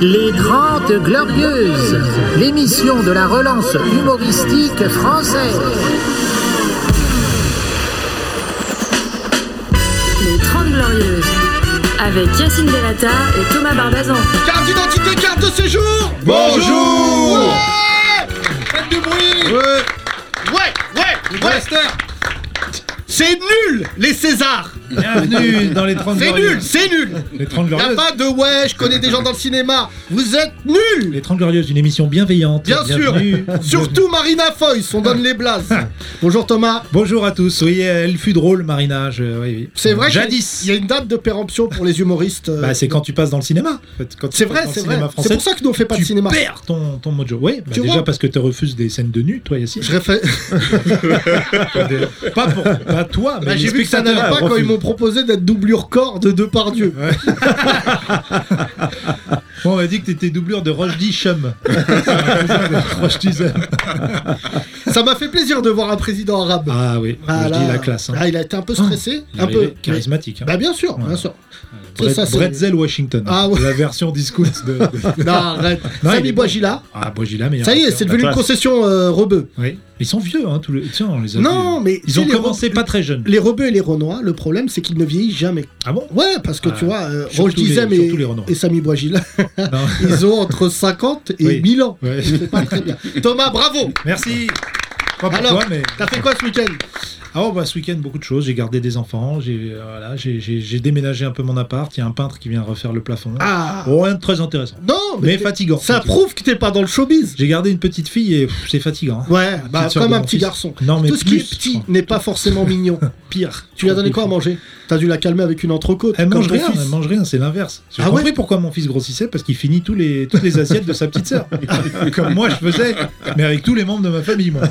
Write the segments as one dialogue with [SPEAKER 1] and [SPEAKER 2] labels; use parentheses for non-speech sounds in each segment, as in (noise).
[SPEAKER 1] Les Grandes Glorieuses, l'émission de la relance humoristique française.
[SPEAKER 2] Les 30 Glorieuses, avec Yacine Delata et Thomas Barbazan.
[SPEAKER 3] Carte d'identité, carte de séjour
[SPEAKER 4] Bonjour
[SPEAKER 3] Ouais Faites du bruit
[SPEAKER 4] Ouais,
[SPEAKER 3] Ouais, ouais, ouais
[SPEAKER 4] Master
[SPEAKER 3] C'est nul, les Césars
[SPEAKER 4] Bienvenue dans les 30
[SPEAKER 3] C'est
[SPEAKER 4] Glorieuses.
[SPEAKER 3] nul, c'est nul
[SPEAKER 4] Les 30
[SPEAKER 3] Y'a
[SPEAKER 4] Glorieuses.
[SPEAKER 3] pas de ouais, je connais des gens dans le cinéma Vous êtes nuls
[SPEAKER 4] Les 30 Glorieuses, une émission bienveillante.
[SPEAKER 3] Bien sûr
[SPEAKER 4] Bienvenue.
[SPEAKER 3] Surtout Marina Foyce, on donne les
[SPEAKER 4] (laughs)
[SPEAKER 3] blases Bonjour Thomas
[SPEAKER 4] Bonjour à tous. Oui, elle fut drôle, Marina. je- oui, oui.
[SPEAKER 3] C'est vrai qu'il
[SPEAKER 4] Jadis.
[SPEAKER 3] y a une date de péremption pour les humoristes. euh,
[SPEAKER 4] Bah, c'est quand tu passes dans le cinéma. en fait. Quand tu
[SPEAKER 3] c'est
[SPEAKER 4] passes
[SPEAKER 3] vrai,
[SPEAKER 4] dans le
[SPEAKER 3] c'est vrai.
[SPEAKER 4] cinéma
[SPEAKER 3] C'est
[SPEAKER 4] français,
[SPEAKER 3] pour ça que nous on fait pas de
[SPEAKER 4] tu
[SPEAKER 3] cinéma.
[SPEAKER 4] perds ton, ton mojo. Oui, bah
[SPEAKER 3] Tu
[SPEAKER 4] déjà
[SPEAKER 3] vois
[SPEAKER 4] parce que tu refuses des scènes de nu, toi, Yacine.
[SPEAKER 3] Je réfé-
[SPEAKER 4] Bah,
[SPEAKER 3] (laughs)
[SPEAKER 4] Pas, pour, pas toi, mais
[SPEAKER 3] Bah, (laughs)
[SPEAKER 4] les
[SPEAKER 3] J'ai vu que ça n'allait
[SPEAKER 4] spectateurs
[SPEAKER 3] pas quand
[SPEAKER 4] refusent.
[SPEAKER 3] ils m'ont proposé d'être doublure corps de Depardieu.
[SPEAKER 4] Bon, on m'a dit que t'étais doublure de
[SPEAKER 3] (laughs)
[SPEAKER 4] Rochdy Chum. Rochdy Chum.
[SPEAKER 3] Ça m'a fait plaisir de voir un président arabe.
[SPEAKER 4] Ah oui,
[SPEAKER 3] Ah,
[SPEAKER 4] je
[SPEAKER 3] là-
[SPEAKER 4] dis la classe. hein. Ah,
[SPEAKER 3] Ah, il a été un peu stressé,
[SPEAKER 4] Il est
[SPEAKER 3] un
[SPEAKER 4] arrivé
[SPEAKER 3] peu.
[SPEAKER 4] charismatique. hein.
[SPEAKER 3] Bah bien sûr,
[SPEAKER 4] Ouais.
[SPEAKER 3] bien sûr. C'est
[SPEAKER 4] Bret-
[SPEAKER 3] ça, c'est-
[SPEAKER 4] Bretzel Washington.
[SPEAKER 3] Ah ouais.
[SPEAKER 4] La version discount de. de-
[SPEAKER 3] Non, arrête.
[SPEAKER 4] (laughs) Non, il est
[SPEAKER 3] Samy
[SPEAKER 4] bon.
[SPEAKER 3] Boisgila.
[SPEAKER 4] Ah, Bojila, mais.
[SPEAKER 3] Ça y est, c'est devenu une
[SPEAKER 5] classe.
[SPEAKER 3] concession euh, rebeu.
[SPEAKER 4] Oui. Ils sont vieux, hein, tous les. Tiens, on les a
[SPEAKER 3] Non,
[SPEAKER 4] vus.
[SPEAKER 3] mais tu
[SPEAKER 4] Ils
[SPEAKER 3] sais,
[SPEAKER 4] ont
[SPEAKER 3] les
[SPEAKER 4] commencé
[SPEAKER 3] re-
[SPEAKER 4] pas très jeunes.
[SPEAKER 3] Les rebeux et les renois, le problème c'est qu'ils ne vieillissent jamais.
[SPEAKER 4] Ah bon
[SPEAKER 3] Ouais, parce que
[SPEAKER 4] Ah,
[SPEAKER 3] tu vois, euh,
[SPEAKER 4] surtout
[SPEAKER 3] Roche Dizem
[SPEAKER 4] les- surtout les
[SPEAKER 3] et,
[SPEAKER 4] Renois.
[SPEAKER 3] et Samy Boisgila,
[SPEAKER 4] Non.
[SPEAKER 3] (laughs) ils ont entre 50 et
[SPEAKER 4] Oui.
[SPEAKER 3] 1000 ans.
[SPEAKER 4] Ouais.
[SPEAKER 3] C'est pas très bien. Thomas, bravo
[SPEAKER 4] (laughs) Merci. Pas pour
[SPEAKER 3] Alors,
[SPEAKER 4] toi, mais.
[SPEAKER 3] t'as fait quoi ce week-end
[SPEAKER 4] Ah, oh, bah, ce week-end, beaucoup de choses. J'ai gardé des enfants, j'ai euh, voilà, j'ai- j'ai- j'ai déménagé un peu mon appart. Il y a un peintre qui vient refaire le plafond.
[SPEAKER 3] Ah
[SPEAKER 4] Oh, rien de très intéressant.
[SPEAKER 3] Non, mais,
[SPEAKER 4] Mais
[SPEAKER 3] t'es-
[SPEAKER 4] fatigant.
[SPEAKER 3] ça prouve que t'es pas dans le showbiz.
[SPEAKER 4] J'ai gardé une petite fille et pff, c'est fatigant. hein.
[SPEAKER 3] Ouais, bah,
[SPEAKER 4] Petite sœur
[SPEAKER 3] comme
[SPEAKER 4] de
[SPEAKER 3] un
[SPEAKER 4] mon
[SPEAKER 3] petit
[SPEAKER 4] fils.
[SPEAKER 3] garçon.
[SPEAKER 4] Non, mais
[SPEAKER 3] Tout ce qui
[SPEAKER 4] plus.
[SPEAKER 3] est petit n'est pas forcément mignon.
[SPEAKER 4] (laughs) pire.
[SPEAKER 3] Tu lui as donné quoi à manger T'as dû la calmer avec une entrecôte.
[SPEAKER 4] Elle
[SPEAKER 3] comme
[SPEAKER 4] mange
[SPEAKER 3] ton
[SPEAKER 4] rien,
[SPEAKER 3] fils.
[SPEAKER 4] elle mange rien, c'est l'inverse. J'ai
[SPEAKER 3] Ah ouais
[SPEAKER 4] compris pourquoi mon fils grossissait, parce qu'il finit tous les, toutes les assiettes de sa
[SPEAKER 3] (laughs)
[SPEAKER 4] petite sœur. Comme moi je faisais, mais avec tous les membres de ma famille, moi.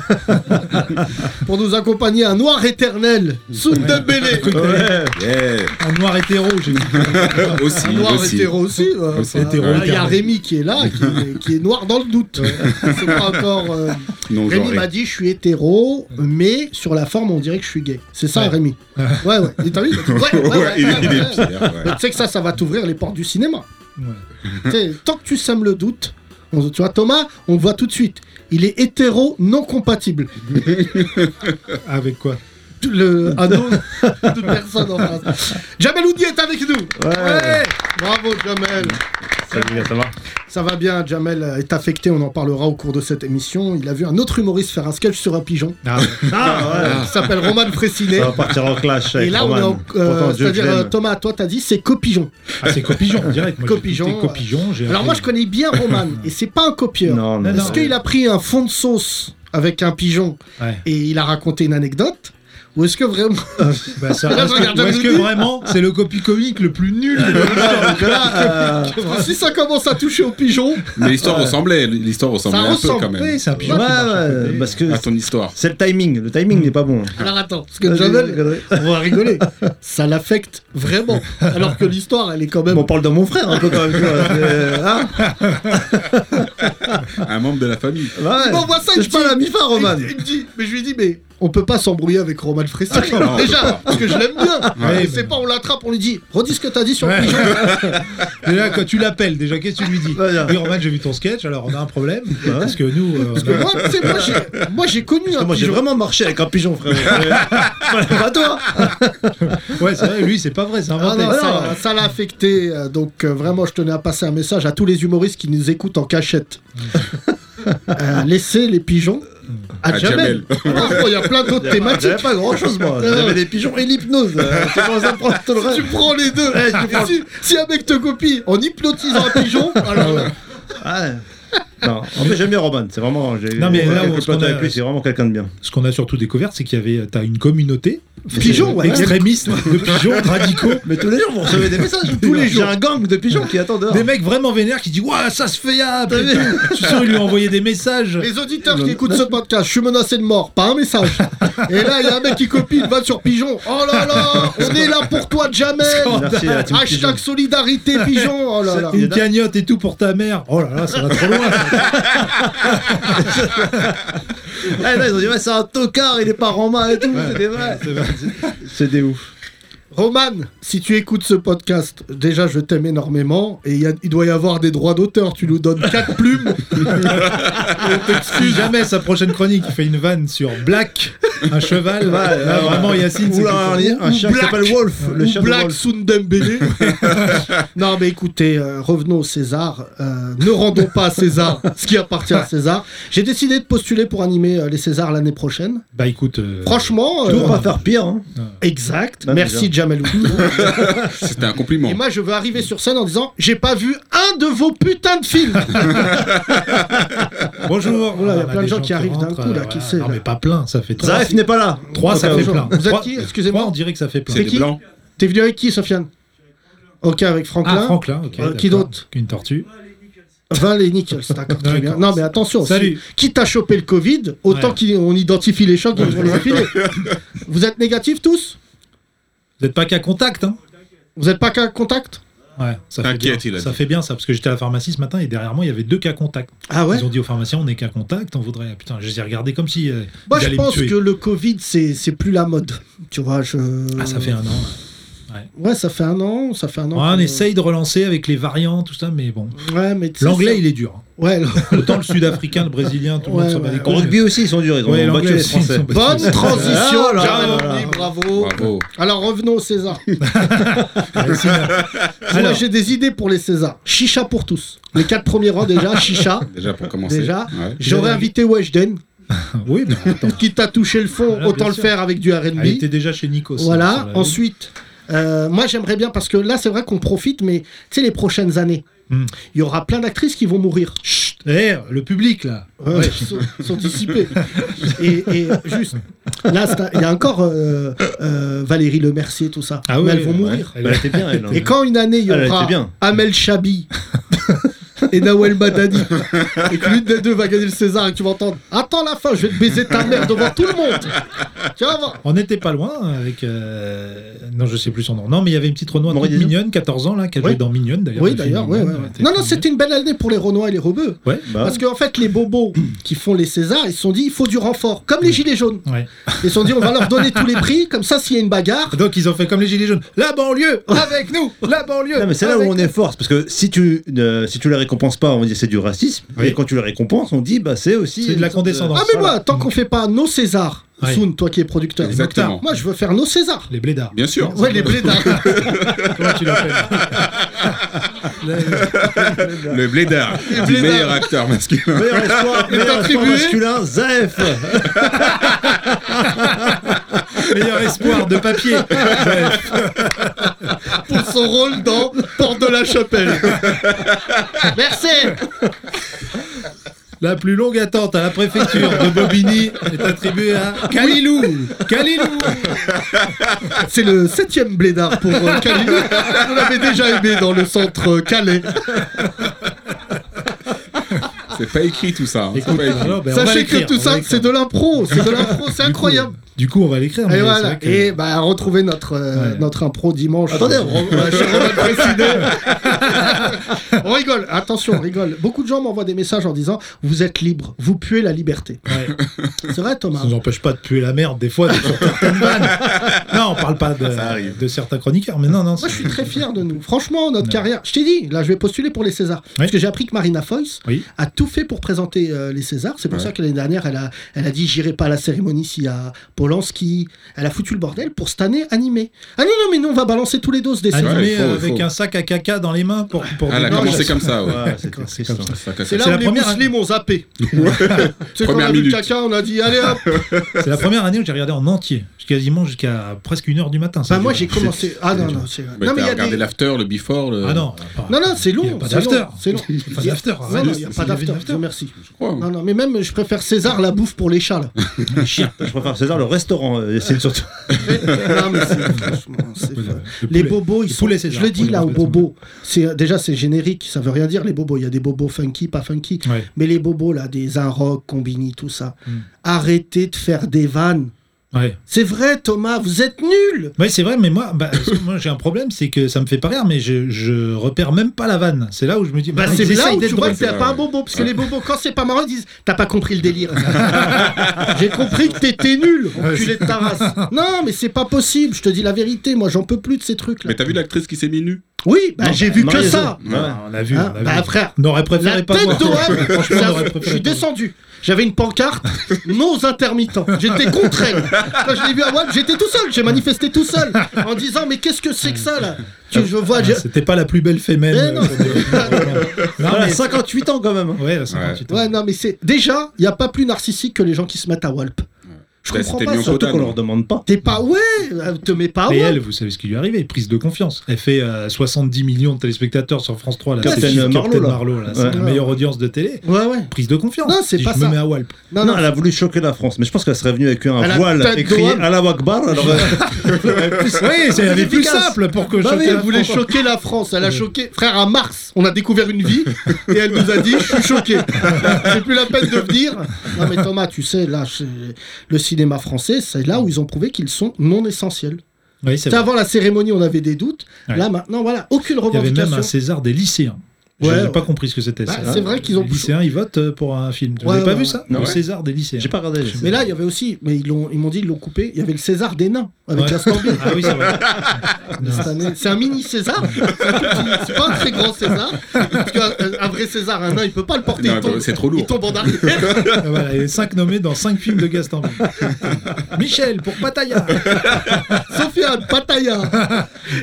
[SPEAKER 3] Pour nous accompagner, un noir éternel, Sundembele.
[SPEAKER 4] Ouais.
[SPEAKER 5] Yeah.
[SPEAKER 4] Un noir hétéro, j'ai dit.
[SPEAKER 5] (laughs) Aussi,
[SPEAKER 3] Un noir
[SPEAKER 5] aussi.
[SPEAKER 3] hétéro aussi. euh,
[SPEAKER 4] Aussi
[SPEAKER 3] voilà.
[SPEAKER 4] hétéro,
[SPEAKER 3] Voilà, Il y a
[SPEAKER 4] carrément.
[SPEAKER 3] Rémi qui est là, qui est,
[SPEAKER 4] (laughs)
[SPEAKER 3] qui est noir dans le doute. C'est pas encore. euh,
[SPEAKER 5] Non,
[SPEAKER 3] Rémi
[SPEAKER 5] genré.
[SPEAKER 3] m'a dit je suis hétéro, mais sur la forme on dirait que je suis gay. C'est ça
[SPEAKER 4] Ouais.
[SPEAKER 3] Rémi. Ouais ouais. Et t'as vu Ouais,
[SPEAKER 4] (laughs)
[SPEAKER 3] ouais, ouais,
[SPEAKER 5] Ouais, il est-
[SPEAKER 3] ouais,
[SPEAKER 5] il
[SPEAKER 3] ouais.
[SPEAKER 5] est pire, ouais.
[SPEAKER 3] Mais tu sais que ça, ça va t'ouvrir les portes du cinéma.
[SPEAKER 4] Ouais.
[SPEAKER 3] Tu sais, Tant que tu sèmes le doute, on- tu vois, Thomas, on le voit tout de suite. Il est hétéro non compatible.
[SPEAKER 4] Ah, Avec quoi
[SPEAKER 3] Le un (laughs) nom de personne en face. Jamel Oudi est avec nous. Ouais. Bravo Jamel.
[SPEAKER 5] Salut, ça va
[SPEAKER 3] Ça va bien, Jamel est affecté, on en parlera au cours de cette émission. Il a vu un autre humoriste faire un sketch sur un pigeon.
[SPEAKER 4] Ah,
[SPEAKER 3] Il s'appelle Roman Frécinet.
[SPEAKER 6] Ça va partir en clash
[SPEAKER 3] Et
[SPEAKER 6] avec
[SPEAKER 3] là, on est
[SPEAKER 6] Roman.
[SPEAKER 3] en- euh,
[SPEAKER 6] Pourtant, Dieu que
[SPEAKER 3] c'est-à-dire,
[SPEAKER 6] je
[SPEAKER 3] euh,
[SPEAKER 6] l'aime.
[SPEAKER 3] Thomas, toi, t'as dit c'est copigeon.
[SPEAKER 4] ah, c'est copigeon, direct. Moi, j'ai
[SPEAKER 3] Copigeon,
[SPEAKER 4] écouté copigeon. j'ai
[SPEAKER 3] Alors, moi, je
[SPEAKER 4] appris-
[SPEAKER 3] connais bien Roman, et c'est pas un copieur.
[SPEAKER 6] Non, non,
[SPEAKER 4] Non,
[SPEAKER 3] Parce
[SPEAKER 4] non.
[SPEAKER 3] qu'il a pris un fond de sauce avec un pigeon
[SPEAKER 4] Ouais.
[SPEAKER 3] et il a raconté une anecdote Ou est-ce que vraiment. (laughs)
[SPEAKER 4] Bah, ça
[SPEAKER 3] Là, je
[SPEAKER 4] reste-
[SPEAKER 3] regarde
[SPEAKER 4] ou est-ce que
[SPEAKER 3] Jamel Oudi.
[SPEAKER 4] vraiment c'est le copie comique le plus nul de l'histoire
[SPEAKER 3] Parce (laughs) que là, euh, si ça commence à toucher au pigeon,
[SPEAKER 5] Mais l'histoire ressemblait, l'histoire ressemblait un peu
[SPEAKER 3] ressemble,
[SPEAKER 5] quand même
[SPEAKER 4] Oui, c'est un
[SPEAKER 6] Ouais,
[SPEAKER 4] pigeon. qui marche à
[SPEAKER 6] ouais, bah,
[SPEAKER 4] côté. Ah
[SPEAKER 6] parce que
[SPEAKER 5] à ton histoire.
[SPEAKER 6] c'est le timing. Le timing n'est pas bon.
[SPEAKER 3] alors attends, parce que Jamel, on va (laughs) rigoler, ça l'affecte vraiment. Alors que l'histoire, elle est quand même.
[SPEAKER 6] On parle de mon frère un peu quand même. tu vois,
[SPEAKER 4] (laughs)
[SPEAKER 6] euh, hein
[SPEAKER 5] Un membre de la famille.
[SPEAKER 6] Bah ouais.
[SPEAKER 3] Il m'envoie ça,
[SPEAKER 6] C'est
[SPEAKER 3] il
[SPEAKER 6] pas
[SPEAKER 3] dit-
[SPEAKER 6] la mi-fin, Roman.
[SPEAKER 3] Il, il me dit, mais je lui dis, mais on peut pas s'embrouiller avec Roman Fressinet.
[SPEAKER 5] Ah, non, on peut
[SPEAKER 3] (laughs) Déjà,
[SPEAKER 5] pas.
[SPEAKER 3] parce que je l'aime bien.
[SPEAKER 4] Ouais,
[SPEAKER 3] mais c'est
[SPEAKER 4] mais-
[SPEAKER 3] pas, on l'attrape, on lui dit, redis ce que t'as dit sur
[SPEAKER 4] Ouais.
[SPEAKER 3] le pigeon.
[SPEAKER 4] (laughs) Déjà, quand tu l'appelles, déjà, qu'est-ce que tu lui dis
[SPEAKER 6] Voilà.
[SPEAKER 4] Oui, Roman, j'ai vu ton sketch, alors on a un problème. Parce que nous. euh,
[SPEAKER 3] Parce
[SPEAKER 4] on a-
[SPEAKER 3] que moi, tu sais, moi, j'ai- moi, j'ai connu un
[SPEAKER 6] Moi, j'ai
[SPEAKER 3] pigeon.
[SPEAKER 6] vraiment marché avec un
[SPEAKER 4] (laughs)
[SPEAKER 6] pigeon, frère. pas toi.
[SPEAKER 4] Ouais, c'est vrai, lui, c'est pas vrai, c'est
[SPEAKER 3] Ah
[SPEAKER 4] inventé.
[SPEAKER 3] non,
[SPEAKER 4] Ah,
[SPEAKER 3] ça ça l'a affecté. euh, Donc, euh, vraiment, je tenais à passer un message à tous les humoristes qui nous écoutent en
[SPEAKER 6] (laughs)
[SPEAKER 3] cachette. Euh, laissez les pigeons à,
[SPEAKER 5] À
[SPEAKER 3] Jamel.
[SPEAKER 5] Jamel.
[SPEAKER 3] Franchement, Il y a plein d'autres thématiques. Euh,
[SPEAKER 6] J'avais pas grand chose, moi. J'avais des pigeons et l'hypnose. Euh, Tu commences à prendre
[SPEAKER 3] (laughs)
[SPEAKER 6] tout le
[SPEAKER 3] Tu
[SPEAKER 6] reste.
[SPEAKER 3] prends les deux.
[SPEAKER 6] Ouais, je prends-
[SPEAKER 3] si, si un mec te copie en hypnotisant un pigeon, alors là,
[SPEAKER 6] Ouais. Non, en fait, j'aime bien Roman. C'est vraiment. j'ai-
[SPEAKER 4] Non, mais
[SPEAKER 6] j'ai
[SPEAKER 4] là où
[SPEAKER 6] quelques
[SPEAKER 4] on se
[SPEAKER 6] potes
[SPEAKER 4] connaît-
[SPEAKER 6] avec lui, c'est vraiment quelqu'un de bien.
[SPEAKER 4] Ce qu'on a surtout découvert, c'est qu'il y avait, t'as une communauté
[SPEAKER 3] Pigeons,
[SPEAKER 4] euh,
[SPEAKER 3] ouais.
[SPEAKER 4] extrémiste de pigeons
[SPEAKER 3] (laughs)
[SPEAKER 4] radicaux.
[SPEAKER 6] Mais tous les jours, vous recevez des messages. Tous les jours. J'ai un gang de pigeons qui attendent dehors.
[SPEAKER 4] Des mecs vraiment vénères qui disent Ouah, ça se fait ya après tout. Je suis sûr, ils lui ont envoyé des messages.
[SPEAKER 3] Les auditeurs qui écoutent ce podcast, je suis menacé de mort, pas un
[SPEAKER 6] (laughs)
[SPEAKER 3] message. Et là, il y a un mec qui copie une vanne sur Pigeon. Oh là là, on est là pour toi, Jamel.
[SPEAKER 6] Merci à la team pigeon.
[SPEAKER 3] Hashtag solidarité Pigeon. Oh là
[SPEAKER 6] (laughs)
[SPEAKER 3] là.
[SPEAKER 4] Une cagnotte et tout pour ta mère. Oh là là, ça va trop loin. ça.
[SPEAKER 6] Ah, là, ils ont dit, ouais, c'est un tocard, il est pas romain et tout. c'est des vrais. C'est des ouf.
[SPEAKER 3] Roman, si tu écoutes ce podcast, déjà je t'aime énormément et il, y a- il doit y avoir des droits d'auteur. Tu nous donnes quatre plumes.
[SPEAKER 4] Si jamais sa prochaine chronique fait une vanne sur Black, un cheval, là, vraiment Yacine, c'est
[SPEAKER 6] Ou un,
[SPEAKER 4] quelque chose.
[SPEAKER 6] un chien qui
[SPEAKER 3] Black.
[SPEAKER 6] s'appelle Wolf. Le
[SPEAKER 3] Ou
[SPEAKER 6] chien de
[SPEAKER 3] Black
[SPEAKER 6] Wolf.
[SPEAKER 3] Sundembele. (laughs) non, mais écoutez, euh, revenons au César. Euh, ne rendons pas à (laughs) César ce qui appartient à César. J'ai décidé de postuler pour animer euh, les Césars l'année prochaine.
[SPEAKER 4] Bah écoute, euh,
[SPEAKER 3] Franchement,
[SPEAKER 6] On
[SPEAKER 3] euh,
[SPEAKER 6] peut pas faire pire. hein.
[SPEAKER 3] exact.
[SPEAKER 6] Non,
[SPEAKER 3] Merci Jamel Oudou.
[SPEAKER 5] C'était un compliment.
[SPEAKER 3] Et moi, je veux arriver sur scène en disant J'ai pas vu un de vos putains de films
[SPEAKER 4] bonjour.
[SPEAKER 3] Oula, il y a
[SPEAKER 4] On
[SPEAKER 3] plein de
[SPEAKER 4] des
[SPEAKER 3] gens qui arrivent d'un
[SPEAKER 4] rentrent,
[SPEAKER 3] coup, là,
[SPEAKER 4] euh,
[SPEAKER 3] qui
[SPEAKER 4] voilà.
[SPEAKER 3] c'est,
[SPEAKER 4] Non
[SPEAKER 3] là
[SPEAKER 4] mais pas plein, ça fait trois.
[SPEAKER 6] Zaref n'est pas là. euh,
[SPEAKER 4] Trois, ça
[SPEAKER 6] Aucun
[SPEAKER 4] fait
[SPEAKER 6] jour.
[SPEAKER 4] plein.
[SPEAKER 3] Vous êtes
[SPEAKER 4] Trois-
[SPEAKER 3] qui Excusez-moi.
[SPEAKER 4] trois, on dirait que ça fait plein.
[SPEAKER 5] C'est
[SPEAKER 3] qui
[SPEAKER 5] des blancs.
[SPEAKER 3] T'es venu avec qui, Sofiane Ok, avec Franklin.
[SPEAKER 4] Ah, Franklin, ok.
[SPEAKER 3] Euh,
[SPEAKER 4] d'accord.
[SPEAKER 3] qui d'autre
[SPEAKER 4] Une tortue.
[SPEAKER 3] Vin les Nichols, d'accord, très bien.
[SPEAKER 4] D'accord.
[SPEAKER 3] Non, mais attention,
[SPEAKER 4] Salut.
[SPEAKER 3] si- quitte à choper le Covid, autant
[SPEAKER 4] Ouais.
[SPEAKER 3] qu'on identifie les gens qui vont les
[SPEAKER 4] (laughs)
[SPEAKER 3] affiler. Vous êtes négatifs tous
[SPEAKER 4] Vous n'êtes pas qu'à contact, hein
[SPEAKER 3] Vous n'êtes pas qu'à contact
[SPEAKER 4] Ouais, ça fait, bien,
[SPEAKER 5] T'inquiète, il a
[SPEAKER 4] ça
[SPEAKER 5] dit.
[SPEAKER 4] fait bien ça, parce que j'étais à la pharmacie ce matin et derrière moi il y avait deux cas contacts.
[SPEAKER 3] Ah
[SPEAKER 4] Ils ont dit aux pharmaciens on n'est qu'à contact, on voudrait. ah, Putain, je les ai regardés comme si. euh,
[SPEAKER 3] Moi,
[SPEAKER 4] ils
[SPEAKER 3] je
[SPEAKER 4] allaient
[SPEAKER 3] pense
[SPEAKER 4] me tuer.
[SPEAKER 3] que le Covid, c'est c'est plus la mode. Tu vois, je.
[SPEAKER 4] Ah, ça fait un an.
[SPEAKER 3] Euh, Ouais, ça fait un an, ça fait un an.
[SPEAKER 4] Ouais, on
[SPEAKER 3] qu'on-
[SPEAKER 4] essaye de relancer avec les variants, tout ça, mais bon.
[SPEAKER 3] Ouais, mais tu sais,
[SPEAKER 4] L'anglais,
[SPEAKER 3] ça-
[SPEAKER 4] il est dur. hein.
[SPEAKER 3] Ouais,
[SPEAKER 4] (laughs)
[SPEAKER 3] le-
[SPEAKER 4] Autant le sud-africain, le brésilien, tout le
[SPEAKER 3] Ouais,
[SPEAKER 4] monde s'en bat
[SPEAKER 3] ouais.
[SPEAKER 4] les
[SPEAKER 6] Au
[SPEAKER 4] couilles.
[SPEAKER 6] rugby aussi, ils sont durs. Ils ont
[SPEAKER 4] Ouais, l'anglais
[SPEAKER 6] battu les
[SPEAKER 4] aussi, ils
[SPEAKER 6] Français.
[SPEAKER 4] sont battus.
[SPEAKER 3] bonne transition,
[SPEAKER 6] Ah, là,
[SPEAKER 3] Jean-Marie,
[SPEAKER 6] voilà.
[SPEAKER 3] bravo.
[SPEAKER 5] Bravo.
[SPEAKER 3] Alors revenons au
[SPEAKER 4] (laughs)
[SPEAKER 3] César. Moi,
[SPEAKER 4] Alors,
[SPEAKER 3] j'ai des idées pour les Césars. Chicha pour tous. Les quatre premiers rangs déjà, chicha.
[SPEAKER 5] Déjà pour commencer.
[SPEAKER 3] Déjà,
[SPEAKER 5] Ouais.
[SPEAKER 3] j'aurais invité Weshden,
[SPEAKER 4] (laughs) oui, bah, attends.
[SPEAKER 3] quitte à toucher le fond,
[SPEAKER 4] Voilà,
[SPEAKER 3] autant
[SPEAKER 4] bien
[SPEAKER 3] le
[SPEAKER 4] sûr.
[SPEAKER 3] faire avec du
[SPEAKER 4] Elle
[SPEAKER 3] R&B.
[SPEAKER 4] était déjà chez Nikos.
[SPEAKER 3] Voilà. Ensuite, euh, moi j'aimerais bien parce que là c'est vrai qu'on profite, mais tu sais les prochaines années, il
[SPEAKER 4] Hmm.
[SPEAKER 3] y aura plein d'actrices qui vont mourir.
[SPEAKER 4] Eh, le public, là.
[SPEAKER 3] Euh, (laughs) sont, sont dissipées. et, et juste, là c'est- il y a encore euh, euh, Valérie Le Mercier tout ça,
[SPEAKER 4] Ah oui,
[SPEAKER 3] mais elles vont
[SPEAKER 4] ouais.
[SPEAKER 3] mourir.
[SPEAKER 4] Elle
[SPEAKER 6] Bah, Elle était bien, elle. hein.
[SPEAKER 3] Et quand une année il y
[SPEAKER 6] Ah, elle
[SPEAKER 3] aura
[SPEAKER 6] était bien.
[SPEAKER 3] Amel
[SPEAKER 6] (laughs)
[SPEAKER 3] Chabi et Nawel Madani et que l'une des deux va gagner le César et que tu vas entendre Attends la fin, je vais te baiser ta mère devant tout le monde. Tu vas voir.
[SPEAKER 4] On n'était pas loin avec. euh, Non, je sais plus son nom. Non, mais il y avait une petite Renoir toute
[SPEAKER 6] Maurice Dizon.
[SPEAKER 4] mignonne, 14 ans, là, qui a joué
[SPEAKER 3] Oui.
[SPEAKER 4] dans Mignonne, d'ailleurs.
[SPEAKER 3] Oui
[SPEAKER 4] le film hein.
[SPEAKER 3] d'ailleurs, ouais,
[SPEAKER 4] Mignonne,
[SPEAKER 3] ouais, ouais.
[SPEAKER 4] était
[SPEAKER 3] Non non,
[SPEAKER 4] mignonne.
[SPEAKER 3] c'était une belle année pour les Renois et les Rebeux.
[SPEAKER 4] Ouais.
[SPEAKER 6] Bah,
[SPEAKER 3] Parce qu'en fait, les bobos qui font les Césars, ils se sont dit, il faut du renfort, comme les Gilets jaunes.
[SPEAKER 4] ouais.
[SPEAKER 3] Ils se sont dit, on va leur donner tous les prix, comme ça, s'il y a une bagarre,
[SPEAKER 4] Donc, ils ont fait comme les Gilets jaunes. La banlieue Avec nous La banlieue
[SPEAKER 6] Non, mais c'est là où
[SPEAKER 4] avec-
[SPEAKER 6] on est fort, parce que si tu ne si tu les récompenses pas, on dit c'est du racisme,
[SPEAKER 4] Oui.
[SPEAKER 6] et quand tu les récompenses, on dit bah c'est aussi
[SPEAKER 4] C'est de
[SPEAKER 6] une
[SPEAKER 4] la
[SPEAKER 6] sorte
[SPEAKER 4] condescendance.
[SPEAKER 3] Ah, mais moi, tant qu'on fait pas nos Césars,
[SPEAKER 4] Ouais.
[SPEAKER 3] Soun, toi qui es producteur,
[SPEAKER 5] Exactement.
[SPEAKER 3] moi, je veux faire nos Césars.
[SPEAKER 4] Les blédards.
[SPEAKER 5] Bien sûr.
[SPEAKER 3] Ouais, les
[SPEAKER 6] (laughs)
[SPEAKER 3] blédards.
[SPEAKER 4] Comment tu l'appelles
[SPEAKER 5] Le blédard. du
[SPEAKER 3] blédards.
[SPEAKER 5] meilleur acteur masculin.
[SPEAKER 6] Meilleur espoir, meilleur espoir
[SPEAKER 3] attribué.
[SPEAKER 6] masculin, Zaef
[SPEAKER 4] Meilleur espoir de papier
[SPEAKER 3] pour son rôle dans Porte de la Chapelle. (laughs) Merci.
[SPEAKER 4] La plus longue attente à la préfecture de Bobigny est attribuée à Kalilou Kalilou
[SPEAKER 3] C'est le septième blédard pour euh, Calilou. On l'avait déjà aimé dans le centre euh, Calais.
[SPEAKER 4] Ben,
[SPEAKER 5] C'est pas écrit tout ça. hein. C'est pas
[SPEAKER 3] euh,
[SPEAKER 5] écrit.
[SPEAKER 4] alors, ben, on va
[SPEAKER 3] Sachez que
[SPEAKER 4] l'écrire,
[SPEAKER 3] tout
[SPEAKER 4] on va
[SPEAKER 3] ça,
[SPEAKER 4] l'écrire.
[SPEAKER 3] c'est de l'impro. C'est de l'impro, c'est incroyable.
[SPEAKER 4] Du coup, on va l'écrire. mais
[SPEAKER 3] Et
[SPEAKER 4] c'est
[SPEAKER 3] voilà.
[SPEAKER 4] vrai que- Ah,
[SPEAKER 3] Et bah, retrouvez notre, euh,
[SPEAKER 4] Ouais.
[SPEAKER 3] notre impro dimanche.
[SPEAKER 6] Attendez,
[SPEAKER 3] Euh,
[SPEAKER 6] on-
[SPEAKER 3] ouais, chez
[SPEAKER 4] (laughs)
[SPEAKER 3] Romain Précinet. on rigole. Attention, on rigole. Beaucoup de gens m'envoient des messages en disant Vous êtes libre, vous puez la liberté.
[SPEAKER 4] Ouais.
[SPEAKER 3] (laughs) C'est vrai, Thomas
[SPEAKER 4] Ça nous empêche pas de puer la merde des fois de- sur
[SPEAKER 3] (laughs)
[SPEAKER 4] certaines vannes. Non, on parle pas de, de certains chroniqueurs, mais non, non.
[SPEAKER 3] Moi, je
[SPEAKER 4] c'est-
[SPEAKER 3] suis très fier de nous. Franchement, notre carrière. Je t'ai dit, là, je vais postuler pour les Césars. Parce que j'ai appris que Marina Foïs
[SPEAKER 4] Oui.
[SPEAKER 3] a tout fait pour présenter euh, les Césars. C'est pour ça que l'année dernière, elle a, elle a dit J'irai pas à la cérémonie s'il y a Polanski. Elle a foutu le bordel pour cette année animée. Ah non, non, mais nous, on va balancer tous les doses des Césars.
[SPEAKER 4] Animé
[SPEAKER 5] Ouais, faut-
[SPEAKER 4] euh, avec
[SPEAKER 5] faut. Ah,
[SPEAKER 4] un sac à caca dans les mains pour. pour
[SPEAKER 5] Elle a
[SPEAKER 4] Non,
[SPEAKER 5] commencé
[SPEAKER 4] je-
[SPEAKER 5] comme ça. Ouais.
[SPEAKER 6] Ouais, c'était
[SPEAKER 4] C'est
[SPEAKER 6] triste,
[SPEAKER 4] comme ça.
[SPEAKER 6] hein.
[SPEAKER 5] Ça, ça,
[SPEAKER 3] C'est
[SPEAKER 5] ça.
[SPEAKER 3] là
[SPEAKER 4] C'est
[SPEAKER 3] où
[SPEAKER 4] la
[SPEAKER 3] les
[SPEAKER 4] première
[SPEAKER 3] musulmans ont
[SPEAKER 4] (laughs)
[SPEAKER 3] zappé. C'est quand on
[SPEAKER 5] Première
[SPEAKER 3] a vu le
[SPEAKER 5] minute.
[SPEAKER 3] caca, on a dit Allez hop
[SPEAKER 4] C'est la première année où j'ai regardé en entier, jusqu'à- quasiment jusqu'à presque une heure du matin. ça
[SPEAKER 3] Bah, moi,
[SPEAKER 4] dure.
[SPEAKER 3] j'ai commencé. Ah non, non, c'est.
[SPEAKER 5] Bah,
[SPEAKER 3] non,
[SPEAKER 5] t'as
[SPEAKER 3] il y a
[SPEAKER 5] regardé
[SPEAKER 3] des-
[SPEAKER 5] l'after, le before, le.
[SPEAKER 4] Ah non.
[SPEAKER 5] Euh,
[SPEAKER 3] Non, non, c'est
[SPEAKER 4] Il y a
[SPEAKER 3] long.
[SPEAKER 4] pas
[SPEAKER 3] c'est long,
[SPEAKER 4] d'after.
[SPEAKER 3] C'est long.
[SPEAKER 4] Il y a pas d'after. hein.
[SPEAKER 3] Non, non, il n'y a pas
[SPEAKER 4] C'est- c'est-
[SPEAKER 3] d'after.
[SPEAKER 4] c'est-
[SPEAKER 3] Dieu merci.
[SPEAKER 5] Je crois.
[SPEAKER 3] Non, non, mais même, je préfère César la bouffe pour les chats, là.
[SPEAKER 6] Je préfère César le restaurant, euh, c'est surtout.
[SPEAKER 4] (laughs)
[SPEAKER 3] Non, mais c'est- franchement, c'est
[SPEAKER 4] Le-
[SPEAKER 3] fou.
[SPEAKER 4] le
[SPEAKER 3] Les
[SPEAKER 4] poulet.
[SPEAKER 3] bobos, ils
[SPEAKER 4] Le
[SPEAKER 3] sont.
[SPEAKER 4] poulet,
[SPEAKER 3] Je
[SPEAKER 4] César,
[SPEAKER 3] le dis
[SPEAKER 4] pour
[SPEAKER 3] là
[SPEAKER 4] les
[SPEAKER 3] aux
[SPEAKER 4] bobos.
[SPEAKER 3] bobos. C'est déjà c'est générique, ça veut rien dire les bobos. Il y a des bobos funky, pas funky.
[SPEAKER 4] Ouais. Hmm.
[SPEAKER 3] Mais les bobos là, des Inrock, Combini, tout ça. Arrêtez de faire des vannes.
[SPEAKER 4] Ouais.
[SPEAKER 3] C'est vrai, Thomas, vous êtes nul.
[SPEAKER 4] Ouais, c'est vrai, mais moi, bah, parce que moi, j'ai un problème, c'est que ça me fait pas rire, mais je, je repère même pas la vanne. C'est là où je me dis,
[SPEAKER 3] Bah,
[SPEAKER 4] bah,
[SPEAKER 3] c'est
[SPEAKER 4] ils
[SPEAKER 3] là
[SPEAKER 4] essayent
[SPEAKER 3] où tu
[SPEAKER 4] d'être
[SPEAKER 3] vois
[SPEAKER 4] drôles.
[SPEAKER 3] que t'as
[SPEAKER 5] c'est
[SPEAKER 3] pas un
[SPEAKER 5] vrai.
[SPEAKER 3] bobo, parce que les bobos, quand c'est pas marrant, ils disent T'as pas compris le délire.
[SPEAKER 4] (laughs)
[SPEAKER 3] J'ai compris que t'étais nul, enculé de ta race. Non, mais c'est pas possible, je te dis la vérité, moi j'en peux plus de ces trucs-là.
[SPEAKER 5] Mais t'as vu l'actrice qui s'est mise nue
[SPEAKER 3] Oui, bah,
[SPEAKER 4] Non,
[SPEAKER 3] j'ai
[SPEAKER 4] bah,
[SPEAKER 3] vu
[SPEAKER 4] non,
[SPEAKER 3] que
[SPEAKER 4] les
[SPEAKER 3] ça.
[SPEAKER 4] Ouais, on a vu.
[SPEAKER 3] Hein,
[SPEAKER 4] on a vu.
[SPEAKER 3] bah, frère,
[SPEAKER 4] On aurait préféré
[SPEAKER 3] La
[SPEAKER 4] pas
[SPEAKER 3] tête
[SPEAKER 4] voir.
[SPEAKER 3] d'Oham,
[SPEAKER 4] (laughs) Franchement, on aurait
[SPEAKER 3] j'avoue,
[SPEAKER 4] préféré
[SPEAKER 3] je suis
[SPEAKER 4] pas voir.
[SPEAKER 3] descendu. J'avais une pancarte, nos intermittents. J'étais contre elle. Quand je l'ai vu à Wab, j'étais tout seul, j'ai manifesté tout seul en disant Mais qu'est-ce que c'est que ça là Tu je vois, je-
[SPEAKER 4] Ouais, C'était pas la plus belle
[SPEAKER 3] Eh
[SPEAKER 4] femelle.
[SPEAKER 3] non.
[SPEAKER 4] euh, qu'on
[SPEAKER 3] (laughs)
[SPEAKER 4] ait- Non,
[SPEAKER 6] Voilà,
[SPEAKER 4] mais-
[SPEAKER 6] 58 ans quand même. hein.
[SPEAKER 4] Ouais, 58 ans.
[SPEAKER 3] Ouais, non, mais c'est. Déjà, il n'y a pas plus narcissique que les gens qui se mettent à Walp. Je
[SPEAKER 5] Bah,
[SPEAKER 3] comprends
[SPEAKER 5] c'était
[SPEAKER 3] pas
[SPEAKER 5] Bianco
[SPEAKER 3] ça.
[SPEAKER 6] Surtout
[SPEAKER 5] Total.
[SPEAKER 6] qu'on leur demande pas.
[SPEAKER 3] T'es pas. Ouais, euh, te mets pas à
[SPEAKER 4] Et
[SPEAKER 3] Walp.
[SPEAKER 4] elle, vous savez ce qui lui est arrivé, prise de confiance. Elle fait euh, 70 millions de téléspectateurs sur France 3. Là,
[SPEAKER 6] Captain
[SPEAKER 4] c'est
[SPEAKER 6] Marlowe,
[SPEAKER 4] Captain
[SPEAKER 6] là.
[SPEAKER 4] Marlowe, là. C'est
[SPEAKER 6] Ouais.
[SPEAKER 4] la meilleure audience de télé.
[SPEAKER 3] Ouais, ouais.
[SPEAKER 4] Prise de confiance.
[SPEAKER 3] Non, c'est
[SPEAKER 4] Dis,
[SPEAKER 3] pas
[SPEAKER 4] je
[SPEAKER 3] ça.
[SPEAKER 4] me mets
[SPEAKER 3] (laughs)
[SPEAKER 4] à Walp.
[SPEAKER 3] Non,
[SPEAKER 6] Non,
[SPEAKER 3] non.
[SPEAKER 6] elle a voulu choquer la France, mais je pense qu'elle serait venue avec
[SPEAKER 3] À la
[SPEAKER 6] un voile
[SPEAKER 3] tête
[SPEAKER 6] et crier
[SPEAKER 3] d'Oham.
[SPEAKER 6] à la Wakbar. Alors, euh,
[SPEAKER 4] Oui, c'est avait plus
[SPEAKER 3] efficace.
[SPEAKER 4] simple pour que
[SPEAKER 3] Bah oui,
[SPEAKER 4] choquer
[SPEAKER 3] elle
[SPEAKER 4] la
[SPEAKER 3] voulait
[SPEAKER 4] France.
[SPEAKER 3] choquer la France. Elle a choqué. Frère, à Mars, on a découvert une vie et elle nous a dit Je suis choqué.
[SPEAKER 4] (laughs)
[SPEAKER 3] C'est plus la peine de venir. Non, mais Thomas, tu sais, là, c'est- le cinéma français, c'est là où ils ont prouvé qu'ils sont non essentiels.
[SPEAKER 4] Oui, c'est
[SPEAKER 3] Tu sais,
[SPEAKER 4] vrai.
[SPEAKER 3] Avant la cérémonie, on avait des doutes.
[SPEAKER 4] Ouais.
[SPEAKER 3] Là, maintenant, voilà, aucune
[SPEAKER 4] Il y avait même
[SPEAKER 3] revendication.
[SPEAKER 4] un César des lycéens. Je
[SPEAKER 3] Ouais,
[SPEAKER 4] n'ai
[SPEAKER 3] ouais.
[SPEAKER 4] pas compris ce que c'était.
[SPEAKER 3] Bah,
[SPEAKER 4] ça.
[SPEAKER 3] c'est vrai qu'ils ont-
[SPEAKER 4] Les lycéens, ils votent euh, pour un film. Vous
[SPEAKER 3] Ouais,
[SPEAKER 4] n'avez pas
[SPEAKER 3] ouais,
[SPEAKER 4] vu
[SPEAKER 3] ouais.
[SPEAKER 4] ça
[SPEAKER 6] Non,
[SPEAKER 4] Le
[SPEAKER 6] ouais.
[SPEAKER 4] César des lycéens.
[SPEAKER 6] j'ai pas regardé. les-
[SPEAKER 3] Mais là, il y avait aussi, mais ils l'ont- ils m'ont dit, ils l'ont coupé. Il y avait le César des nains avec
[SPEAKER 4] Ouais.
[SPEAKER 3] Gaston
[SPEAKER 4] (laughs)
[SPEAKER 3] Bide.
[SPEAKER 4] Ah oui, c'est vrai.
[SPEAKER 3] Mais cette année, C'est un mini
[SPEAKER 4] (laughs)
[SPEAKER 3] César. C'est pas un très grand César. Parce qu'un un vrai César, un nain, il peut pas le porter.
[SPEAKER 5] Non,
[SPEAKER 3] il tombe-
[SPEAKER 5] c'est trop lourd.
[SPEAKER 3] Il tombe en arrière.
[SPEAKER 4] Ah, voilà, il y a cinq nommés dans cinq films de Gaston. (laughs) Michel pour Pataya. (laughs)
[SPEAKER 3] Sofiane, Pataya.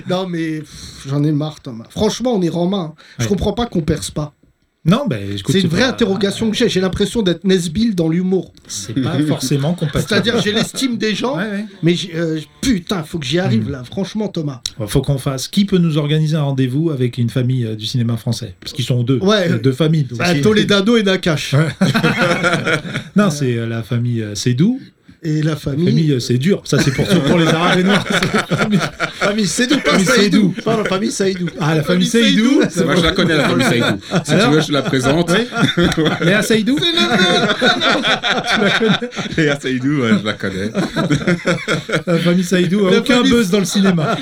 [SPEAKER 3] Non, mais pff, j'en ai marre, Thomas. Franchement, on est romain. Je
[SPEAKER 4] Ouais.
[SPEAKER 3] comprends pas qu'on perce pas.
[SPEAKER 4] Non, ben écoute,
[SPEAKER 3] C'est une vraie
[SPEAKER 4] pas-
[SPEAKER 3] interrogation que j'ai. J'ai l'impression d'être Nesbill dans l'humour.
[SPEAKER 4] C'est pas forcément compatible.
[SPEAKER 3] C'est-à-dire, j'ai l'estime des gens,
[SPEAKER 4] Ouais, Hmm. ouais.
[SPEAKER 3] mais j'ai- euh, putain, faut que j'y arrive là. Franchement, Thomas.
[SPEAKER 4] Bon, faut qu'on fasse. Qui peut nous organiser un rendez-vous avec une famille euh, du cinéma français Parce qu'ils sont deux.
[SPEAKER 3] Ouais.
[SPEAKER 4] Il y a deux familles. donc
[SPEAKER 3] Ah,
[SPEAKER 4] c'est- Hein
[SPEAKER 3] Toledano et Nakash.
[SPEAKER 4] Non, c'est euh, la famille euh, Sédou.
[SPEAKER 3] Et la
[SPEAKER 4] Famille
[SPEAKER 3] famille.
[SPEAKER 4] euh, c'est dur. Ça, c'est pour, pour les Arabes et Noirs. (laughs) Famille, famille Sédou, pas Sédou.
[SPEAKER 6] Pas la famille Saïdou.
[SPEAKER 4] Ah, la famille
[SPEAKER 3] Famille
[SPEAKER 4] Sédou.
[SPEAKER 3] Seydou.
[SPEAKER 4] ça
[SPEAKER 5] Moi,
[SPEAKER 4] va.
[SPEAKER 5] je la connais, la famille Saïdou. Si tu
[SPEAKER 4] Alors
[SPEAKER 5] veux, je te la présente.
[SPEAKER 4] Léa Seydou
[SPEAKER 5] Et à Saïdou, ouais, je
[SPEAKER 3] (laughs)
[SPEAKER 5] la connais.
[SPEAKER 4] La famille Saïdou
[SPEAKER 3] La
[SPEAKER 4] a aucun
[SPEAKER 3] famille-
[SPEAKER 4] buzz dans le cinéma.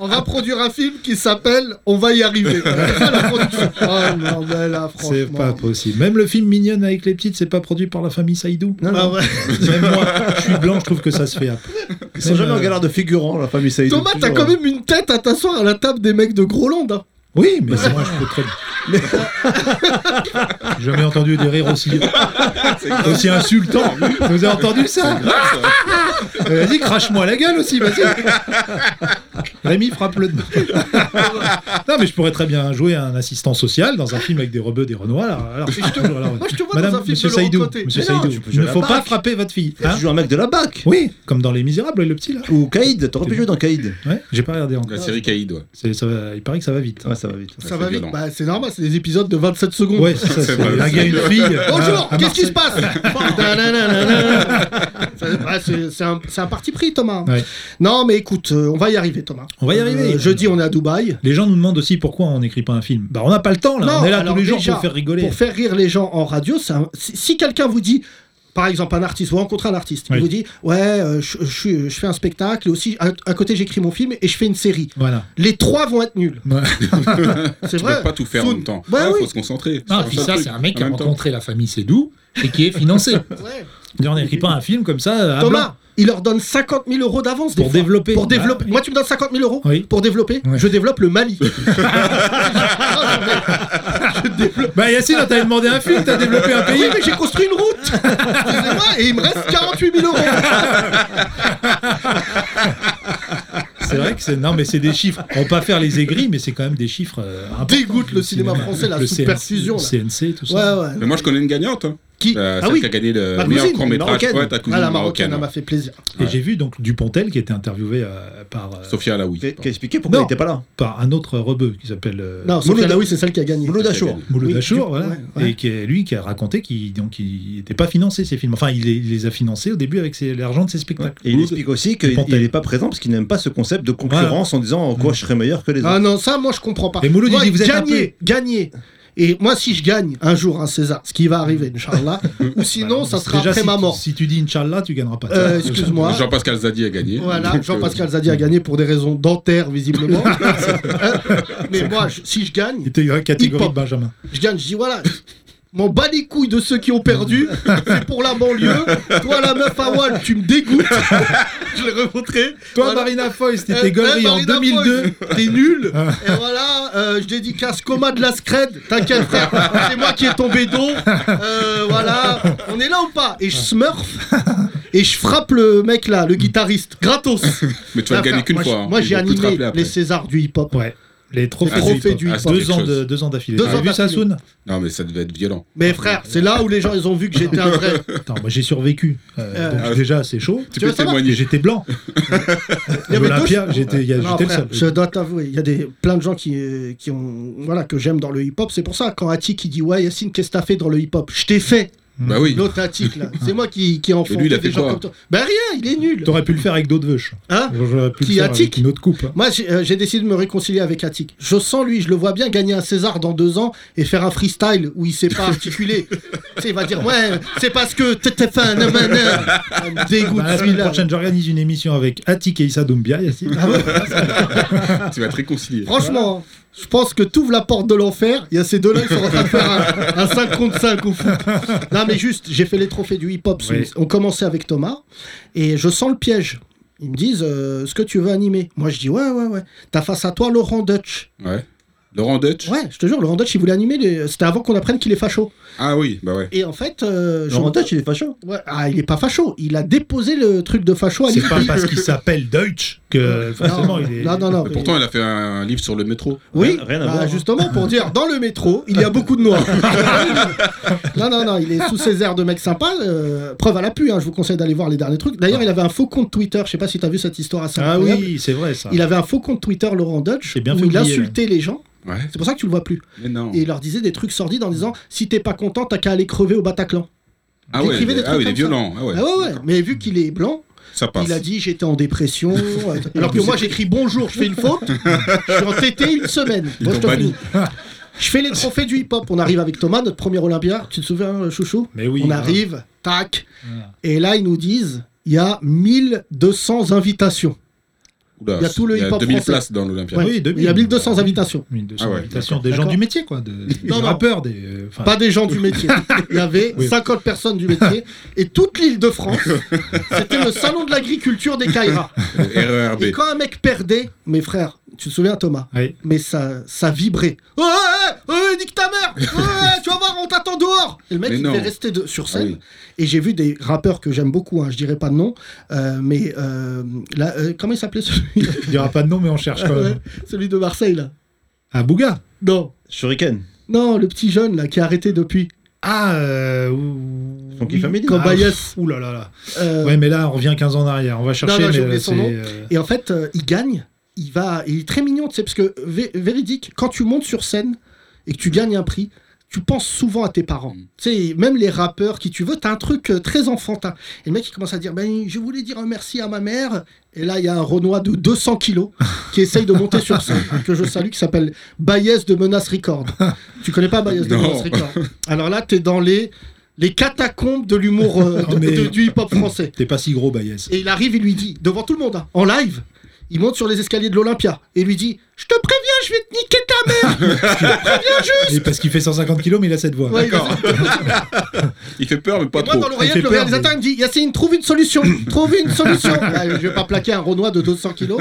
[SPEAKER 3] On va produire un film qui s'appelle On va y
[SPEAKER 4] (laughs)
[SPEAKER 3] arriver. C'est ça, la production. Oh non, mais là, franchement.
[SPEAKER 4] C'est pas possible. Même le film Mignonne avec les petites, c'est pas produit par la famille Saïdou.
[SPEAKER 3] Non, non.
[SPEAKER 4] Même moi, je suis blanc, je trouve que ça se fait. après.
[SPEAKER 6] Ils sont jamais
[SPEAKER 4] euh,
[SPEAKER 6] en galère de figurants, la famille Saïdou.
[SPEAKER 3] Thomas, t'as
[SPEAKER 6] toujours,
[SPEAKER 3] quand
[SPEAKER 6] hein.
[SPEAKER 3] même une tête à t'asseoir à la table des mecs de Groland. hein.
[SPEAKER 4] Oui, mais moi, je peux très bien. J'ai jamais entendu des rires aussi, aussi insultants. Vous avez entendu ça Euh, Vas-y, crache-moi la gueule aussi, vas-y. Rémi frappe le. non, mais je pourrais très bien jouer un assistant social dans un film avec des rebeux, des renois. là. Alors, toujours, alors,
[SPEAKER 3] Moi, je te vois
[SPEAKER 4] Madame,
[SPEAKER 3] dans un film
[SPEAKER 4] Monsieur
[SPEAKER 3] de Laurent
[SPEAKER 4] Saïdou,
[SPEAKER 3] Côté.
[SPEAKER 4] Monsieur
[SPEAKER 3] Mais non,
[SPEAKER 4] Saïdou,
[SPEAKER 6] tu peux
[SPEAKER 4] il
[SPEAKER 6] jouer
[SPEAKER 4] ne
[SPEAKER 6] la
[SPEAKER 4] faut pas
[SPEAKER 6] barque.
[SPEAKER 4] frapper votre fille.
[SPEAKER 6] Tu
[SPEAKER 4] hein.
[SPEAKER 6] joues un mec de la BAC.
[SPEAKER 4] oui, comme dans Les Misérables, le petit là.
[SPEAKER 6] Ou Kaïd, t'aurais pu jouer dans Kaïd.
[SPEAKER 4] Ouais, j'ai pas regardé encore.
[SPEAKER 5] La série Caïd, ouais.
[SPEAKER 4] C'est- ça va- il paraît que ça va vite.
[SPEAKER 6] Ouais, ça va vite.
[SPEAKER 3] Ça
[SPEAKER 5] c'est
[SPEAKER 3] va vite.
[SPEAKER 5] violent.
[SPEAKER 3] Bah, c'est normal, c'est des épisodes de 27 secondes.
[SPEAKER 4] Ouais, Ah, c'est ça,
[SPEAKER 5] C'est
[SPEAKER 4] c'est
[SPEAKER 5] vrai.
[SPEAKER 4] un gars et une fille.
[SPEAKER 3] Bonjour,
[SPEAKER 4] à- à
[SPEAKER 3] qu'est-ce qui se
[SPEAKER 4] Marseille.
[SPEAKER 3] passe
[SPEAKER 4] (laughs)
[SPEAKER 3] Nananana. Ça- bah, C'est c'est un, c'est un parti pris, Thomas.
[SPEAKER 4] Ouais.
[SPEAKER 3] Non, mais écoute, euh, on va y arriver, Thomas.
[SPEAKER 4] On va y arriver.
[SPEAKER 3] Euh, jeudi, on est à Dubaï.
[SPEAKER 4] Les gens nous demandent aussi pourquoi on n'écrit pas un film. Bah, on n'a pas le temps là.
[SPEAKER 3] Non,
[SPEAKER 4] on est là
[SPEAKER 3] alors
[SPEAKER 4] tous les jours
[SPEAKER 3] déjà,
[SPEAKER 4] pour faire rigoler.
[SPEAKER 3] Pour faire rire les gens en radio, c'est un- si, si quelqu'un vous dit, par exemple, un artiste, vous rencontrez un artiste, il
[SPEAKER 4] Oui.
[SPEAKER 3] vous dit Ouais, euh, je, je suis- je fais un spectacle, et aussi, à, à côté, j'écris mon film et je fais une série.
[SPEAKER 4] Voilà.
[SPEAKER 3] Les trois vont être nuls.
[SPEAKER 4] Ouais.
[SPEAKER 3] (laughs) C'est
[SPEAKER 5] Tu peux
[SPEAKER 3] vrai.
[SPEAKER 5] pas tout faire
[SPEAKER 3] Faut-
[SPEAKER 5] en même temps.
[SPEAKER 3] Ouais,
[SPEAKER 5] Ah,
[SPEAKER 3] oui.
[SPEAKER 5] Faut se concentrer.
[SPEAKER 7] Non,
[SPEAKER 5] Sur
[SPEAKER 7] puis
[SPEAKER 5] un
[SPEAKER 7] ça,
[SPEAKER 5] truc.
[SPEAKER 7] c'est un mec
[SPEAKER 5] En
[SPEAKER 7] qui a
[SPEAKER 5] même temps.
[SPEAKER 7] rencontré la famille Sédou et qui est
[SPEAKER 4] (laughs)
[SPEAKER 7] financé.
[SPEAKER 3] Ouais.
[SPEAKER 4] On n'écrit pas un film comme ça. à blanc.
[SPEAKER 3] Thomas, il leur donne 50 000 euros d'avance. des
[SPEAKER 4] Pour
[SPEAKER 3] fois.
[SPEAKER 4] développer.
[SPEAKER 3] Pour développer.
[SPEAKER 4] Ah, oui.
[SPEAKER 3] Moi, tu me donnes 50 000 euros
[SPEAKER 4] Oui.
[SPEAKER 3] pour développer.
[SPEAKER 4] Ouais.
[SPEAKER 3] Je développe le
[SPEAKER 4] (laughs)
[SPEAKER 3] Mali. Ah,
[SPEAKER 4] Bah, Yacine, on t'avait demandé un film, t'as développé un
[SPEAKER 3] Oui,
[SPEAKER 4] pays.
[SPEAKER 3] mais j'ai construit une route Excusez-moi, Et il me reste 48 000 euros
[SPEAKER 4] C'est vrai que c'est. Non, mais c'est des chiffres. On va pas faire les aigris, mais c'est quand même des chiffres. euh, importants.
[SPEAKER 3] Dégoûte le cinéma français, la
[SPEAKER 4] le
[SPEAKER 3] superfusion, là.
[SPEAKER 4] CNC, tout
[SPEAKER 3] Ouais,
[SPEAKER 4] ça.
[SPEAKER 3] ouais.
[SPEAKER 5] Mais moi, je connais une gagnante. hein.
[SPEAKER 3] Qui
[SPEAKER 5] Euh,
[SPEAKER 3] Ah
[SPEAKER 5] celle
[SPEAKER 3] oui,
[SPEAKER 5] qui a gagné le
[SPEAKER 3] ma
[SPEAKER 5] meilleur
[SPEAKER 3] cousine,
[SPEAKER 5] court métrage.
[SPEAKER 3] marocaine.
[SPEAKER 5] Ouais, ta cousine
[SPEAKER 3] Ah, la marocaine,
[SPEAKER 5] marocaine.
[SPEAKER 3] elle m'a fait plaisir.
[SPEAKER 4] Et j'ai vu donc Dupontel qui était interviewé euh, par, euh,
[SPEAKER 5] Sophia Alaoui.
[SPEAKER 6] Qui qui a expliqué pourquoi
[SPEAKER 4] Non.
[SPEAKER 6] il était pas là.
[SPEAKER 4] par un autre rebeu qui s'appelle. euh,
[SPEAKER 3] Non, Sophia Laoui, c'est celle qui a gagné.
[SPEAKER 6] Boulot d'Achour.
[SPEAKER 5] Oui,
[SPEAKER 4] Mouloud
[SPEAKER 3] Oui,
[SPEAKER 4] Achour,
[SPEAKER 3] tu-
[SPEAKER 4] voilà,
[SPEAKER 3] ouais, ouais.
[SPEAKER 4] et qui est lui qui a raconté qu'il donc il n'était pas financé ses films. Enfin, il les, il les a financés au début avec ses- l'argent de ses spectacles.
[SPEAKER 6] Et il explique aussi qu'il
[SPEAKER 4] Pantel.
[SPEAKER 6] n'est pas présent parce qu'il n'aime pas ce concept de concurrence en disant en quoi je serais meilleur que les
[SPEAKER 3] Ah
[SPEAKER 6] autres.
[SPEAKER 3] non, ça, moi, je comprends pas.
[SPEAKER 4] Et Mouloud, il
[SPEAKER 3] Moi,
[SPEAKER 4] dit, vous êtes un
[SPEAKER 3] gagner, gagner. Et moi, si je gagne un jour un César, ce qui va arriver,
[SPEAKER 4] (laughs)
[SPEAKER 3] Inch'Allah, ou sinon, ça sera
[SPEAKER 4] Déjà,
[SPEAKER 3] après
[SPEAKER 4] si
[SPEAKER 3] ma
[SPEAKER 4] tu-
[SPEAKER 3] mort.
[SPEAKER 4] Si tu dis Inch'Allah, tu gagneras pas.
[SPEAKER 3] Euh, Excuse-moi.
[SPEAKER 5] Jean-Pascal Zadi a gagné.
[SPEAKER 3] Voilà,
[SPEAKER 4] (laughs)
[SPEAKER 5] Donc, euh,
[SPEAKER 3] Jean-Pascal Zadi a gagné pour des raisons dentaires, visiblement. Hein Mais moi, je- si je gagne,
[SPEAKER 4] Il était dans la catégorie
[SPEAKER 3] Hip-hop.
[SPEAKER 4] de Benjamin.
[SPEAKER 3] je gagne, je dis voilà. M'en bats les couilles de ceux qui ont perdu, c'est pour la banlieue. Toi, la meuf à Wall, tu me
[SPEAKER 4] (laughs)
[SPEAKER 3] dégoûtes. je le remonterai.
[SPEAKER 4] Toi,
[SPEAKER 3] Voilà.
[SPEAKER 4] Marina Foïs,
[SPEAKER 3] Euh,
[SPEAKER 4] t'étais
[SPEAKER 3] ouais,
[SPEAKER 4] gaulerie en
[SPEAKER 3] Marina
[SPEAKER 4] 2002.
[SPEAKER 3] Foïs, T'es nul.
[SPEAKER 4] Ah.
[SPEAKER 3] Et voilà, euh, je dédicace Coma de la Scred. T'inquiète, frère. C'est moi qui ai tombé d'eau. Euh, voilà. On est là ou pas Et je smurf. Et je frappe le mec là, le guitariste. Gratos.
[SPEAKER 5] Mais tu vas
[SPEAKER 3] Ah,
[SPEAKER 5] le gagner
[SPEAKER 3] frère,
[SPEAKER 5] qu'une
[SPEAKER 3] moi,
[SPEAKER 5] fois.
[SPEAKER 3] je-
[SPEAKER 5] hein.
[SPEAKER 3] Moi,
[SPEAKER 5] Ils
[SPEAKER 3] j'ai
[SPEAKER 5] vont plus te
[SPEAKER 3] animé
[SPEAKER 5] rappeler après.
[SPEAKER 3] les Césars du hip-hop.
[SPEAKER 4] Ouais. Les trophées.
[SPEAKER 3] Les trophées
[SPEAKER 5] hip-hop.
[SPEAKER 3] du
[SPEAKER 5] Ah,
[SPEAKER 3] hip-hop.
[SPEAKER 5] c'est
[SPEAKER 4] Deux
[SPEAKER 5] quelque
[SPEAKER 4] ans
[SPEAKER 5] chose.
[SPEAKER 4] de- deux ans d'affilée.
[SPEAKER 3] Deux
[SPEAKER 4] T'as
[SPEAKER 3] ans
[SPEAKER 4] vu ça,
[SPEAKER 3] d'affilée.
[SPEAKER 4] Soun
[SPEAKER 5] Non, mais ça devait être violent.
[SPEAKER 3] Mais frère, c'est là où les gens ils ont vu que j'étais un
[SPEAKER 4] (laughs)
[SPEAKER 3] vrai.
[SPEAKER 4] Attends, moi j'ai survécu. Euh,
[SPEAKER 3] Euh,
[SPEAKER 4] donc déjà, c'est chaud.
[SPEAKER 5] ah, Tu,
[SPEAKER 3] Tu
[SPEAKER 5] peux
[SPEAKER 3] veux savoir
[SPEAKER 4] Et
[SPEAKER 5] témoigner.
[SPEAKER 4] J'étais blanc.
[SPEAKER 3] (laughs) Il y avait
[SPEAKER 4] L'Olympia, j'étais il y a-
[SPEAKER 3] Non,
[SPEAKER 4] j'étais
[SPEAKER 3] frère,
[SPEAKER 4] le
[SPEAKER 3] je
[SPEAKER 4] seul.
[SPEAKER 3] dois t'avouer, il y a des, plein de gens qui, euh, qui ont, voilà, que j'aime dans le hip-hop. C'est pour ça, quand Attic il dit Ouais, Yacine, qu'est-ce que t'as fait dans le hip-hop Je t'ai fait.
[SPEAKER 5] Bah oui.
[SPEAKER 3] L'autre Attic, là. C'est moi qui, qui enfonce
[SPEAKER 5] Et lui, il a
[SPEAKER 3] des
[SPEAKER 5] fait
[SPEAKER 3] gens
[SPEAKER 5] quoi
[SPEAKER 3] comme toi. Ben rien, il est nul.
[SPEAKER 4] T'aurais pu le faire avec d'autres veuches.
[SPEAKER 3] Hein
[SPEAKER 4] J'aurais pu
[SPEAKER 3] Qui
[SPEAKER 4] le faire
[SPEAKER 3] attique
[SPEAKER 4] avec une autre coupe.
[SPEAKER 3] Moi, j'ai euh, j'ai décidé de me réconcilier avec Attic. Je sens lui, je le vois bien gagner un César dans deux ans et faire un freestyle où il sait
[SPEAKER 5] (laughs)
[SPEAKER 3] pas articuler. tu sais, il va dire Ouais, c'est parce que t'étais fin. nan, nan, nan. Ça me dégoûte
[SPEAKER 4] Bah, la semaine
[SPEAKER 3] celui-là.
[SPEAKER 4] prochaine, j'organise une émission avec Attic et Issa Doumbia, Yacine.
[SPEAKER 3] Ah ouais
[SPEAKER 5] (laughs) Tu vas te réconcilier.
[SPEAKER 3] Franchement, hein, je pense que t'ouvres la porte de l'enfer, il y a ces deux-là qui sont en train de faire un, un 5 contre 5 au foot. Non, mais juste, j'ai fait les trophées du hip-hop.
[SPEAKER 4] Oui.
[SPEAKER 3] On commençait avec Thomas, et je sens le piège. Ils me disent euh, ce que tu veux animer. Moi, je dis ouais, ouais, ouais. T'as face à toi Laurent Dutch.
[SPEAKER 5] Ouais. Laurent Deutsch
[SPEAKER 3] Ouais, je te jure, Laurent Dutch, il voulait animer. les- C'était avant qu'on apprenne qu'il est facho.
[SPEAKER 5] Ah oui, bah ouais.
[SPEAKER 3] Et en fait, euh, je-
[SPEAKER 6] Laurent Touch, il est facho.
[SPEAKER 3] Ouais, ah, il est pas facho. Il a déposé le truc de facho à
[SPEAKER 4] C'est
[SPEAKER 3] l'IP.
[SPEAKER 4] pas parce qu'il s'appelle Deutsch que forcément
[SPEAKER 3] non,
[SPEAKER 4] il est.
[SPEAKER 3] non, non, non.
[SPEAKER 5] Mais pourtant, il a fait un livre sur le métro.
[SPEAKER 3] Oui,
[SPEAKER 6] Rien- rien à
[SPEAKER 3] bah,
[SPEAKER 6] voir, hein.
[SPEAKER 3] justement pour dire dans le métro, il y a beaucoup de noirs. (laughs) non, non, non, il est sous ses airs de mec sympa. euh, preuve à l'appui, hein, je vous conseille d'aller voir les derniers trucs. D'ailleurs, il avait un faux compte Twitter, je sais pas si tu as vu cette histoire assez
[SPEAKER 4] Ah
[SPEAKER 3] incroyable.
[SPEAKER 4] oui, c'est vrai ça.
[SPEAKER 3] Il avait un faux compte Twitter, Laurent Dutch,
[SPEAKER 4] J'ai bien
[SPEAKER 3] où
[SPEAKER 4] fait
[SPEAKER 3] il
[SPEAKER 4] oublier,
[SPEAKER 3] insultait
[SPEAKER 6] euh.
[SPEAKER 3] les gens.
[SPEAKER 5] Ouais. Ah
[SPEAKER 3] C'est pour ça que tu le vois plus.
[SPEAKER 5] Mais non.
[SPEAKER 3] Et il leur disait des trucs sordides en disant si t'es pas content, t'as qu'à aller crever au Bataclan.
[SPEAKER 5] Ah ouais,
[SPEAKER 3] écrivait des
[SPEAKER 5] ah,
[SPEAKER 3] trucs
[SPEAKER 5] oui, il est
[SPEAKER 3] comme ça.
[SPEAKER 5] violent. Ah ouais.
[SPEAKER 3] ah ouais, ouais. Mais vu qu'il est blanc,
[SPEAKER 5] Ça passe.
[SPEAKER 3] il a dit j'étais en (laughs) dépression. euh, alors que moi j'écris bonjour, je fais une faute. je suis entêté une semaine.
[SPEAKER 5] Ils
[SPEAKER 3] Moi, je
[SPEAKER 5] t'ont
[SPEAKER 3] te
[SPEAKER 5] banni.
[SPEAKER 3] finis. (laughs) Je fais les trophées du hip-hop. On arrive avec Thomas, notre premier Olympia. Tu te souviens, euh, Chouchou
[SPEAKER 4] Mais oui. hein. ah.
[SPEAKER 3] On arrive, tac. Et là, ils nous disent il y a 1200 invitations.
[SPEAKER 5] Oula,
[SPEAKER 3] il y a tout le hip-hop
[SPEAKER 5] 2000
[SPEAKER 3] français.
[SPEAKER 5] places dans l'Olympia. (laughs)
[SPEAKER 3] Ouais.
[SPEAKER 4] Oui, 2000.
[SPEAKER 3] Il y a 1200 invitations.
[SPEAKER 4] 1200
[SPEAKER 5] Ah ouais,
[SPEAKER 4] invitations des gens
[SPEAKER 3] D'accord.
[SPEAKER 4] du métier, quoi. de- Des
[SPEAKER 3] Non, non.
[SPEAKER 4] rappeurs, des. euh, enfin,
[SPEAKER 3] Pas des gens du métier. Il y avait
[SPEAKER 4] (laughs) Oui.
[SPEAKER 3] 50 personnes du métier et toute l'île de France. C'était le salon de l'agriculture des Caïras.
[SPEAKER 5] Euh,
[SPEAKER 3] Et
[SPEAKER 5] RERB.
[SPEAKER 3] quand un mec perdait, mes frères, tu te souviens Thomas
[SPEAKER 4] Oui.
[SPEAKER 3] Mais ça, ça vibrait. Ouais, ouais, ouais, nique ta mère Oh, Ouais, Tu vas voir, on t'attend dehors Et le mec,
[SPEAKER 5] Mais
[SPEAKER 3] il
[SPEAKER 5] non.
[SPEAKER 3] devait rester de- sur
[SPEAKER 5] Ah
[SPEAKER 3] scène.
[SPEAKER 5] oui.
[SPEAKER 3] Et j'ai vu des rappeurs que j'aime beaucoup, hein, je dirais pas de nom, euh, mais euh, là, euh, comment il s'appelait
[SPEAKER 5] (laughs)
[SPEAKER 3] celui,
[SPEAKER 4] Il n'y aura pas de nom, mais on cherche quand même.
[SPEAKER 3] celui de Marseille là
[SPEAKER 4] Ah, Bouga
[SPEAKER 3] Non,
[SPEAKER 6] Shuriken.
[SPEAKER 3] non, le petit jeune là qui a arrêté depuis.
[SPEAKER 4] Ah, euh. ou-
[SPEAKER 6] Funky Family.
[SPEAKER 4] Ah,
[SPEAKER 3] Kobayas.
[SPEAKER 4] Ouh là là là.
[SPEAKER 3] Euh,
[SPEAKER 4] Ouais, mais là, on revient 15 ans en arrière. On va chercher.
[SPEAKER 3] non, j'ai
[SPEAKER 4] mais
[SPEAKER 3] oublié
[SPEAKER 4] là,
[SPEAKER 3] son nom.
[SPEAKER 4] c'est, euh,
[SPEAKER 3] Et en fait, euh, il gagne. Il va, il est très mignon, tu sais, parce que vé- véridique, quand tu montes sur scène et que tu gagnes un prix, tu penses souvent à tes parents.
[SPEAKER 5] Mm.
[SPEAKER 3] Tu sais, même les rappeurs qui tu veux, t'as un truc euh, très enfantin. Et le mec, il commence à dire, ben, je voulais dire un merci à ma mère. Et là, il y a un Renoir de 200 kilos qui essaye de monter sur scène, (laughs) que je salue, qui s'appelle Baez de Menace Record. Tu connais pas Baez de
[SPEAKER 5] Non.
[SPEAKER 3] Menace Record Alors là, t'es dans les, les catacombes de l'humour euh, de-
[SPEAKER 4] Non, mais-
[SPEAKER 3] de- du hip-hop français.
[SPEAKER 4] T'es pas si gros, Bayes.
[SPEAKER 3] Et il arrive, il lui dit, devant tout le monde, hein, en live, il monte sur les escaliers de l'Olympia et lui dit Je te préviens, je vais te niquer ta mère
[SPEAKER 4] Et parce qu'il fait 150 kilos, mais il a cette (laughs) voix.
[SPEAKER 3] Ouais, il a fait-
[SPEAKER 5] Il fait peur, mais pas
[SPEAKER 3] Et moi,
[SPEAKER 5] trop.
[SPEAKER 3] dans
[SPEAKER 4] Il fait
[SPEAKER 3] l'oreillette, le
[SPEAKER 4] peur,
[SPEAKER 3] réalisateur il me dit Yacine, trouve une solution Trouve une solution (laughs) Là, Je vais pas plaquer un Renoir de 200 kilos.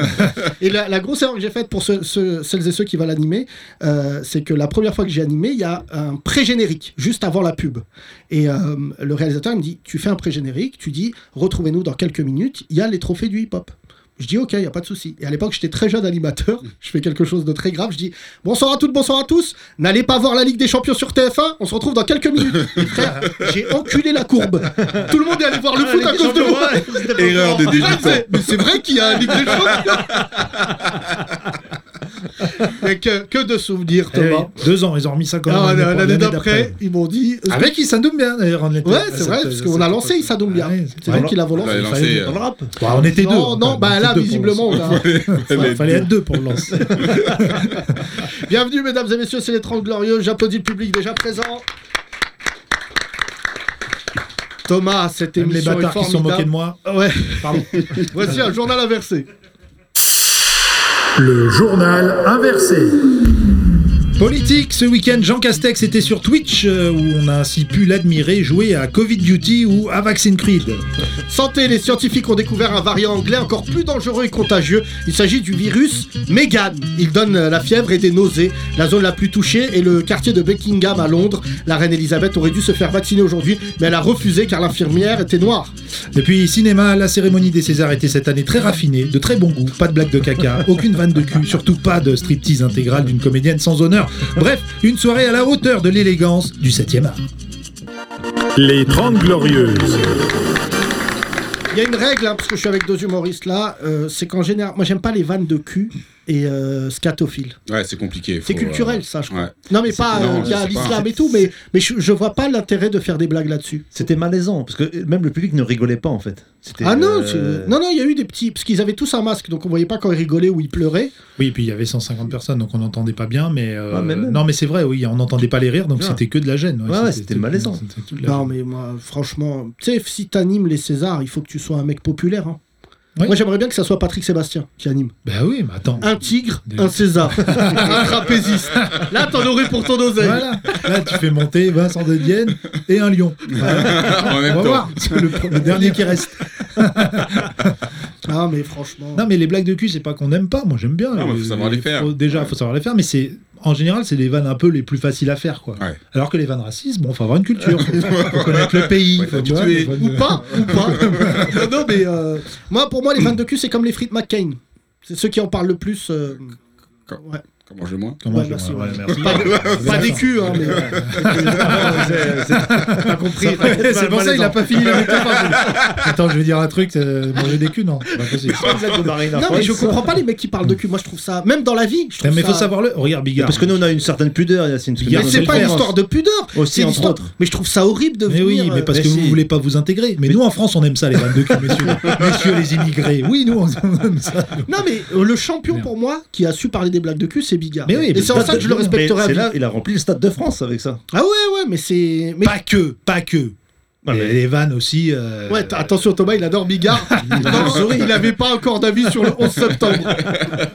[SPEAKER 3] Et la, la grosse erreur que j'ai faite pour ceux- ceux- celles et ceux qui vont l'animer, euh, c'est que la première fois que j'ai animé, il y a un pré-générique, juste avant la pub. Et euh, le réalisateur il me dit Tu fais un pré-générique, tu dis Retrouvez-nous dans quelques minutes, il y a les trophées du hip-hop. Je dis ok, il n'y a pas de souci. Et à l'époque, j'étais très jeune animateur. Je fais quelque chose de très grave. Je dis bonsoir à toutes, bonsoir à tous. N'allez pas voir la Ligue des Champions sur TF1. On se retrouve dans quelques (laughs) minutes. Et frère, j'ai enculé la courbe. Tout le monde est allé voir le foot à cause Ah, de moi.
[SPEAKER 4] Eh
[SPEAKER 5] Erreur de
[SPEAKER 3] Frère,
[SPEAKER 5] débutant.
[SPEAKER 3] c'est- Mais c'est vrai qu'il y a la Ligue des Champions. (laughs) Mais que, que de souvenirs,
[SPEAKER 4] Eh oui,
[SPEAKER 3] Thomas.
[SPEAKER 4] deux ans, ils ont remis ça quand même.
[SPEAKER 3] Ah,
[SPEAKER 4] l'année
[SPEAKER 3] la-
[SPEAKER 4] pour-
[SPEAKER 3] Ah, L'année d'après, ils m'ont dit. euh,
[SPEAKER 4] Avec Issa Doumbia, d'ailleurs, on était.
[SPEAKER 3] Ouais,
[SPEAKER 4] à
[SPEAKER 3] c'est
[SPEAKER 4] cette-
[SPEAKER 3] vrai, parce
[SPEAKER 4] cette
[SPEAKER 3] qu'on a
[SPEAKER 4] époque.
[SPEAKER 3] lancé Issa Doumbia.
[SPEAKER 4] Ouais,
[SPEAKER 3] C'est vrai
[SPEAKER 4] ouais.
[SPEAKER 3] qu'il a
[SPEAKER 5] Il a
[SPEAKER 3] volé.
[SPEAKER 5] lancé. euh,
[SPEAKER 6] Dans le rap.
[SPEAKER 4] Bah, on était deux.
[SPEAKER 3] Non,
[SPEAKER 4] quand
[SPEAKER 3] non,
[SPEAKER 4] même,
[SPEAKER 3] bah
[SPEAKER 4] on
[SPEAKER 3] là,
[SPEAKER 4] (laughs) était deux pour le
[SPEAKER 3] visiblement, on a.
[SPEAKER 4] lancer. Il fallait être deux pour le lancer.
[SPEAKER 3] Bienvenue, mesdames et messieurs, c'est les 30 Glorieux. J'applaudis le public déjà présent. Thomas, cette
[SPEAKER 4] Même les
[SPEAKER 3] émission
[SPEAKER 4] bâtards
[SPEAKER 3] est
[SPEAKER 4] qui se sont moqués de
[SPEAKER 3] formidable.
[SPEAKER 4] moi.
[SPEAKER 3] Ouais,
[SPEAKER 4] Pardon.
[SPEAKER 3] (laughs) voici un journal inversé.
[SPEAKER 1] Le journal inversé.
[SPEAKER 4] Politique, ce week-end, Jean Castex était sur Twitch, euh, où on a ainsi pu l'admirer jouer à Covid Duty ou à Vaccine Creed.
[SPEAKER 3] Santé, les scientifiques ont découvert un variant anglais encore plus dangereux et contagieux. Il s'agit du virus Megan. Il donne euh, la fièvre et des nausées. La zone la plus touchée est le quartier de Buckingham à Londres. La reine Elisabeth aurait dû se faire vacciner aujourd'hui, mais elle a refusé car l'infirmière était noire.
[SPEAKER 4] Et puis, cinéma, la cérémonie des Césars était cette année très raffinée, de très bon goût, pas de blague de caca, aucune vanne de cul, surtout pas de striptease intégrale d'une comédienne sans honneur. Bref, une soirée à la hauteur de l'élégance du 7e art.
[SPEAKER 1] Les 30 Glorieuses.
[SPEAKER 3] Il y a une règle, hein, parce que je suis avec deux humoristes là, euh, c'est qu'en général, moi j'aime pas les vannes de cul et euh, scatophiles.
[SPEAKER 5] Ouais, c'est compliqué.
[SPEAKER 3] C'est
[SPEAKER 5] faut,
[SPEAKER 3] culturel
[SPEAKER 5] euh,
[SPEAKER 3] ça, je crois.
[SPEAKER 5] Ouais. (laughs)
[SPEAKER 3] Non mais pas,
[SPEAKER 5] non,
[SPEAKER 3] euh, il y a
[SPEAKER 5] c'est pas-
[SPEAKER 3] l'islam et tout, mais, mais je, je vois pas l'intérêt de faire des blagues là-dessus.
[SPEAKER 6] C'était malaisant, parce que même le public ne rigolait pas en fait. C'était,
[SPEAKER 3] Ah non,
[SPEAKER 6] euh,
[SPEAKER 3] c'est- non, non, il y a eu des petits, parce qu'ils avaient tous un masque, donc on voyait pas quand ils rigolaient ou ils pleuraient.
[SPEAKER 4] Oui, et puis il y avait 150 personnes, donc on n'entendait pas bien, mais, euh,
[SPEAKER 6] Ah, mais même.
[SPEAKER 4] non, mais c'est vrai, oui, on n'entendait pas les rires, donc
[SPEAKER 6] Ouais.
[SPEAKER 4] c'était que de la gêne.
[SPEAKER 6] Ouais, ouais, c'était malaisant.
[SPEAKER 4] c'était que de la
[SPEAKER 3] Non
[SPEAKER 4] gêne.
[SPEAKER 3] mais moi, franchement, tu sais, si t'animes les Césars, il faut que tu sois un mec populaire. hein.
[SPEAKER 4] Oui.
[SPEAKER 3] Moi j'aimerais bien que ça soit Patrick Sébastien qui anime.
[SPEAKER 4] Bah oui, mais attends.
[SPEAKER 3] Un tigre,
[SPEAKER 4] Déjà.
[SPEAKER 3] un
[SPEAKER 4] (laughs)
[SPEAKER 3] César, un trapéziste. Là t'en aurais pour ton oseille.
[SPEAKER 4] Voilà, là tu fais monter Vincent de Dienne et un lion. Voilà.
[SPEAKER 5] en
[SPEAKER 4] On
[SPEAKER 5] même
[SPEAKER 4] va
[SPEAKER 5] temps.
[SPEAKER 4] voir, c'est le, le dernier qui reste.
[SPEAKER 3] Ah mais franchement.
[SPEAKER 4] Non mais les blagues de cul, c'est pas qu'on n'aime pas, moi j'aime bien. Euh,
[SPEAKER 5] Non, mais faut savoir les faire.
[SPEAKER 4] faut- déjà, faut savoir les faire, mais c'est en général, c'est les vannes un peu les plus faciles à faire. quoi.
[SPEAKER 5] Ouais.
[SPEAKER 4] Alors que les vannes racistes, bon, faut avoir une culture, faut, faut connaître le pays.
[SPEAKER 5] Ouais,
[SPEAKER 4] faut,
[SPEAKER 5] tu
[SPEAKER 4] tu vois,
[SPEAKER 5] es-
[SPEAKER 4] les vannes
[SPEAKER 3] Ou
[SPEAKER 4] de-
[SPEAKER 3] pas, ou pas. (laughs) non, non, mais euh, moi, pour moi, les fans de cul, c'est comme les frites McCain. C'est ceux qui en parlent le plus. euh,
[SPEAKER 5] Quand-
[SPEAKER 3] ouais.
[SPEAKER 5] Comment je
[SPEAKER 3] (laughs)
[SPEAKER 5] moins
[SPEAKER 4] Comment
[SPEAKER 3] Ouais,
[SPEAKER 4] je-
[SPEAKER 3] merci,
[SPEAKER 4] ouais,
[SPEAKER 3] ouais.
[SPEAKER 4] (laughs) merci.
[SPEAKER 3] Pas, de- pas des culs,
[SPEAKER 6] (laughs)
[SPEAKER 3] hein, mais. (laughs) euh, Ah,
[SPEAKER 6] c'est- c'est- T'as compris.
[SPEAKER 4] Ouais, c'est pour euh, ça qu'il a pas fini la métaphore. (laughs) Attends, je vais dire un truc, euh, manger des culs, non, c'est pas possible.
[SPEAKER 3] Non, mais je comprends pas les mecs qui parlent de cul. Moi, je trouve ça. Même dans la vie, je
[SPEAKER 4] Non,
[SPEAKER 3] trouve
[SPEAKER 4] mais
[SPEAKER 3] ça.
[SPEAKER 4] faut savoir le. oh, Regarde Bigard.
[SPEAKER 6] Parce que nous on a une certaine pudeur, Yacine. parce que
[SPEAKER 4] Mais
[SPEAKER 3] Mais
[SPEAKER 6] nous, on
[SPEAKER 3] c'est
[SPEAKER 6] est
[SPEAKER 3] pas une
[SPEAKER 6] France.
[SPEAKER 3] histoire de pudeur.
[SPEAKER 6] Aussi,
[SPEAKER 3] c'est une
[SPEAKER 6] entre
[SPEAKER 3] histoire-
[SPEAKER 6] autres.
[SPEAKER 3] Mais je trouve ça horrible de
[SPEAKER 4] Mais
[SPEAKER 3] venir.
[SPEAKER 4] oui, mais parce
[SPEAKER 3] euh,
[SPEAKER 4] que vous
[SPEAKER 6] si.
[SPEAKER 4] voulez pas vous intégrer. Mais, nous en France, on aime ça les vannes
[SPEAKER 3] (laughs)
[SPEAKER 4] de cul, messieurs, messieurs les immigrés. Oui, nous on (laughs) aime ça.
[SPEAKER 3] Non, mais euh, le champion
[SPEAKER 4] Merde.
[SPEAKER 3] pour moi qui a su parler des blagues de cul, c'est Bigard.
[SPEAKER 4] Mais oui,
[SPEAKER 3] et
[SPEAKER 4] mais
[SPEAKER 3] c'est en
[SPEAKER 4] pas
[SPEAKER 3] ça que je le
[SPEAKER 4] de-
[SPEAKER 3] respecterai. à
[SPEAKER 6] C'est
[SPEAKER 3] vie.
[SPEAKER 6] là, il a rempli le stade de France avec ça.
[SPEAKER 3] Ah ouais, ouais, mais c'est. Mais...
[SPEAKER 4] Pas que, pas que. Et
[SPEAKER 6] Ouais, mais-
[SPEAKER 4] les vannes aussi. euh, Oh,
[SPEAKER 3] Ouais, t- attention Thomas, il adore
[SPEAKER 4] (laughs)
[SPEAKER 3] Bigard. Non, il avait pas encore d'avis sur le 11 (laughs) septembre.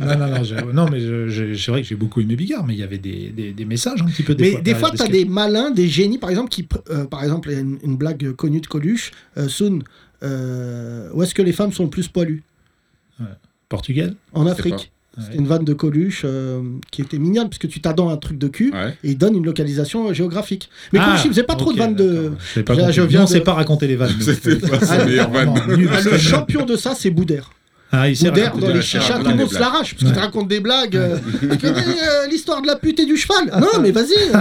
[SPEAKER 4] Non, non, non, j'ai- non, mais je- je- c'est vrai que j'ai beaucoup aimé Bigard, mais il y avait des, des- des messages un petit peu.
[SPEAKER 3] Mais des fois,
[SPEAKER 4] derrière,
[SPEAKER 3] tu as
[SPEAKER 4] parce
[SPEAKER 3] des malins, des génies, par exemple, qui, pr- euh, par exemple, il y a une, une blague connue de Coluche, euh, Soon, euh, où est-ce que les femmes sont le plus poilues
[SPEAKER 4] que- Portugal.
[SPEAKER 3] En
[SPEAKER 5] sais
[SPEAKER 3] Afrique.
[SPEAKER 4] pas.
[SPEAKER 3] C'était une vanne de Coluche euh, qui était mignonne, parce que tu t'attends à un truc de cul,
[SPEAKER 5] Ouais.
[SPEAKER 3] et il donne une localisation euh, géographique. Mais
[SPEAKER 4] Ah,
[SPEAKER 3] Coluche, il faisait pas trop de
[SPEAKER 4] ok,
[SPEAKER 3] vannes de...
[SPEAKER 4] d'accord. Je l'ai pas
[SPEAKER 3] Je-
[SPEAKER 4] compris.
[SPEAKER 3] je viens
[SPEAKER 4] Nous, on sait
[SPEAKER 3] de-
[SPEAKER 4] pas raconter les vannes. nous.
[SPEAKER 5] C'était pas sa meilleure vanne.
[SPEAKER 4] Vraiment, nul.
[SPEAKER 3] Ah, le champion de ça, c'est Boudère.
[SPEAKER 4] Ah, il sait
[SPEAKER 3] Boudère,
[SPEAKER 4] raconter
[SPEAKER 3] dans
[SPEAKER 4] des
[SPEAKER 3] les
[SPEAKER 5] blagues.
[SPEAKER 3] chichas,
[SPEAKER 5] Ah,
[SPEAKER 3] tout le
[SPEAKER 5] des
[SPEAKER 3] monde se
[SPEAKER 5] blagues.
[SPEAKER 3] l'arrache, parce qu'il te raconte des blagues.
[SPEAKER 4] (laughs)
[SPEAKER 3] euh, tu connais euh, l'histoire de la pute et du cheval Non, mais vas-y euh,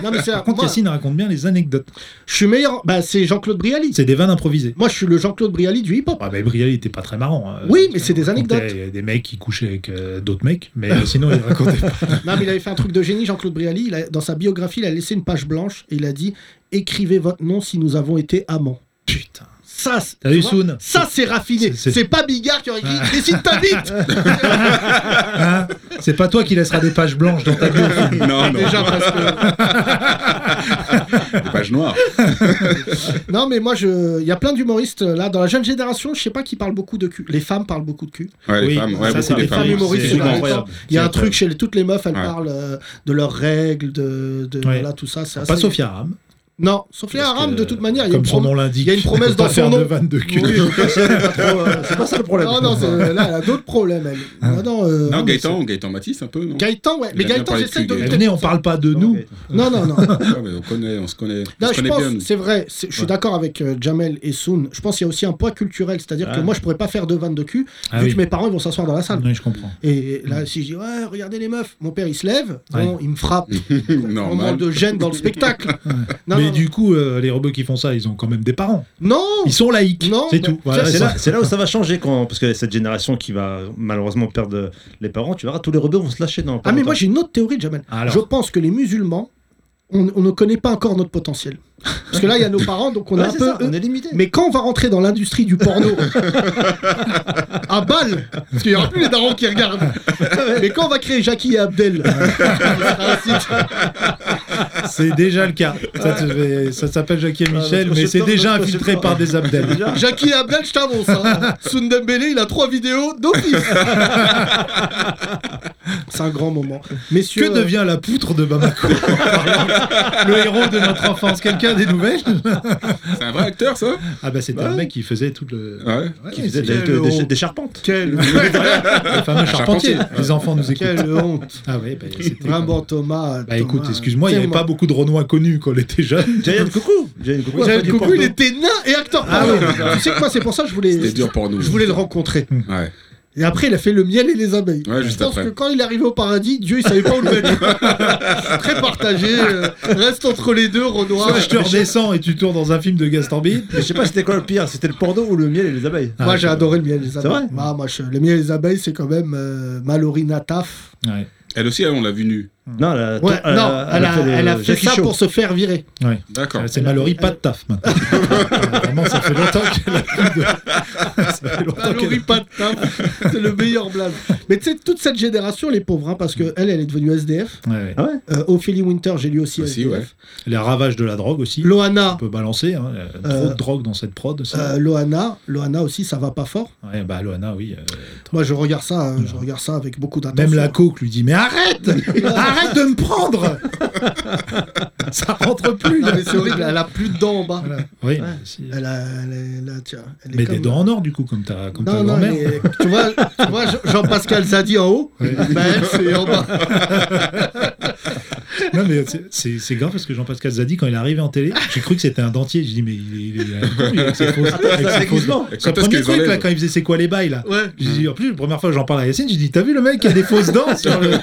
[SPEAKER 3] Non, mais c'est...
[SPEAKER 4] Par contre,
[SPEAKER 3] moi,
[SPEAKER 4] Yacine raconte bien les anecdotes.
[SPEAKER 3] Je suis meilleur... Bah, c'est Jean-Claude Brialy.
[SPEAKER 4] C'est des vannes improvisées.
[SPEAKER 3] Moi, je suis le Jean-Claude Brialy du hip-hop.
[SPEAKER 4] Ah, mais Brialy était pas très marrant. hein.
[SPEAKER 3] Oui, mais c'est des
[SPEAKER 4] Il racontait,
[SPEAKER 3] anecdotes.
[SPEAKER 4] Il y a des mecs qui couchaient avec euh, d'autres mecs, mais euh, sinon il
[SPEAKER 3] (laughs)
[SPEAKER 4] racontait pas.
[SPEAKER 3] Non, mais il avait fait un truc de génie, Jean-Claude Brialy. Il a- dans sa biographie, il a laissé une page blanche et il a dit Écrivez votre nom si nous avons été amants.
[SPEAKER 4] Putain.
[SPEAKER 3] Ça, c'est-
[SPEAKER 4] T'as vu,
[SPEAKER 3] tu vois,
[SPEAKER 4] Soun
[SPEAKER 3] ça c'est raffiné.
[SPEAKER 4] C'est- c'est-
[SPEAKER 3] C'est pas Bigard qui aurait écrit Dessine ta bite
[SPEAKER 4] (laughs) Hein c'est pas toi qui laissera des pages blanches dans ta bio.
[SPEAKER 5] Non, non.
[SPEAKER 3] Déjà, parce que-
[SPEAKER 5] (laughs) Des pages noires.
[SPEAKER 3] Non, mais moi, je... il y a plein d'humoristes là. Dans la jeune génération, je sais pas qui parle beaucoup de cul. Les femmes parlent beaucoup de cul.
[SPEAKER 5] Ouais,
[SPEAKER 4] Oui,
[SPEAKER 5] les femmes. Ouais,
[SPEAKER 4] ça, c'est
[SPEAKER 5] beaucoup
[SPEAKER 4] des
[SPEAKER 3] Les
[SPEAKER 5] des
[SPEAKER 3] Ah, femmes
[SPEAKER 5] femmes.
[SPEAKER 3] humoristes,
[SPEAKER 5] C'est
[SPEAKER 3] c'est
[SPEAKER 5] souvent.
[SPEAKER 6] incroyable.
[SPEAKER 3] Il y a un
[SPEAKER 6] C'est
[SPEAKER 3] truc chez les- toutes les meufs, elles
[SPEAKER 5] Ouais.
[SPEAKER 3] parlent euh, de leurs règles, de. de-
[SPEAKER 4] Ouais.
[SPEAKER 3] voilà, tout ça. c'est
[SPEAKER 4] Pas
[SPEAKER 3] assez-
[SPEAKER 4] Sophia Aram.
[SPEAKER 3] Non, Sophia
[SPEAKER 4] parce que,
[SPEAKER 3] Aram, de toute manière, il y a
[SPEAKER 4] Comme
[SPEAKER 3] une
[SPEAKER 4] son
[SPEAKER 3] promo-
[SPEAKER 4] nom l'indique.
[SPEAKER 3] il y a une promesse
[SPEAKER 4] faut (laughs) pas
[SPEAKER 3] dans son
[SPEAKER 4] faire
[SPEAKER 3] nom.
[SPEAKER 4] de vanne de cul.
[SPEAKER 3] Oui,
[SPEAKER 6] C'est pas ça le problème.
[SPEAKER 3] Non, non, c'est- euh, là, elle a d'autres problèmes, elle. Non, non, euh,
[SPEAKER 5] Ah. Non,
[SPEAKER 3] mais
[SPEAKER 5] Gaëtan, Gaëtan Matisse, un peu, non
[SPEAKER 3] c'est- Gaëtan, ouais.
[SPEAKER 5] Il
[SPEAKER 3] Mais
[SPEAKER 5] a bien
[SPEAKER 3] Gaëtan,
[SPEAKER 5] parlé de
[SPEAKER 3] j'essaie
[SPEAKER 5] cul,
[SPEAKER 3] de.
[SPEAKER 5] Gaëtan.
[SPEAKER 4] Venez, on parle pas de nous.
[SPEAKER 3] Non,
[SPEAKER 5] (laughs)
[SPEAKER 3] non, non.
[SPEAKER 5] Ouais, mais on connaît, on se connaît. On
[SPEAKER 3] Là,
[SPEAKER 5] se
[SPEAKER 3] je
[SPEAKER 5] connaît
[SPEAKER 3] pense,
[SPEAKER 5] bien. nous.
[SPEAKER 3] c'est vrai, c'est- je suis d'accord avec euh, Jamel et Soun. Je pense qu'il y a aussi un poids culturel, c'est-à-dire que
[SPEAKER 6] Ah.
[SPEAKER 3] moi, je pourrais pas faire de vanne de cul,
[SPEAKER 4] Ah
[SPEAKER 3] vu
[SPEAKER 4] oui.
[SPEAKER 3] que mes parents ils vont s'asseoir dans la salle.
[SPEAKER 4] Oui, je comprends.
[SPEAKER 3] Et là, si je dis, ouais, regardez les meufs, mon père il se lève,
[SPEAKER 4] Ouais.
[SPEAKER 3] bon, il me frappe. Un moment
[SPEAKER 5] Normal.
[SPEAKER 3] de gêne dans le spectacle. Non,
[SPEAKER 4] mais
[SPEAKER 3] non,
[SPEAKER 4] du coup, euh, les robots qui font ça, ils ont quand même des parents.
[SPEAKER 3] non.
[SPEAKER 4] Ils sont laïcs.
[SPEAKER 3] Non,
[SPEAKER 4] c'est
[SPEAKER 3] mais-
[SPEAKER 4] tout. Voilà,
[SPEAKER 3] c'est-
[SPEAKER 6] C'est
[SPEAKER 4] ça.
[SPEAKER 6] là, c'est là où ça va changer quand, parce que cette génération qui va malheureusement perdre
[SPEAKER 4] hein.
[SPEAKER 6] les parents, tu verras, tous les rebeux vont se lâcher. Non,
[SPEAKER 3] Ah, mais moi, j'ai une autre théorie, Jamel.
[SPEAKER 4] Alors.
[SPEAKER 3] Je pense que les musulmans on, on ne connaît pas encore notre potentiel. Parce que là, il y a nos parents, donc on
[SPEAKER 6] Ouais,
[SPEAKER 3] a un
[SPEAKER 6] c'est
[SPEAKER 3] peu. euh,
[SPEAKER 6] ça, on est limité.
[SPEAKER 3] Mais quand on va rentrer dans l'industrie du porno à balle, parce qu'il n'y aura plus les darons qui regardent, mais quand on va créer Jackie et Abdel,
[SPEAKER 4] C'est déjà
[SPEAKER 3] (laughs)
[SPEAKER 4] le cas. Ça, te fait- ça s'appelle Jackie et Michel,
[SPEAKER 6] Ah,
[SPEAKER 4] mais
[SPEAKER 6] je
[SPEAKER 4] c'est
[SPEAKER 6] sais pas,
[SPEAKER 4] déjà
[SPEAKER 6] je sais
[SPEAKER 4] infiltré
[SPEAKER 6] pas.
[SPEAKER 4] par des Abdel.
[SPEAKER 3] (laughs)
[SPEAKER 6] Déjà.
[SPEAKER 3] Jackie et Abdel, je t'annonce. Hein. Sundembele, il a trois vidéos d'office. C'est un grand moment. Messieurs,
[SPEAKER 4] Que devient la poutre
[SPEAKER 3] (laughs)
[SPEAKER 4] de Bamako Le héros de notre enfance. Quelqu'un a des nouvelles
[SPEAKER 5] C'est un vrai acteur, ça
[SPEAKER 4] Ah bah c'était
[SPEAKER 5] Ouais.
[SPEAKER 4] un mec qui faisait tout le...
[SPEAKER 5] Ouais.
[SPEAKER 4] Ouais,
[SPEAKER 6] Qui faisait
[SPEAKER 4] c'est
[SPEAKER 6] des,
[SPEAKER 4] le
[SPEAKER 6] des-
[SPEAKER 4] héros.
[SPEAKER 6] des charpentes.
[SPEAKER 3] quelle,
[SPEAKER 4] Le fameux charpentier. Les enfants nous écoutent.
[SPEAKER 3] Ah, quelle honte.
[SPEAKER 4] Ah ouais, bah, c'était...
[SPEAKER 3] Vraiment, Thomas.
[SPEAKER 4] Bah écoute,
[SPEAKER 3] Thomas,
[SPEAKER 4] excuse-moi, il n'y avait
[SPEAKER 3] tellement-
[SPEAKER 4] pas beaucoup de Renois connus quand on était jeune.
[SPEAKER 6] Giant Coucou. Giant Coucou.
[SPEAKER 3] J'avais
[SPEAKER 6] après
[SPEAKER 3] le
[SPEAKER 6] du
[SPEAKER 3] coucou,
[SPEAKER 6] porno.
[SPEAKER 3] il était nain et acteur. porno. tu sais que moi, c'est pour ça que je voulais,
[SPEAKER 5] C'était dur pour nous.
[SPEAKER 3] je voulais le rencontrer.
[SPEAKER 5] Ouais.
[SPEAKER 3] Et après, il a fait le miel et les abeilles.
[SPEAKER 5] Ouais,
[SPEAKER 3] je
[SPEAKER 5] juste
[SPEAKER 3] pense
[SPEAKER 5] après.
[SPEAKER 3] que quand il est arrivé au paradis, Dieu, il savait pas où le mettre. (laughs) Très partagé. euh, reste entre les deux, Renoir.
[SPEAKER 4] Soit je te redescens et tu tournes dans un film de Gaston Bide.
[SPEAKER 6] Mais Je sais pas c'était quoi le pire, c'était le porno ou le miel et les abeilles.
[SPEAKER 3] moi,
[SPEAKER 4] Ah,
[SPEAKER 3] j'ai
[SPEAKER 4] je-
[SPEAKER 3] adoré le miel et les abeilles.
[SPEAKER 6] vrai
[SPEAKER 3] Moi, moi, je- le miel et les abeilles, c'est quand même euh, Mallory Nataf.
[SPEAKER 4] Ouais.
[SPEAKER 5] Elle aussi, elle, on l'a vu nue.
[SPEAKER 6] Non, elle a,
[SPEAKER 3] Ouais,
[SPEAKER 6] euh, elle a-
[SPEAKER 3] non, elle a,
[SPEAKER 6] le
[SPEAKER 3] elle a fait
[SPEAKER 6] Jackie
[SPEAKER 3] ça
[SPEAKER 6] Show.
[SPEAKER 3] pour se faire virer.
[SPEAKER 5] D'accord.
[SPEAKER 3] Ah,
[SPEAKER 4] C'est Mallory, pas de taf
[SPEAKER 3] (laughs)
[SPEAKER 4] maintenant. Vraiment, ça fait longtemps qu'elle a plus de. (laughs) ça fait longtemps
[SPEAKER 3] Mallory
[SPEAKER 4] qu'elle-
[SPEAKER 3] Nataf, (laughs) c'est le meilleur blague. Mais tu sais, toute cette génération, les pauvres, hein, parce que elle, elle est devenue SDF.
[SPEAKER 4] Ouais, ouais.
[SPEAKER 6] Ah ouais
[SPEAKER 3] Euh, Ophélie Winter, j'ai lu aussi.
[SPEAKER 5] Aussi,
[SPEAKER 3] SDF.
[SPEAKER 5] ouais.
[SPEAKER 4] Les ravages de la drogue aussi.
[SPEAKER 3] Loana,
[SPEAKER 4] On peut balancer. hein, euh,
[SPEAKER 3] Euh,
[SPEAKER 4] Trop de drogue dans cette prod aussi.
[SPEAKER 3] euh, Loana, Loana aussi, ça va pas fort.
[SPEAKER 4] Ouais, bah, Loana, oui. euh,
[SPEAKER 3] Moi, je regarde ça, hein, je regarde ça avec beaucoup d'attention. (laughs)
[SPEAKER 4] Même la coke lui dit Mais arrête Arrête de me prendre Ça rentre plus
[SPEAKER 3] Non, mais c'est horrible, elle a plus de dents en bas.
[SPEAKER 4] Oui, mais si.
[SPEAKER 3] Elle a, elle est- elle a- tiens, elle est
[SPEAKER 4] mais
[SPEAKER 3] comme-
[SPEAKER 4] des dents en or, du coup, comme ta, comme ta
[SPEAKER 3] Non, non,
[SPEAKER 4] grand-mère.
[SPEAKER 3] elle est- tu vois, tu vois Jean- Jean-Pascal Zadi en haut, bah, elle, c'est en bas.
[SPEAKER 4] (laughs) Non, mais c'est- c'est c'est grave parce que Jean-Pascal Zadi, quand il est arrivé en télé, j'ai cru que c'était un dentier. J'ai dit, mais il est, il est, un con, il est avec ses fausses-
[SPEAKER 3] Ah,
[SPEAKER 4] avec ses fausses dents.
[SPEAKER 5] Et quand
[SPEAKER 4] Son
[SPEAKER 5] est-ce
[SPEAKER 4] premier
[SPEAKER 5] qu'ils
[SPEAKER 4] truc, là,
[SPEAKER 5] enlèvent
[SPEAKER 4] quand il faisait c'est quoi les bails, là
[SPEAKER 3] Ouais.
[SPEAKER 4] J'ai dit, en plus, la première fois que j'en parle à Yacine, j'ai dit, t'as vu le mec qui a des fausses dents sur le. Ouais,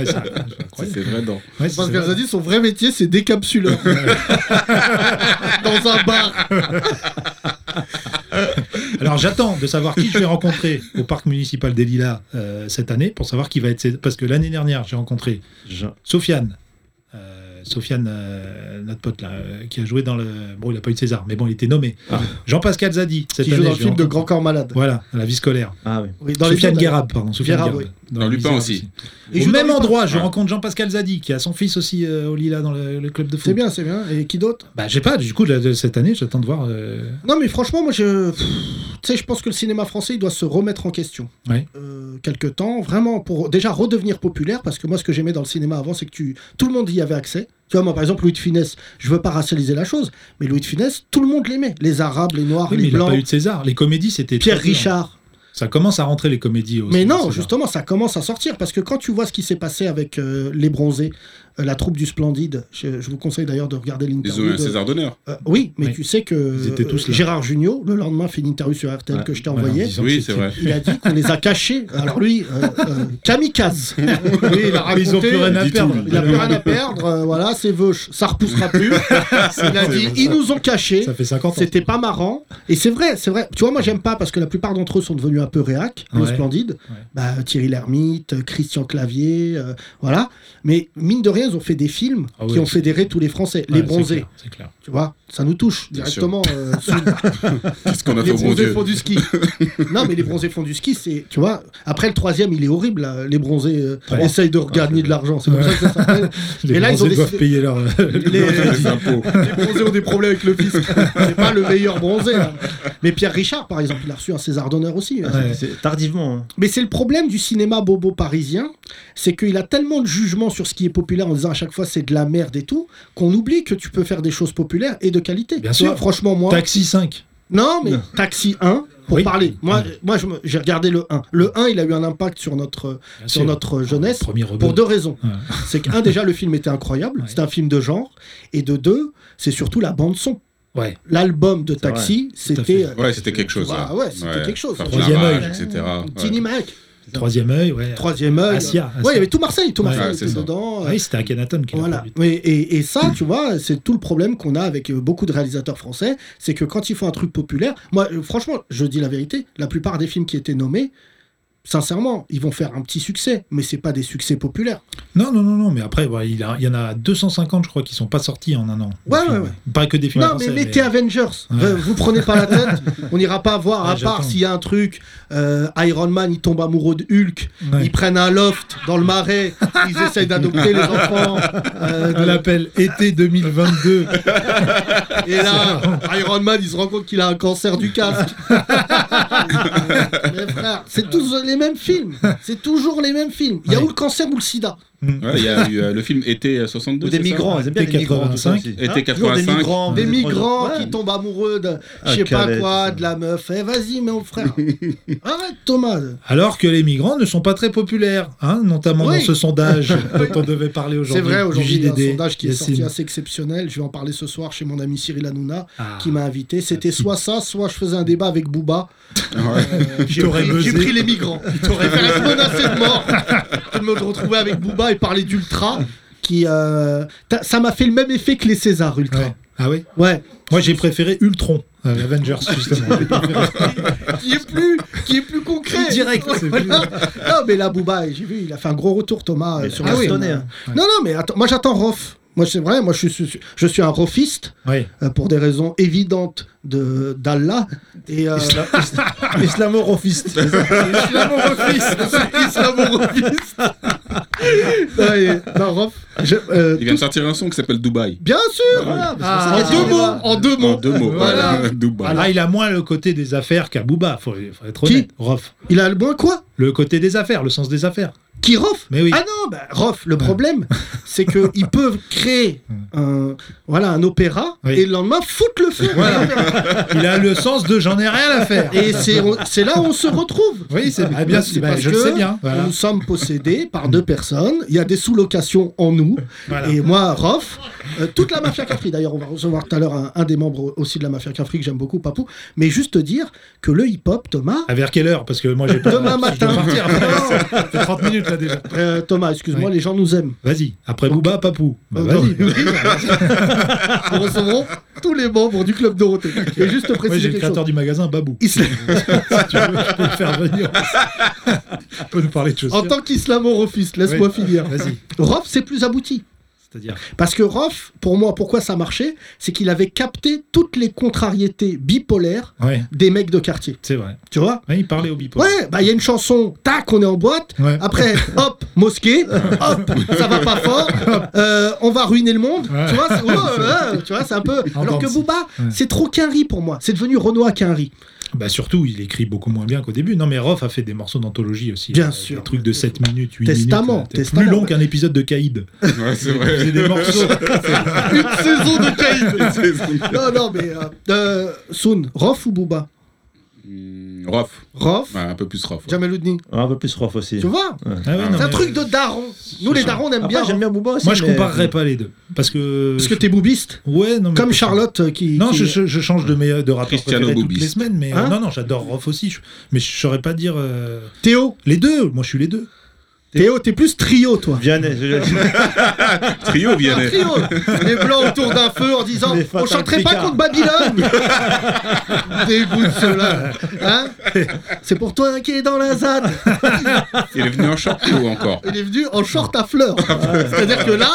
[SPEAKER 4] c'est
[SPEAKER 5] C'est
[SPEAKER 4] incroyable.
[SPEAKER 5] c'est vrai, non.
[SPEAKER 4] Ouais, c'est-
[SPEAKER 3] Jean-Pascal
[SPEAKER 4] c'est-
[SPEAKER 3] Zadi, son vrai métier, c'est décapsuleur. (laughs) Dans un bar.
[SPEAKER 4] Alors j'attends de savoir qui je vais rencontrer au parc municipal des Lilas euh, cette année pour savoir qui va être. ses- Parce que l'année dernière, j'ai rencontré
[SPEAKER 6] Jean-
[SPEAKER 4] Sofiane. Euh, Sofiane, euh, notre pote là, euh, qui a joué dans le. Bon, il a pas eu de César, mais bon, il était nommé.
[SPEAKER 5] Ah.
[SPEAKER 4] Jean-Pascal Zadi, cette
[SPEAKER 3] Qui
[SPEAKER 4] année.
[SPEAKER 3] joue dans le
[SPEAKER 4] je vais
[SPEAKER 3] film de
[SPEAKER 4] rencontrer.
[SPEAKER 3] Grand Corps Malade.
[SPEAKER 4] Voilà, à la vie scolaire.
[SPEAKER 6] Ah oui.
[SPEAKER 3] Oui, dans les
[SPEAKER 4] Sofiane
[SPEAKER 3] films,
[SPEAKER 4] Guérab, pardon. Sofiane
[SPEAKER 3] Guérab,
[SPEAKER 4] Guérab.
[SPEAKER 5] Dans
[SPEAKER 4] le
[SPEAKER 5] Lupin
[SPEAKER 4] Lisa
[SPEAKER 5] aussi.
[SPEAKER 3] Et
[SPEAKER 4] Au
[SPEAKER 3] joue dans
[SPEAKER 4] même
[SPEAKER 3] Lupin.
[SPEAKER 4] endroit, je
[SPEAKER 5] Ouais.
[SPEAKER 4] rencontre Jean-Pascal Zadi, qui a son fils aussi euh, au Lila dans le, le club de foot.
[SPEAKER 3] C'est bien, c'est bien. Et qui d'autre
[SPEAKER 4] Bah, j'ai pas, du coup, là, de- cette année, j'attends de voir. euh,
[SPEAKER 3] Non, mais franchement, moi, je. pff, Tu sais, je pense que le cinéma français, il doit se remettre en question.
[SPEAKER 4] Ouais.
[SPEAKER 3] Euh, quelque temps, vraiment, pour déjà redevenir populaire, parce que moi, ce que j'aimais dans le cinéma avant, c'est que tu... tout le monde y avait accès. Tu vois, moi, par exemple, Louis de Funès, je veux pas racialiser la chose, mais Louis de Funès, tout le monde l'aimait. Les Arabes, les Noirs,
[SPEAKER 4] Oui, mais
[SPEAKER 3] Ah, les
[SPEAKER 4] il a
[SPEAKER 3] Blancs,
[SPEAKER 4] pas eu de hein. César. Les comédies, c'était.
[SPEAKER 3] Pierre
[SPEAKER 4] très bien.
[SPEAKER 3] Richard.
[SPEAKER 4] Ça commence à rentrer les comédies aussi.
[SPEAKER 3] Mais non,
[SPEAKER 4] César.
[SPEAKER 3] justement, ça commence à sortir, parce que quand tu vois ce qui s'est passé avec euh, Les Bronzés, euh, la troupe du Splendide, je, je vous conseille d'ailleurs de regarder
[SPEAKER 5] Ils ont eu
[SPEAKER 3] l'interview.
[SPEAKER 5] un
[SPEAKER 3] de-
[SPEAKER 5] César d'honneur.
[SPEAKER 3] Euh, oui, mais
[SPEAKER 4] Oui.
[SPEAKER 3] tu sais que
[SPEAKER 4] Ils étaient tous
[SPEAKER 3] euh,
[SPEAKER 4] là.
[SPEAKER 3] Gérard Jugnot, le lendemain, fait une interview sur RTL
[SPEAKER 6] Ouais.
[SPEAKER 3] que je t'ai
[SPEAKER 4] Voilà, en
[SPEAKER 3] envoyée.
[SPEAKER 4] disant que
[SPEAKER 5] Oui, c'est
[SPEAKER 4] c'était-
[SPEAKER 5] vrai.
[SPEAKER 3] Il a dit qu'on les a cachés. Alors lui, euh, euh,
[SPEAKER 4] (laughs)
[SPEAKER 3] kamikaze. Oui, il a
[SPEAKER 4] Mais Ah, ils ont
[SPEAKER 3] raconté,
[SPEAKER 4] plus rien à
[SPEAKER 5] dit
[SPEAKER 4] perdre.
[SPEAKER 5] tout,
[SPEAKER 3] il a plus rien à perdre. euh, voilà, c'est veuche. Ça repoussera plus.
[SPEAKER 5] (laughs)
[SPEAKER 3] Il a dit, ils nous ont cachés.
[SPEAKER 4] Ça fait 50 ans.
[SPEAKER 3] C'était pas marrant. Et c'est vrai, c'est vrai. Tu vois, moi, j'aime pas parce que la plupart d'entre eux sont devenus un peu réac, le
[SPEAKER 4] Ouais.
[SPEAKER 3] splendide.
[SPEAKER 4] Ouais.
[SPEAKER 3] Bah, Thierry Lhermitte, euh, Christian Clavier, euh, voilà. Mais mine de rien, ils ont fait des films
[SPEAKER 4] Ah
[SPEAKER 3] qui
[SPEAKER 4] ouais,
[SPEAKER 3] ont
[SPEAKER 4] c'est-
[SPEAKER 3] fédéré tous les Français.
[SPEAKER 4] Ouais,
[SPEAKER 3] les
[SPEAKER 4] c'est
[SPEAKER 3] bronzés,
[SPEAKER 4] clair, C'est clair.
[SPEAKER 3] tu vois, ça nous touche
[SPEAKER 5] Bien sûr.
[SPEAKER 3] directement. euh, sous-
[SPEAKER 5] Qu'est-ce qu'on a fait
[SPEAKER 3] les
[SPEAKER 5] au bon
[SPEAKER 3] bronzés
[SPEAKER 5] Ah, oh Dieu
[SPEAKER 3] font du ski. non, mais les bronzés font du ski, c'est. Tu vois, après le troisième, il est horrible. là. Les bronzés euh,
[SPEAKER 4] Ouais. Ah,
[SPEAKER 3] essayent de regagner de l'argent. C'est comme ça que ça
[SPEAKER 4] (laughs)
[SPEAKER 3] s'appelle.
[SPEAKER 4] Les
[SPEAKER 3] Et là, ils ont
[SPEAKER 4] Bronzés doivent
[SPEAKER 3] décidé-
[SPEAKER 4] payer leur.
[SPEAKER 3] Les, (laughs)
[SPEAKER 5] Les impôts.
[SPEAKER 3] les bronzés ont des problèmes avec le fisc. C'est pas le meilleur bronzé. hein. Mais Pierre Richard, par exemple, il a reçu un César d'honneur aussi. hein.
[SPEAKER 4] Ouais.
[SPEAKER 6] C'est tardivement. hein.
[SPEAKER 3] Mais c'est le problème du cinéma bobo parisien, c'est qu'il a tellement de jugements sur ce qui est populaire en disant à chaque fois c'est de la merde et tout, qu'on oublie que tu peux faire des choses populaires et de qualité.
[SPEAKER 4] Bien
[SPEAKER 3] Tu
[SPEAKER 4] sûr.
[SPEAKER 3] vois, Franchement, moi.
[SPEAKER 4] Taxi 5.
[SPEAKER 3] Non, mais Taxi 1, pour
[SPEAKER 4] Oui.
[SPEAKER 3] parler. Moi,
[SPEAKER 4] Ouais.
[SPEAKER 3] moi je me- j'ai regardé le 1. Le 1, il a eu un impact sur notre,
[SPEAKER 4] bien
[SPEAKER 3] sur
[SPEAKER 4] sûr.
[SPEAKER 3] notre jeunesse
[SPEAKER 4] Premier rebelle.
[SPEAKER 3] pour deux raisons.
[SPEAKER 4] Ouais.
[SPEAKER 3] C'est qu'un, déjà, le film était incroyable.
[SPEAKER 4] Ah, Ouais.
[SPEAKER 3] C'est un film de genre. Et de deux, c'est surtout la bande-son.
[SPEAKER 4] Ouais.
[SPEAKER 3] L'album de
[SPEAKER 6] vrai.
[SPEAKER 3] Taxi,
[SPEAKER 4] à
[SPEAKER 3] c'était. euh,
[SPEAKER 5] Ouais, c'était quelque chose.
[SPEAKER 3] Ouais,
[SPEAKER 5] ça.
[SPEAKER 3] Bah ouais, c'était quelque chose.
[SPEAKER 5] Enfin,
[SPEAKER 4] Troisième
[SPEAKER 5] Lavage,
[SPEAKER 4] œil.
[SPEAKER 5] etc.
[SPEAKER 3] euh,
[SPEAKER 5] Ah, Ouais.
[SPEAKER 3] Tiny Mac,
[SPEAKER 4] Troisième œil, ouais.
[SPEAKER 3] Troisième œil.
[SPEAKER 4] Asia,
[SPEAKER 3] Ouais,
[SPEAKER 4] Asia.
[SPEAKER 3] il y avait tout Marseille. Tout
[SPEAKER 4] Ouais.
[SPEAKER 3] Marseille
[SPEAKER 5] Ah, c'est
[SPEAKER 3] était
[SPEAKER 5] ça.
[SPEAKER 3] dedans.
[SPEAKER 4] Oui, c'était Akhenaton qui l'a
[SPEAKER 3] Voilà.
[SPEAKER 4] produit.
[SPEAKER 3] Et, et- et ça, tu vois, c'est tout le problème qu'on a avec euh, beaucoup de réalisateurs français, c'est que quand ils font un truc populaire, moi, euh, franchement, je dis la vérité, la plupart des films qui étaient nommés, sincèrement, ils vont faire un petit succès, mais c'est pas des succès populaires.
[SPEAKER 4] Non, non, non, non, mais après, bah, il, a- il y en a 250, je crois, qui sont pas sortis en un an.
[SPEAKER 3] Ouais,
[SPEAKER 4] Des films.
[SPEAKER 3] ouais, ouais.
[SPEAKER 4] Pas que des films
[SPEAKER 3] non, mais
[SPEAKER 4] français.
[SPEAKER 3] mettez Avengers. Euh,
[SPEAKER 4] Ouais.
[SPEAKER 3] Vous, vous prenez pas la
[SPEAKER 4] (laughs)
[SPEAKER 3] tête. On n'ira pas voir,
[SPEAKER 4] Ouais,
[SPEAKER 3] à part
[SPEAKER 4] j'attends.
[SPEAKER 3] s'il y a un truc. euh, Iron Man, il tombe amoureux de Hulk.
[SPEAKER 4] Ouais.
[SPEAKER 3] Ils prennent un loft dans le marais. Ils essayent d'adopter
[SPEAKER 4] (laughs)
[SPEAKER 3] les enfants. euh, de-
[SPEAKER 4] Elle
[SPEAKER 3] (laughs)
[SPEAKER 4] l'appel été 2022.
[SPEAKER 3] Et là, Iron Man, il se rend compte qu'il a un cancer du casque. Mais frère, c'est tous les mêmes films. C'est toujours les mêmes films. Il y a
[SPEAKER 4] Ouais.
[SPEAKER 3] ou le cancer ou le sida.
[SPEAKER 5] Ouais, il y a eu euh, le film Été 62.
[SPEAKER 6] Ou des
[SPEAKER 5] c'est ça
[SPEAKER 6] migrants, ils aiment bien les migrants. tout ça
[SPEAKER 4] 85.
[SPEAKER 6] aussi.
[SPEAKER 5] Été
[SPEAKER 6] Hein Ah,
[SPEAKER 5] 85.
[SPEAKER 6] Toujours Des migrants,
[SPEAKER 3] Des
[SPEAKER 6] étrangers.
[SPEAKER 3] migrants
[SPEAKER 6] Ouais.
[SPEAKER 3] qui tombent amoureux de je
[SPEAKER 6] Ah,
[SPEAKER 3] sais pas
[SPEAKER 6] Calais,
[SPEAKER 3] quoi,
[SPEAKER 6] tout ça.
[SPEAKER 3] de la meuf. Eh vas-y, mon
[SPEAKER 6] (laughs)
[SPEAKER 3] frère. Arrête, Thomas.
[SPEAKER 4] Alors que les migrants ne sont pas très populaires, hein, notamment
[SPEAKER 3] Oui.
[SPEAKER 4] dans
[SPEAKER 3] (laughs)
[SPEAKER 4] ce sondage dont on devait parler
[SPEAKER 3] C'est
[SPEAKER 4] aujourd'hui.
[SPEAKER 3] vrai,
[SPEAKER 4] du
[SPEAKER 3] aujourd'hui, il y a un
[SPEAKER 4] JDD,
[SPEAKER 3] sondage qui est sorti
[SPEAKER 4] Yacine.
[SPEAKER 3] assez exceptionnel. Je vais en parler ce soir chez mon ami Cyril Hanouna,
[SPEAKER 4] Ah.
[SPEAKER 3] qui m'a invité. C'était soit ça, soit je faisais un débat avec Booba. Euh,
[SPEAKER 4] Il t'aurait
[SPEAKER 3] pris, j'ai
[SPEAKER 4] buzzé.
[SPEAKER 3] pris les
[SPEAKER 4] (laughs)
[SPEAKER 3] migrants. Je préfère être menacé de mort que de me retrouver avec Booba et parler d'Ultra. Qui, euh, t'as- ça m'a fait le même effet que les Césars Ultra.
[SPEAKER 4] Ouais. Ah oui
[SPEAKER 3] Ouais.
[SPEAKER 4] Moi, j'ai préféré Ultron, euh, Avengers,
[SPEAKER 3] (laughs)
[SPEAKER 4] justement. (laughs)
[SPEAKER 3] Qui est plus, qui est plus concret.
[SPEAKER 4] Direct, c'est
[SPEAKER 3] Voilà. Non, mais là, Booba, j'ai vu, il a fait un gros retour, Thomas, euh, sur
[SPEAKER 6] ah
[SPEAKER 3] la
[SPEAKER 6] oui,
[SPEAKER 3] scène.
[SPEAKER 6] étonné, hein.
[SPEAKER 3] Non, non, mais attends, moi j'attends Rof. Moi, c'est vrai, moi je suis, je suis un rofiste.
[SPEAKER 4] Oui.
[SPEAKER 3] euh, pour des raisons évidentes de d'Allah et euh,
[SPEAKER 4] (laughs)
[SPEAKER 6] Islamorofiste.
[SPEAKER 3] (laughs)
[SPEAKER 4] (laughs)
[SPEAKER 3] islamo-rofiste. Non, et- non, Rof, je- euh,
[SPEAKER 5] Il vient de sortir un son qui s'appelle Dubaï.
[SPEAKER 3] bien sûr, voilà, parce que
[SPEAKER 4] Ah,
[SPEAKER 3] c'est- en, deux mots, en deux mots,
[SPEAKER 5] En deux mots.
[SPEAKER 3] Voilà.
[SPEAKER 5] voilà, (laughs) Dubaï.
[SPEAKER 4] Ah, il a moins le côté des affaires qu'à Booba, faut, faut être honnête. Rof.
[SPEAKER 3] Il a le moins quoi
[SPEAKER 4] Le côté des affaires, le sens des affaires.
[SPEAKER 3] Qui Rof
[SPEAKER 4] Mais oui.
[SPEAKER 3] Ah non, bah, Rof, le problème, c'est
[SPEAKER 4] (laughs)
[SPEAKER 3] que ils peuvent créer un, voilà, un opéra
[SPEAKER 4] Oui.
[SPEAKER 3] et le lendemain foutre le feu.
[SPEAKER 4] Il a le sens de j'en ai rien à faire.
[SPEAKER 3] Et c'est on- c'est là où on se retrouve.
[SPEAKER 4] Oui, c'est ah, bien.
[SPEAKER 3] C'est
[SPEAKER 4] bah,
[SPEAKER 3] parce
[SPEAKER 4] je le
[SPEAKER 3] que
[SPEAKER 4] sais bien. Voilà.
[SPEAKER 3] Nous sommes possédés par deux personnes. Il y a des sous-locations en nous.
[SPEAKER 4] Voilà.
[SPEAKER 3] Et moi, Rof, euh, toute la mafia Cafri, d'ailleurs, on va recevoir tout à l'heure un, un des membres aussi de la mafia Cafri que j'aime beaucoup, Papou. Mais juste te dire que le hip-hop, Thomas.
[SPEAKER 4] À vers quelle heure Parce que moi, j'ai pas.
[SPEAKER 3] Demain
[SPEAKER 4] parce que (laughs) je
[SPEAKER 3] matin.
[SPEAKER 4] dois
[SPEAKER 3] (laughs)
[SPEAKER 4] partir après. Ça fait 30 minutes là déjà.
[SPEAKER 3] euh, Thomas, excuse-moi, les gens nous aiment.
[SPEAKER 4] Vas-y. Après Booba, Papou. Bah,
[SPEAKER 3] Donc,
[SPEAKER 4] vas-y.
[SPEAKER 3] (laughs) Nous recevrons tous les membres du club Dorothée. Et juste te
[SPEAKER 4] Moi,
[SPEAKER 3] préciser
[SPEAKER 4] j'ai le
[SPEAKER 3] quelque
[SPEAKER 4] créateur
[SPEAKER 3] chose.
[SPEAKER 4] du magasin, Babou.
[SPEAKER 3] Isla-
[SPEAKER 4] Si tu veux, je peux le
[SPEAKER 3] (laughs)
[SPEAKER 4] faire venir. (laughs) On peut nous parler de choses.
[SPEAKER 3] En tant qu'islamo-rofiste, laisse-moi finir.
[SPEAKER 4] Vas-y.
[SPEAKER 3] Rof, c'est plus abouti.
[SPEAKER 4] C'est-à-dire.
[SPEAKER 3] Parce que Roth, pour moi, pourquoi ça marchait C'est qu'il avait capté toutes les contrariétés bipolaires
[SPEAKER 4] Ouais,
[SPEAKER 3] des mecs de quartier.
[SPEAKER 4] c'est vrai.
[SPEAKER 3] Tu vois
[SPEAKER 4] Ouais, il parlait au bipo.
[SPEAKER 3] Ouais, bah il y a une chanson, tac, on est en boîte.
[SPEAKER 4] Ouais.
[SPEAKER 3] (laughs) Après, hop, mosquée, hop, ça va pas fort, euh, on va ruiner le monde.
[SPEAKER 4] Ouais.
[SPEAKER 3] Tu vois, (laughs) c'est ouais, ouais, tu vois, c'est un peu.
[SPEAKER 4] En
[SPEAKER 3] Alors que
[SPEAKER 4] danse.
[SPEAKER 3] Booba,
[SPEAKER 4] Ouais.
[SPEAKER 3] c'est trop qu'un riz pour moi. C'est devenu Renoir qu'un riz.
[SPEAKER 4] Bah surtout, il écrit beaucoup moins bien qu'au début. Non, mais Roth a fait des morceaux d'anthologie aussi.
[SPEAKER 3] Bien
[SPEAKER 4] Euh,
[SPEAKER 3] sûr.
[SPEAKER 4] Des trucs de 7 minutes, 8
[SPEAKER 3] Testament,
[SPEAKER 4] minutes. euh,
[SPEAKER 3] testament.
[SPEAKER 4] Plus long qu'un épisode de Caïd.
[SPEAKER 5] Ouais, c'est vrai.
[SPEAKER 4] C'est des morceaux.
[SPEAKER 3] (laughs)
[SPEAKER 4] Ah
[SPEAKER 3] Une saison de caïd. non, non, mais. Euh, euh, Soun, Roth ou Booba
[SPEAKER 5] Hmm, Rof.
[SPEAKER 3] Roth,
[SPEAKER 5] Ouais, un peu plus Rof. ouais.
[SPEAKER 3] Jamaloudni.
[SPEAKER 6] Un peu plus rof aussi.
[SPEAKER 3] Tu vois
[SPEAKER 4] Ah ouais, non,
[SPEAKER 3] C'est un
[SPEAKER 4] mais-
[SPEAKER 3] truc de daron. Nous, les darons, on aime bien. hein.
[SPEAKER 6] Après, j'aime bien Booba aussi.
[SPEAKER 4] Moi, je
[SPEAKER 6] mais-
[SPEAKER 4] comparerais pas les deux. Parce que.
[SPEAKER 3] Parce que t'es boubiste,
[SPEAKER 4] Ouais, non, mais-
[SPEAKER 3] comme Charlotte euh, qui.
[SPEAKER 4] Non,
[SPEAKER 3] qui-
[SPEAKER 4] je, je- je change de, mes, de rappeur
[SPEAKER 5] Cristiano
[SPEAKER 4] préféré toutes
[SPEAKER 5] Bobis.
[SPEAKER 4] les semaines, mais euh,
[SPEAKER 3] Hein
[SPEAKER 4] non, non, j'adore Roth aussi, je- mais je saurais pas dire euh,
[SPEAKER 3] Théo,
[SPEAKER 4] les deux. Moi, je suis les deux.
[SPEAKER 3] Théo, t'es plus trio, toi.
[SPEAKER 6] Vianney,
[SPEAKER 3] (laughs)
[SPEAKER 6] je- je-
[SPEAKER 5] Trio
[SPEAKER 3] Un
[SPEAKER 5] Vianney.
[SPEAKER 3] (laughs) trio Les blancs autour d'un feu en disant
[SPEAKER 6] Les
[SPEAKER 3] On
[SPEAKER 6] Fatal
[SPEAKER 3] chanterait pas
[SPEAKER 6] Tricard.
[SPEAKER 3] contre Babylone Dégoûte cela hein C'est pour toi qui est dans la ZAD
[SPEAKER 5] Il est venu en short ou encore
[SPEAKER 3] Il est venu en short à fleurs C'est-à-dire que là,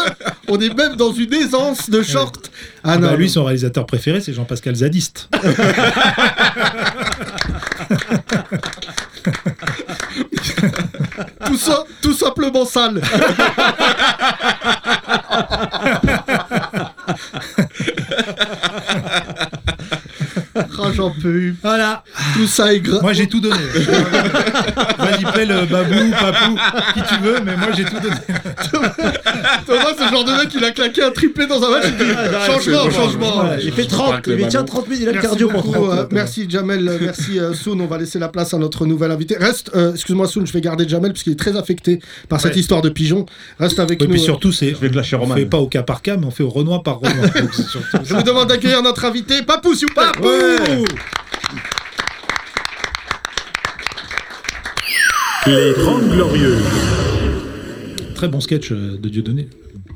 [SPEAKER 3] on est même dans une aisance de short Ah
[SPEAKER 4] Ah bah,
[SPEAKER 3] non,
[SPEAKER 4] lui, son réalisateur préféré, c'est Jean-Pascal Zadiste.
[SPEAKER 3] tout, ça, tout simplement sale (laughs) Ah, j'en peux plus.
[SPEAKER 4] Voilà.
[SPEAKER 3] Tout ça est gras.
[SPEAKER 4] Moi, j'ai tout donné. (laughs) Vas-y, le Babou, Papou, qui tu veux, mais moi, j'ai tout donné.
[SPEAKER 3] Thomas, c'est le genre de mec, il a claqué un triplé dans un match. Il dit changement,
[SPEAKER 5] c'est
[SPEAKER 4] Oh,
[SPEAKER 3] changement.
[SPEAKER 5] bon, ouais.
[SPEAKER 6] Il fait
[SPEAKER 5] Je
[SPEAKER 6] 30,
[SPEAKER 5] crois que le
[SPEAKER 6] il tient
[SPEAKER 5] maman-
[SPEAKER 6] 30 minutes, il a le
[SPEAKER 3] Merci
[SPEAKER 6] cardio pour
[SPEAKER 3] beaucoup,
[SPEAKER 6] 30.
[SPEAKER 3] euh, merci Jamel, euh, merci euh, Soun. On va laisser la place à notre nouvel invité. Reste, euh, excuse-moi Soun, je vais garder Jamel parce qu'il est très affecté par cette
[SPEAKER 4] Ouais.
[SPEAKER 3] histoire de pigeon. Reste avec
[SPEAKER 4] Et
[SPEAKER 3] nous. euh,
[SPEAKER 4] puis surtout, c'est.
[SPEAKER 6] vais clasher
[SPEAKER 4] On
[SPEAKER 6] Roman.
[SPEAKER 4] fait pas au cas par cas, mais on fait au Renoir par Renoir.
[SPEAKER 3] (laughs)
[SPEAKER 4] Donc, c'est surtout
[SPEAKER 3] Je
[SPEAKER 4] ça.
[SPEAKER 3] vous demande d'accueillir notre invité, Papou, s'il vous plaît.
[SPEAKER 4] Ouais.
[SPEAKER 1] Les 30 Glorieuses.
[SPEAKER 4] Très bon sketch euh, de Dieudonné.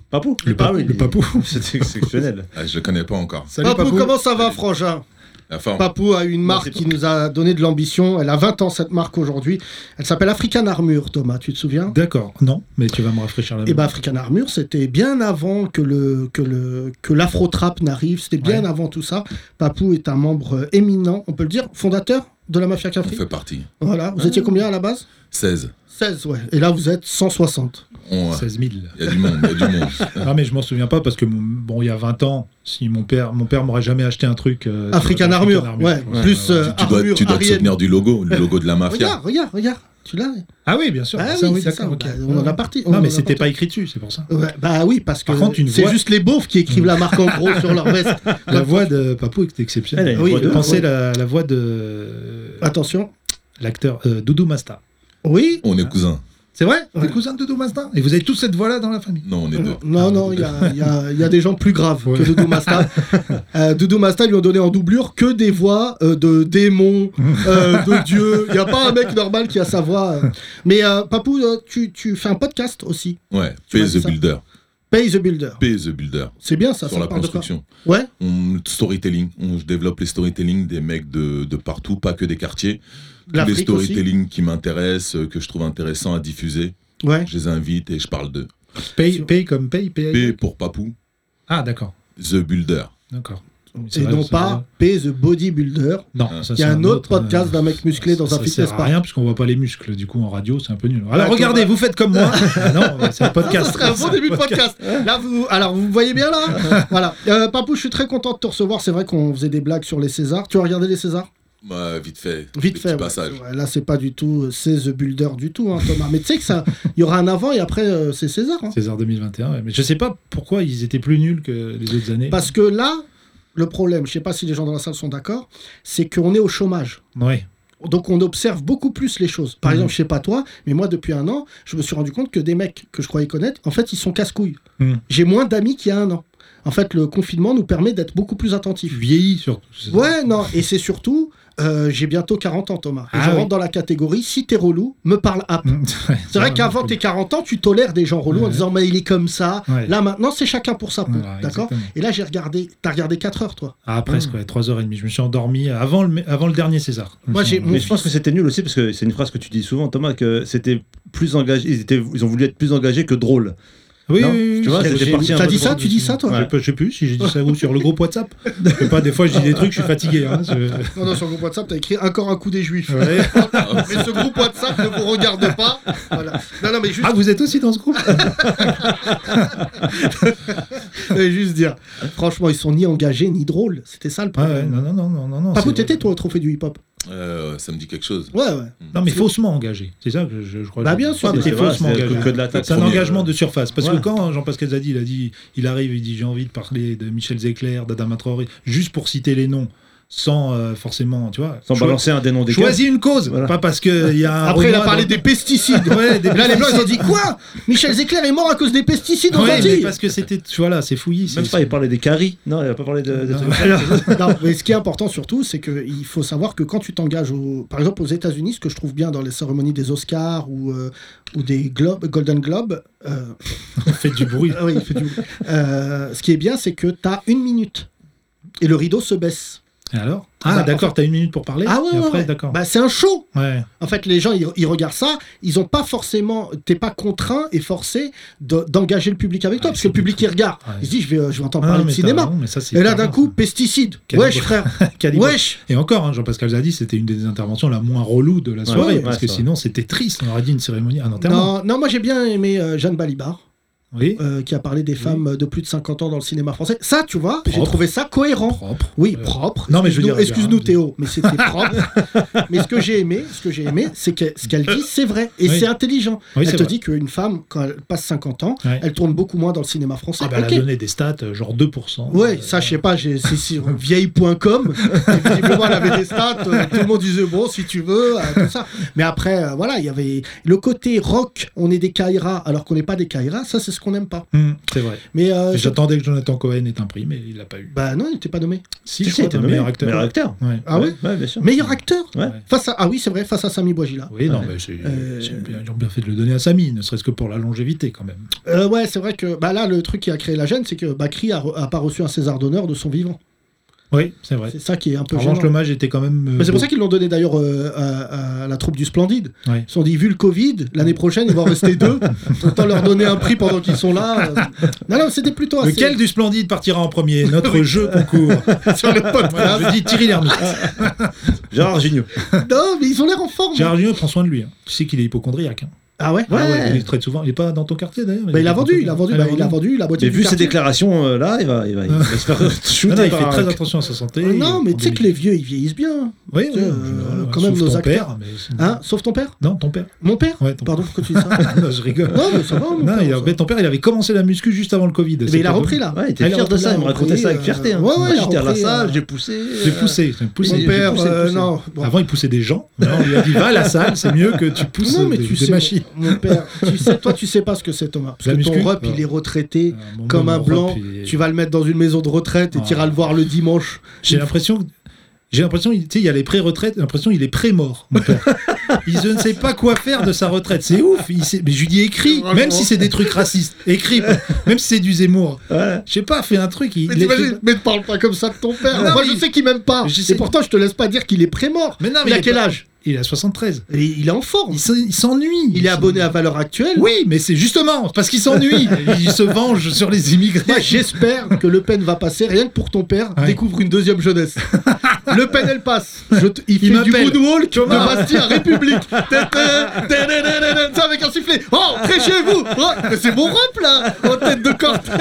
[SPEAKER 6] Papou
[SPEAKER 4] Le, papou, le papou.
[SPEAKER 6] (laughs) C'était exceptionnel.
[SPEAKER 8] Ah, je le connais pas encore.
[SPEAKER 4] Salut
[SPEAKER 3] Papou, comment ça va, Frangin
[SPEAKER 5] La forme.
[SPEAKER 3] Papou a une marque qui nous a donné de l'ambition. Elle a 20 ans, cette marque, aujourd'hui. Elle s'appelle African Armure, Thomas, tu te souviens
[SPEAKER 4] D'accord, non, mais tu vas me rafraîchir la
[SPEAKER 3] Eh ben, African Armure, c'était bien avant que le que le que l'afro-trap n'arrive. C'était bien
[SPEAKER 4] Ouais.
[SPEAKER 3] avant tout ça. Papou est un membre euh, éminent, on peut le dire, fondateur de la mafia
[SPEAKER 5] On
[SPEAKER 3] Cafri.
[SPEAKER 5] fait partie.
[SPEAKER 3] Voilà. Vous étiez combien à la base
[SPEAKER 5] 16.
[SPEAKER 3] 16, ouais. Et là, vous êtes 160.
[SPEAKER 5] On-
[SPEAKER 4] 16 000.
[SPEAKER 5] Il y a du monde, il y
[SPEAKER 3] (laughs)
[SPEAKER 5] a du monde.
[SPEAKER 4] Non, Ah, mais je m'en souviens pas parce que, mon- bon, il y a 20 ans, si mon père mon père m'aurait jamais acheté un truc. euh, sur
[SPEAKER 3] African
[SPEAKER 4] la-
[SPEAKER 3] Armure, ouais. Plus
[SPEAKER 4] ouais.
[SPEAKER 3] euh,
[SPEAKER 5] Tu dois,
[SPEAKER 3] Armure,
[SPEAKER 5] tu dois te
[SPEAKER 3] Ariel.
[SPEAKER 5] souvenir du logo, le logo de la mafia.
[SPEAKER 3] Regarde, regarde, regarde. Tu l'as
[SPEAKER 4] Ah oui, bien sûr.
[SPEAKER 3] Ah
[SPEAKER 4] ça,
[SPEAKER 3] oui,
[SPEAKER 4] oui,
[SPEAKER 3] c'est
[SPEAKER 4] d'accord,
[SPEAKER 3] ça,
[SPEAKER 4] ok.
[SPEAKER 3] bah, on en a parti, on
[SPEAKER 4] Non,
[SPEAKER 3] en
[SPEAKER 4] mais
[SPEAKER 3] a
[SPEAKER 4] c'était
[SPEAKER 3] parti.
[SPEAKER 4] pas écrit dessus, c'est pour ça.
[SPEAKER 3] Ouais, Bah oui, parce que
[SPEAKER 4] Par contre, une
[SPEAKER 3] c'est
[SPEAKER 4] voix-
[SPEAKER 3] juste les beaufs qui écrivent la marque en gros sur leur veste.
[SPEAKER 4] La voix de Papou était exceptionnelle.
[SPEAKER 6] Elle a une
[SPEAKER 4] oui,
[SPEAKER 3] voix
[SPEAKER 4] euh,
[SPEAKER 3] de-
[SPEAKER 4] pensez la, la voix de
[SPEAKER 3] Attention.
[SPEAKER 4] l'acteur euh, Doudou Masta.
[SPEAKER 3] Oui.
[SPEAKER 5] On est cousins.
[SPEAKER 4] C'est vrai Le cousin de Doudou Masta Et vous avez tous cette voix-là dans la famille
[SPEAKER 5] Non, on est deux.
[SPEAKER 3] Ah Non, non, il y a, il y a- il y a des gens plus graves que Doudou Masta. Euh, Doudou Masta, ils lui ont donné en doublure que des voix euh, de démons, euh, de dieux. Il n'y a pas un mec normal qui a sa voix. euh. Mais euh, Papou, euh, tu, tu fais un podcast aussi.
[SPEAKER 5] Ouais,
[SPEAKER 3] Tu
[SPEAKER 5] Pay
[SPEAKER 3] vois, c'est
[SPEAKER 5] the
[SPEAKER 3] ça.
[SPEAKER 5] Builder.
[SPEAKER 3] Pay the Builder.
[SPEAKER 5] Pay the Builder.
[SPEAKER 3] C'est bien ça,
[SPEAKER 5] Sur
[SPEAKER 3] ça
[SPEAKER 5] la
[SPEAKER 3] parle de quoi
[SPEAKER 5] construction.
[SPEAKER 3] Ouais,
[SPEAKER 5] On, storytelling. On, je développe les storytelling des mecs de, de partout, pas que des quartiers.
[SPEAKER 3] de
[SPEAKER 5] Tous les
[SPEAKER 3] l'Afrique aussi.
[SPEAKER 5] storytelling qui m'intéressent, euh, que je trouve intéressant à diffuser.
[SPEAKER 3] Ouais.
[SPEAKER 5] Je les invite et je parle d'eux.
[SPEAKER 4] Paye, paye comme paye, paye.
[SPEAKER 5] P pour Papou,
[SPEAKER 4] Ah, d'accord.
[SPEAKER 5] The Builder.
[SPEAKER 4] D'accord. Ça
[SPEAKER 3] Et
[SPEAKER 4] va,
[SPEAKER 3] non
[SPEAKER 4] ça
[SPEAKER 3] pas
[SPEAKER 4] va.
[SPEAKER 3] Pay the Bodybuilder.
[SPEAKER 4] Non, ça
[SPEAKER 3] Il y a
[SPEAKER 4] c'est
[SPEAKER 3] un autre podcast
[SPEAKER 4] euh,
[SPEAKER 3] d'un mec musclé dans
[SPEAKER 4] ça
[SPEAKER 3] un fitness
[SPEAKER 4] sert à
[SPEAKER 3] park.
[SPEAKER 4] rien puisqu'on voit pas les muscles, du coup en radio c'est un peu nul. Alors
[SPEAKER 3] Ouais,
[SPEAKER 4] regardez, vous faites comme moi. (laughs) Ah non, c'est
[SPEAKER 3] Ça
[SPEAKER 4] un podcast.
[SPEAKER 3] serait un bon début de podcast. Là, vous, alors vous voyez bien là. voilà. Euh, Papou, je suis très content de te recevoir. C'est vrai qu'on faisait des blagues sur les Césars. Tu as regardé les Césars
[SPEAKER 5] Bah, vite fait.
[SPEAKER 3] Vite
[SPEAKER 5] des
[SPEAKER 3] fait.
[SPEAKER 5] petits
[SPEAKER 3] ouais.
[SPEAKER 5] passages.
[SPEAKER 3] Ouais, là, c'est pas du tout. euh, C'est The Builder du tout, hein, Thomas. Mais tu sais que ça, il y aura un avant et après, euh, c'est César. hein.
[SPEAKER 4] César 2021, ouais. mais je sais pas pourquoi ils étaient plus nuls que les autres années.
[SPEAKER 3] Parce que là, le problème, je sais pas si les gens dans la salle sont d'accord, c'est qu'on est au chômage.
[SPEAKER 4] Ouais.
[SPEAKER 3] Donc on observe beaucoup plus les choses. Par
[SPEAKER 4] Mhm.
[SPEAKER 3] exemple, je sais pas toi, mais moi depuis un an, je me suis rendu compte que des mecs que je croyais connaître, en fait, ils sont casse-couilles.
[SPEAKER 4] Mhm.
[SPEAKER 3] J'ai moins d'amis qu'il y a un an. En fait, le confinement nous permet d'être beaucoup plus attentifs.
[SPEAKER 4] Vieilli surtout. c'est ça.
[SPEAKER 3] Ouais, non, et c'est surtout, euh, j'ai bientôt 40 ans, Thomas. Et
[SPEAKER 4] Ah
[SPEAKER 3] je
[SPEAKER 4] oui.
[SPEAKER 3] rentre dans la catégorie, si t'es relou, me parle app.
[SPEAKER 4] (laughs) Ouais,
[SPEAKER 3] C'est vrai qu'avant tes 40 ans, tu tolères des gens relous en
[SPEAKER 4] Ah, Ouais.
[SPEAKER 3] disant, mais il est comme ça.
[SPEAKER 4] Ouais.
[SPEAKER 3] Là, maintenant, c'est chacun pour sa peau.
[SPEAKER 4] Voilà,
[SPEAKER 3] D'accord
[SPEAKER 4] exactement.
[SPEAKER 3] Et là, j'ai regardé, t'as regardé 4 heures, toi.
[SPEAKER 4] Ah, presque, ouais, 3h30. Je me suis endormi avant le, avant le dernier César. Je me
[SPEAKER 3] Moi,
[SPEAKER 4] suis
[SPEAKER 3] j'ai-
[SPEAKER 4] endormi.
[SPEAKER 6] Mais je pense que c'était nul aussi parce que c'est une phrase que tu dis souvent, Thomas, que c'était plus engagé. Ils, étaient, ils ont voulu être plus engagés que drôles.
[SPEAKER 4] Oui,
[SPEAKER 6] Non,
[SPEAKER 4] oui, oui,
[SPEAKER 6] tu vois,
[SPEAKER 4] oui,
[SPEAKER 6] c'était
[SPEAKER 4] j'ai-
[SPEAKER 6] parti un
[SPEAKER 4] t'as
[SPEAKER 6] peu
[SPEAKER 4] dit
[SPEAKER 6] trop
[SPEAKER 4] ça, tu dis ça, toi
[SPEAKER 6] Ouais.
[SPEAKER 4] Je peux- Je sais plus si j'ai dit ça ou sur le groupe WhatsApp. Je sais pas, des fois, je dis des trucs, je suis fatigué. hein, je-
[SPEAKER 3] Non, non, sur le groupe WhatsApp, t'as écrit encore un coup des juifs.
[SPEAKER 4] Ouais.
[SPEAKER 3] (laughs) mais ce groupe WhatsApp ne vous regarde pas. Voilà. Non, non, mais juste,
[SPEAKER 4] Ah, vous êtes aussi dans ce groupe Ah.
[SPEAKER 3] euh, juste dire. Franchement, ils sont ni engagés ni drôles. C'était ça le
[SPEAKER 4] Ouais, ouais,
[SPEAKER 3] problème.
[SPEAKER 4] non, non, non, non, non, non.
[SPEAKER 3] Papou,
[SPEAKER 4] c'est-
[SPEAKER 3] t'étais toi au trophée du hip-hop
[SPEAKER 5] Euh, ça me dit quelque chose.
[SPEAKER 3] Ouais, ouais.
[SPEAKER 4] Non, mais faussement engagé. C'est ça que je, je crois.
[SPEAKER 3] Bah,
[SPEAKER 4] que-
[SPEAKER 3] bien sûr,
[SPEAKER 4] C'était
[SPEAKER 3] mais c'est
[SPEAKER 6] vrai,
[SPEAKER 4] faussement
[SPEAKER 6] c'est
[SPEAKER 4] engagé.
[SPEAKER 6] que de l'attaque.
[SPEAKER 4] C'est un
[SPEAKER 5] Premier,
[SPEAKER 4] engagement
[SPEAKER 5] euh,
[SPEAKER 4] de surface. Parce
[SPEAKER 6] ouais.
[SPEAKER 4] que quand Jean-Pascal a dit, il a dit, il arrive, il dit j'ai envie de parler de Michel Zecler, d'Adama Traoré, juste pour citer les noms, sans euh, forcément, tu vois.
[SPEAKER 6] Sans
[SPEAKER 4] choi-
[SPEAKER 6] balancer un des noms des
[SPEAKER 4] Choisis une cause,
[SPEAKER 6] Voilà.
[SPEAKER 4] pas parce qu'il y a. un
[SPEAKER 3] Après, il a
[SPEAKER 4] Renoir
[SPEAKER 3] parlé
[SPEAKER 4] dans-
[SPEAKER 3] des pesticides.
[SPEAKER 4] Ah, Ouais, des
[SPEAKER 3] Là, les blancs, ils ont
[SPEAKER 4] pesticides.
[SPEAKER 3] dit Quoi Michel Zecler est mort à cause des pesticides aux
[SPEAKER 4] Ouais, mais
[SPEAKER 3] Antilles
[SPEAKER 4] parce que c'était, tu vois là, c'est fouillis.
[SPEAKER 6] Même
[SPEAKER 4] c'est-
[SPEAKER 6] pas, il parlait des caries. Non, il a pas parlé de. de trucs.
[SPEAKER 3] (laughs) Non, mais ce qui est important surtout, c'est qu'il faut savoir que quand tu t'engages, au- par exemple aux États-Unis, ce que je trouve bien dans les cérémonies des Oscars ou, euh, ou des Globe, Golden Globes, euh,
[SPEAKER 4] Faites
[SPEAKER 3] ah
[SPEAKER 4] du bruit.
[SPEAKER 3] (laughs) oui, il fait du- euh, ce qui est bien, c'est que t'as une minute et le rideau se baisse.
[SPEAKER 4] Et alors
[SPEAKER 3] Bah,
[SPEAKER 4] Ah, d'accord, t'as une minute pour parler
[SPEAKER 3] Ah ouais,
[SPEAKER 4] et
[SPEAKER 3] ouais,
[SPEAKER 4] après,
[SPEAKER 3] ouais.
[SPEAKER 4] d'accord.
[SPEAKER 3] Bah, c'est un show.
[SPEAKER 4] ouais.
[SPEAKER 3] En fait, les gens, ils, ils regardent ça. Ils ont pas forcément. T'es pas contraint et forcé de- d'engager le public avec toi,
[SPEAKER 4] Ah,
[SPEAKER 3] parce que
[SPEAKER 4] c'est
[SPEAKER 3] le public,
[SPEAKER 4] fou.
[SPEAKER 3] il regarde.
[SPEAKER 4] Ouais.
[SPEAKER 3] Il se dit, je vais, euh, je vais entendre
[SPEAKER 4] Ah,
[SPEAKER 3] parler de
[SPEAKER 4] mais t'as
[SPEAKER 3] cinéma.
[SPEAKER 4] raison, mais ça, c'est
[SPEAKER 3] Et là,
[SPEAKER 4] pervers,
[SPEAKER 3] d'un coup,
[SPEAKER 4] ça.
[SPEAKER 3] pesticides.
[SPEAKER 4] Calibre.
[SPEAKER 3] Wesh, frère.
[SPEAKER 4] (laughs) Calibre.
[SPEAKER 3] Wesh.
[SPEAKER 4] Et encore, hein, Jean-Pascal Zadi, c'était une des interventions la moins relou de la soirée,
[SPEAKER 6] ouais,
[SPEAKER 4] parce
[SPEAKER 6] ouais,
[SPEAKER 4] que
[SPEAKER 6] ça.
[SPEAKER 4] sinon c'était triste. On aurait dit une cérémonie, un enterrement.
[SPEAKER 3] Non, non, moi, j'ai bien aimé euh, Jeanne Balibar.
[SPEAKER 4] Oui,
[SPEAKER 3] euh, qui a parlé des femmes de plus de 50 ans dans le cinéma français. Ça, tu vois, j'ai
[SPEAKER 4] Propre.
[SPEAKER 3] trouvé ça cohérent.
[SPEAKER 4] propre.
[SPEAKER 3] Oui,
[SPEAKER 4] Euh,
[SPEAKER 3] propre.
[SPEAKER 4] non, mais je
[SPEAKER 3] Excuse-nous-
[SPEAKER 4] veux dire, hein.
[SPEAKER 3] excuse-nous
[SPEAKER 4] bien,
[SPEAKER 3] Théo, mais c'était propre.
[SPEAKER 4] (laughs)
[SPEAKER 3] mais ce que j'ai aimé, ce que j'ai aimé, c'est que ce qu'elle dit, c'est vrai et
[SPEAKER 4] Oui.
[SPEAKER 3] c'est intelligent.
[SPEAKER 4] Oui,
[SPEAKER 3] elle
[SPEAKER 4] c'est
[SPEAKER 3] te
[SPEAKER 4] vrai.
[SPEAKER 3] dit qu'une femme quand elle passe 50 ans,
[SPEAKER 4] Ouais.
[SPEAKER 3] elle tourne beaucoup moins dans le cinéma français.
[SPEAKER 4] Ah, bah, elle
[SPEAKER 3] Ok.
[SPEAKER 4] a donné des stats, euh, genre 2%.
[SPEAKER 3] Ouais,
[SPEAKER 4] Euh,
[SPEAKER 3] ça je sais pas, j'ai- c'est sur vieille.com. Et Visiblement, elle avait des stats, euh, tout le monde disait bon si tu veux, euh, tout ça. Mais après, euh, voilà, il y avait le côté rock, on est des Kaira alors qu'on n'est pas des Kaira, ça c'est ce qu'on n'aime pas.
[SPEAKER 4] hum, c'est vrai.
[SPEAKER 3] Mais euh,
[SPEAKER 4] Et
[SPEAKER 3] je-
[SPEAKER 4] J'attendais que Jonathan Cohen ait un prix, mais il l'a pas eu.
[SPEAKER 3] bah non, il n'était pas nommé.
[SPEAKER 4] Si,
[SPEAKER 6] Si,
[SPEAKER 4] je
[SPEAKER 6] si, il
[SPEAKER 4] crois,
[SPEAKER 6] était
[SPEAKER 4] un
[SPEAKER 6] nommé
[SPEAKER 4] meilleur acteur.
[SPEAKER 6] Meilleur acteur.
[SPEAKER 4] Ouais.
[SPEAKER 3] Ah ouais
[SPEAKER 6] Ouais, bien sûr.
[SPEAKER 3] Meilleur acteur
[SPEAKER 6] Ouais.
[SPEAKER 3] Face à... Ah oui, c'est vrai, face à Sami Bouajila.
[SPEAKER 4] Oui, non,
[SPEAKER 6] Ouais.
[SPEAKER 4] mais c'est-
[SPEAKER 3] Euh,
[SPEAKER 4] c'est bien- ils ont bien fait de le donner à Samy, ne serait-ce que pour la longévité quand même.
[SPEAKER 3] Euh, ouais, c'est vrai que bah, là, le truc qui a créé la gêne, c'est que Bakri a, re- a pas reçu un César d'honneur de son vivant.
[SPEAKER 4] Oui, c'est vrai.
[SPEAKER 3] C'est ça qui est un peu
[SPEAKER 4] En
[SPEAKER 3] gênant.
[SPEAKER 4] revanche, l'hommage était quand même. euh,
[SPEAKER 3] Mais c'est pour
[SPEAKER 4] beau.
[SPEAKER 3] ça qu'ils l'ont donné d'ailleurs euh, à, à la troupe du Splendide.
[SPEAKER 4] Ouais.
[SPEAKER 3] Ils se sont dit, vu le Covid, l'année prochaine, il va en rester
[SPEAKER 4] (laughs)
[SPEAKER 3] deux. Autant leur donner un prix pendant qu'ils sont là. Euh, Non, non, c'était plutôt assez...
[SPEAKER 4] Lequel du Splendide partira en (laughs) premier Notre jeu (laughs) concours.
[SPEAKER 3] sur le
[SPEAKER 4] Moi,
[SPEAKER 3] podcast
[SPEAKER 4] je dis Thierry Lhermitte.
[SPEAKER 6] Gérard Gignot.
[SPEAKER 3] Non, mais ils ont l'air en forme.
[SPEAKER 4] Gérard Gignot prend soin de lui. hein. Tu sais qu'il est hypochondriaque. hein.
[SPEAKER 3] Ah ouais,
[SPEAKER 4] Ah ouais, il le traite souvent. Il est pas dans ton quartier d'ailleurs.
[SPEAKER 3] Bah, il a vendu, il a vendu,
[SPEAKER 4] Ah,
[SPEAKER 3] bah, il a vendu la
[SPEAKER 6] Mais
[SPEAKER 3] moitié du
[SPEAKER 6] vu ses
[SPEAKER 3] quartier.
[SPEAKER 6] déclarations euh, là, il va, il va, il va se faire
[SPEAKER 4] Ah
[SPEAKER 6] shooter.
[SPEAKER 4] non, il
[SPEAKER 6] par
[SPEAKER 4] fait
[SPEAKER 6] un-
[SPEAKER 4] très attention à sa santé.
[SPEAKER 3] Euh, Non, mais tu sais que les vieux, ils vieillissent bien.
[SPEAKER 4] Oui,
[SPEAKER 3] euh,
[SPEAKER 4] oui, en général,
[SPEAKER 3] quand
[SPEAKER 4] ouais,
[SPEAKER 3] même
[SPEAKER 4] sauf
[SPEAKER 3] nos
[SPEAKER 4] ton
[SPEAKER 3] acteurs.
[SPEAKER 4] père, mais c'est-
[SPEAKER 3] Hein Sauf ton père
[SPEAKER 4] Non, ton père.
[SPEAKER 3] Mon père
[SPEAKER 4] Ouais, ton
[SPEAKER 3] Pardon, pourquoi tu dis
[SPEAKER 4] (laughs)
[SPEAKER 3] ça
[SPEAKER 4] Non, je rigole.
[SPEAKER 3] Non, mais ça va, mon
[SPEAKER 4] Non,
[SPEAKER 3] père,
[SPEAKER 4] il
[SPEAKER 3] ça
[SPEAKER 4] a-
[SPEAKER 3] va.
[SPEAKER 4] mais ton père, il avait commencé la muscu juste avant le Covid.
[SPEAKER 3] Mais
[SPEAKER 4] C'était
[SPEAKER 3] il a
[SPEAKER 4] pas
[SPEAKER 3] repris
[SPEAKER 4] bon.
[SPEAKER 3] là.
[SPEAKER 6] Ouais, il était
[SPEAKER 4] Elle a
[SPEAKER 6] fier de
[SPEAKER 3] repris,
[SPEAKER 6] ça, il me
[SPEAKER 3] elle a
[SPEAKER 6] racontait ça avec
[SPEAKER 3] repris,
[SPEAKER 6] fierté. hein.
[SPEAKER 3] euh, ouais, ouais,
[SPEAKER 6] Moi,
[SPEAKER 3] elle a
[SPEAKER 6] J'étais à la
[SPEAKER 3] repris,
[SPEAKER 6] salle,
[SPEAKER 3] euh,
[SPEAKER 6] j'ai poussé.
[SPEAKER 4] J'ai
[SPEAKER 6] euh,
[SPEAKER 4] poussé, j'ai poussé.
[SPEAKER 3] Mon
[SPEAKER 4] j'ai
[SPEAKER 3] père,
[SPEAKER 4] poussé,
[SPEAKER 3] euh,
[SPEAKER 4] poussé.
[SPEAKER 3] non. bon.
[SPEAKER 4] Avant, il poussait des gens. Maintenant, on lui a dit va à la salle, c'est mieux que tu pousses
[SPEAKER 3] Non, mais
[SPEAKER 4] des,
[SPEAKER 3] tu
[SPEAKER 4] des
[SPEAKER 3] sais,
[SPEAKER 4] machines.
[SPEAKER 3] mon père, tu sais, toi, tu sais pas ce que c'est, Thomas. Parce
[SPEAKER 4] La
[SPEAKER 3] que
[SPEAKER 4] muscu
[SPEAKER 3] ton rep,
[SPEAKER 4] Ouais.
[SPEAKER 3] il est retraité
[SPEAKER 4] Ah, mon
[SPEAKER 3] comme
[SPEAKER 4] Dieu,
[SPEAKER 3] un
[SPEAKER 4] mon
[SPEAKER 3] blanc.
[SPEAKER 4] rep, il-
[SPEAKER 3] Tu vas le mettre dans une maison de retraite et
[SPEAKER 4] Ah.
[SPEAKER 3] tu iras le voir le dimanche.
[SPEAKER 4] J'ai l'impression que- J'ai l'impression, il- tu sais, il y a les pré-retraites, j'ai l'impression il est pré-mort, mon
[SPEAKER 3] (laughs)
[SPEAKER 4] père. il je ne sait pas quoi faire de sa retraite, c'est ouf. il sait- Mais je lui dis écris, même si c'est des trucs racistes, écris, même si c'est du Zemmour. Je sais pas, fais un truc. Il,
[SPEAKER 3] Mais
[SPEAKER 4] il est-
[SPEAKER 3] t'imagines, mais ne parle pas comme ça de ton père.
[SPEAKER 4] Non,
[SPEAKER 3] Moi,
[SPEAKER 4] mais
[SPEAKER 3] je
[SPEAKER 4] il-
[SPEAKER 3] sais qu'il m'aime pas.
[SPEAKER 4] Je sais-
[SPEAKER 3] Et pourtant, je te laisse pas dire qu'il est pré-mort.
[SPEAKER 4] Mais non, mais
[SPEAKER 3] il a
[SPEAKER 4] il est
[SPEAKER 3] quel
[SPEAKER 4] pas-
[SPEAKER 3] âge
[SPEAKER 4] il a 73.
[SPEAKER 3] Et Il est en forme.
[SPEAKER 4] Il s'en- il s'ennuie.
[SPEAKER 3] Il est
[SPEAKER 4] s'en-
[SPEAKER 3] abonné à Valeurs Actuelles.
[SPEAKER 4] Oui, mais c'est justement parce
[SPEAKER 3] (laughs)
[SPEAKER 4] qu'il s'ennuie. il se venge sur les
[SPEAKER 3] Moi,
[SPEAKER 4] immigrés.
[SPEAKER 3] j'espère que Le Pen va passer, rien que pour ton père,
[SPEAKER 4] Ouais.
[SPEAKER 3] découvre une deuxième (laughs) jeunesse. le Pen, elle passe. Je te- Il, fait du
[SPEAKER 4] m'appelle.
[SPEAKER 3] moonwalk de Bastille à République. Ça avec un sifflet. Oh, près chez vous. Oh, mais c'est mon rep, là, en tête de
[SPEAKER 4] Ah
[SPEAKER 3] cortège.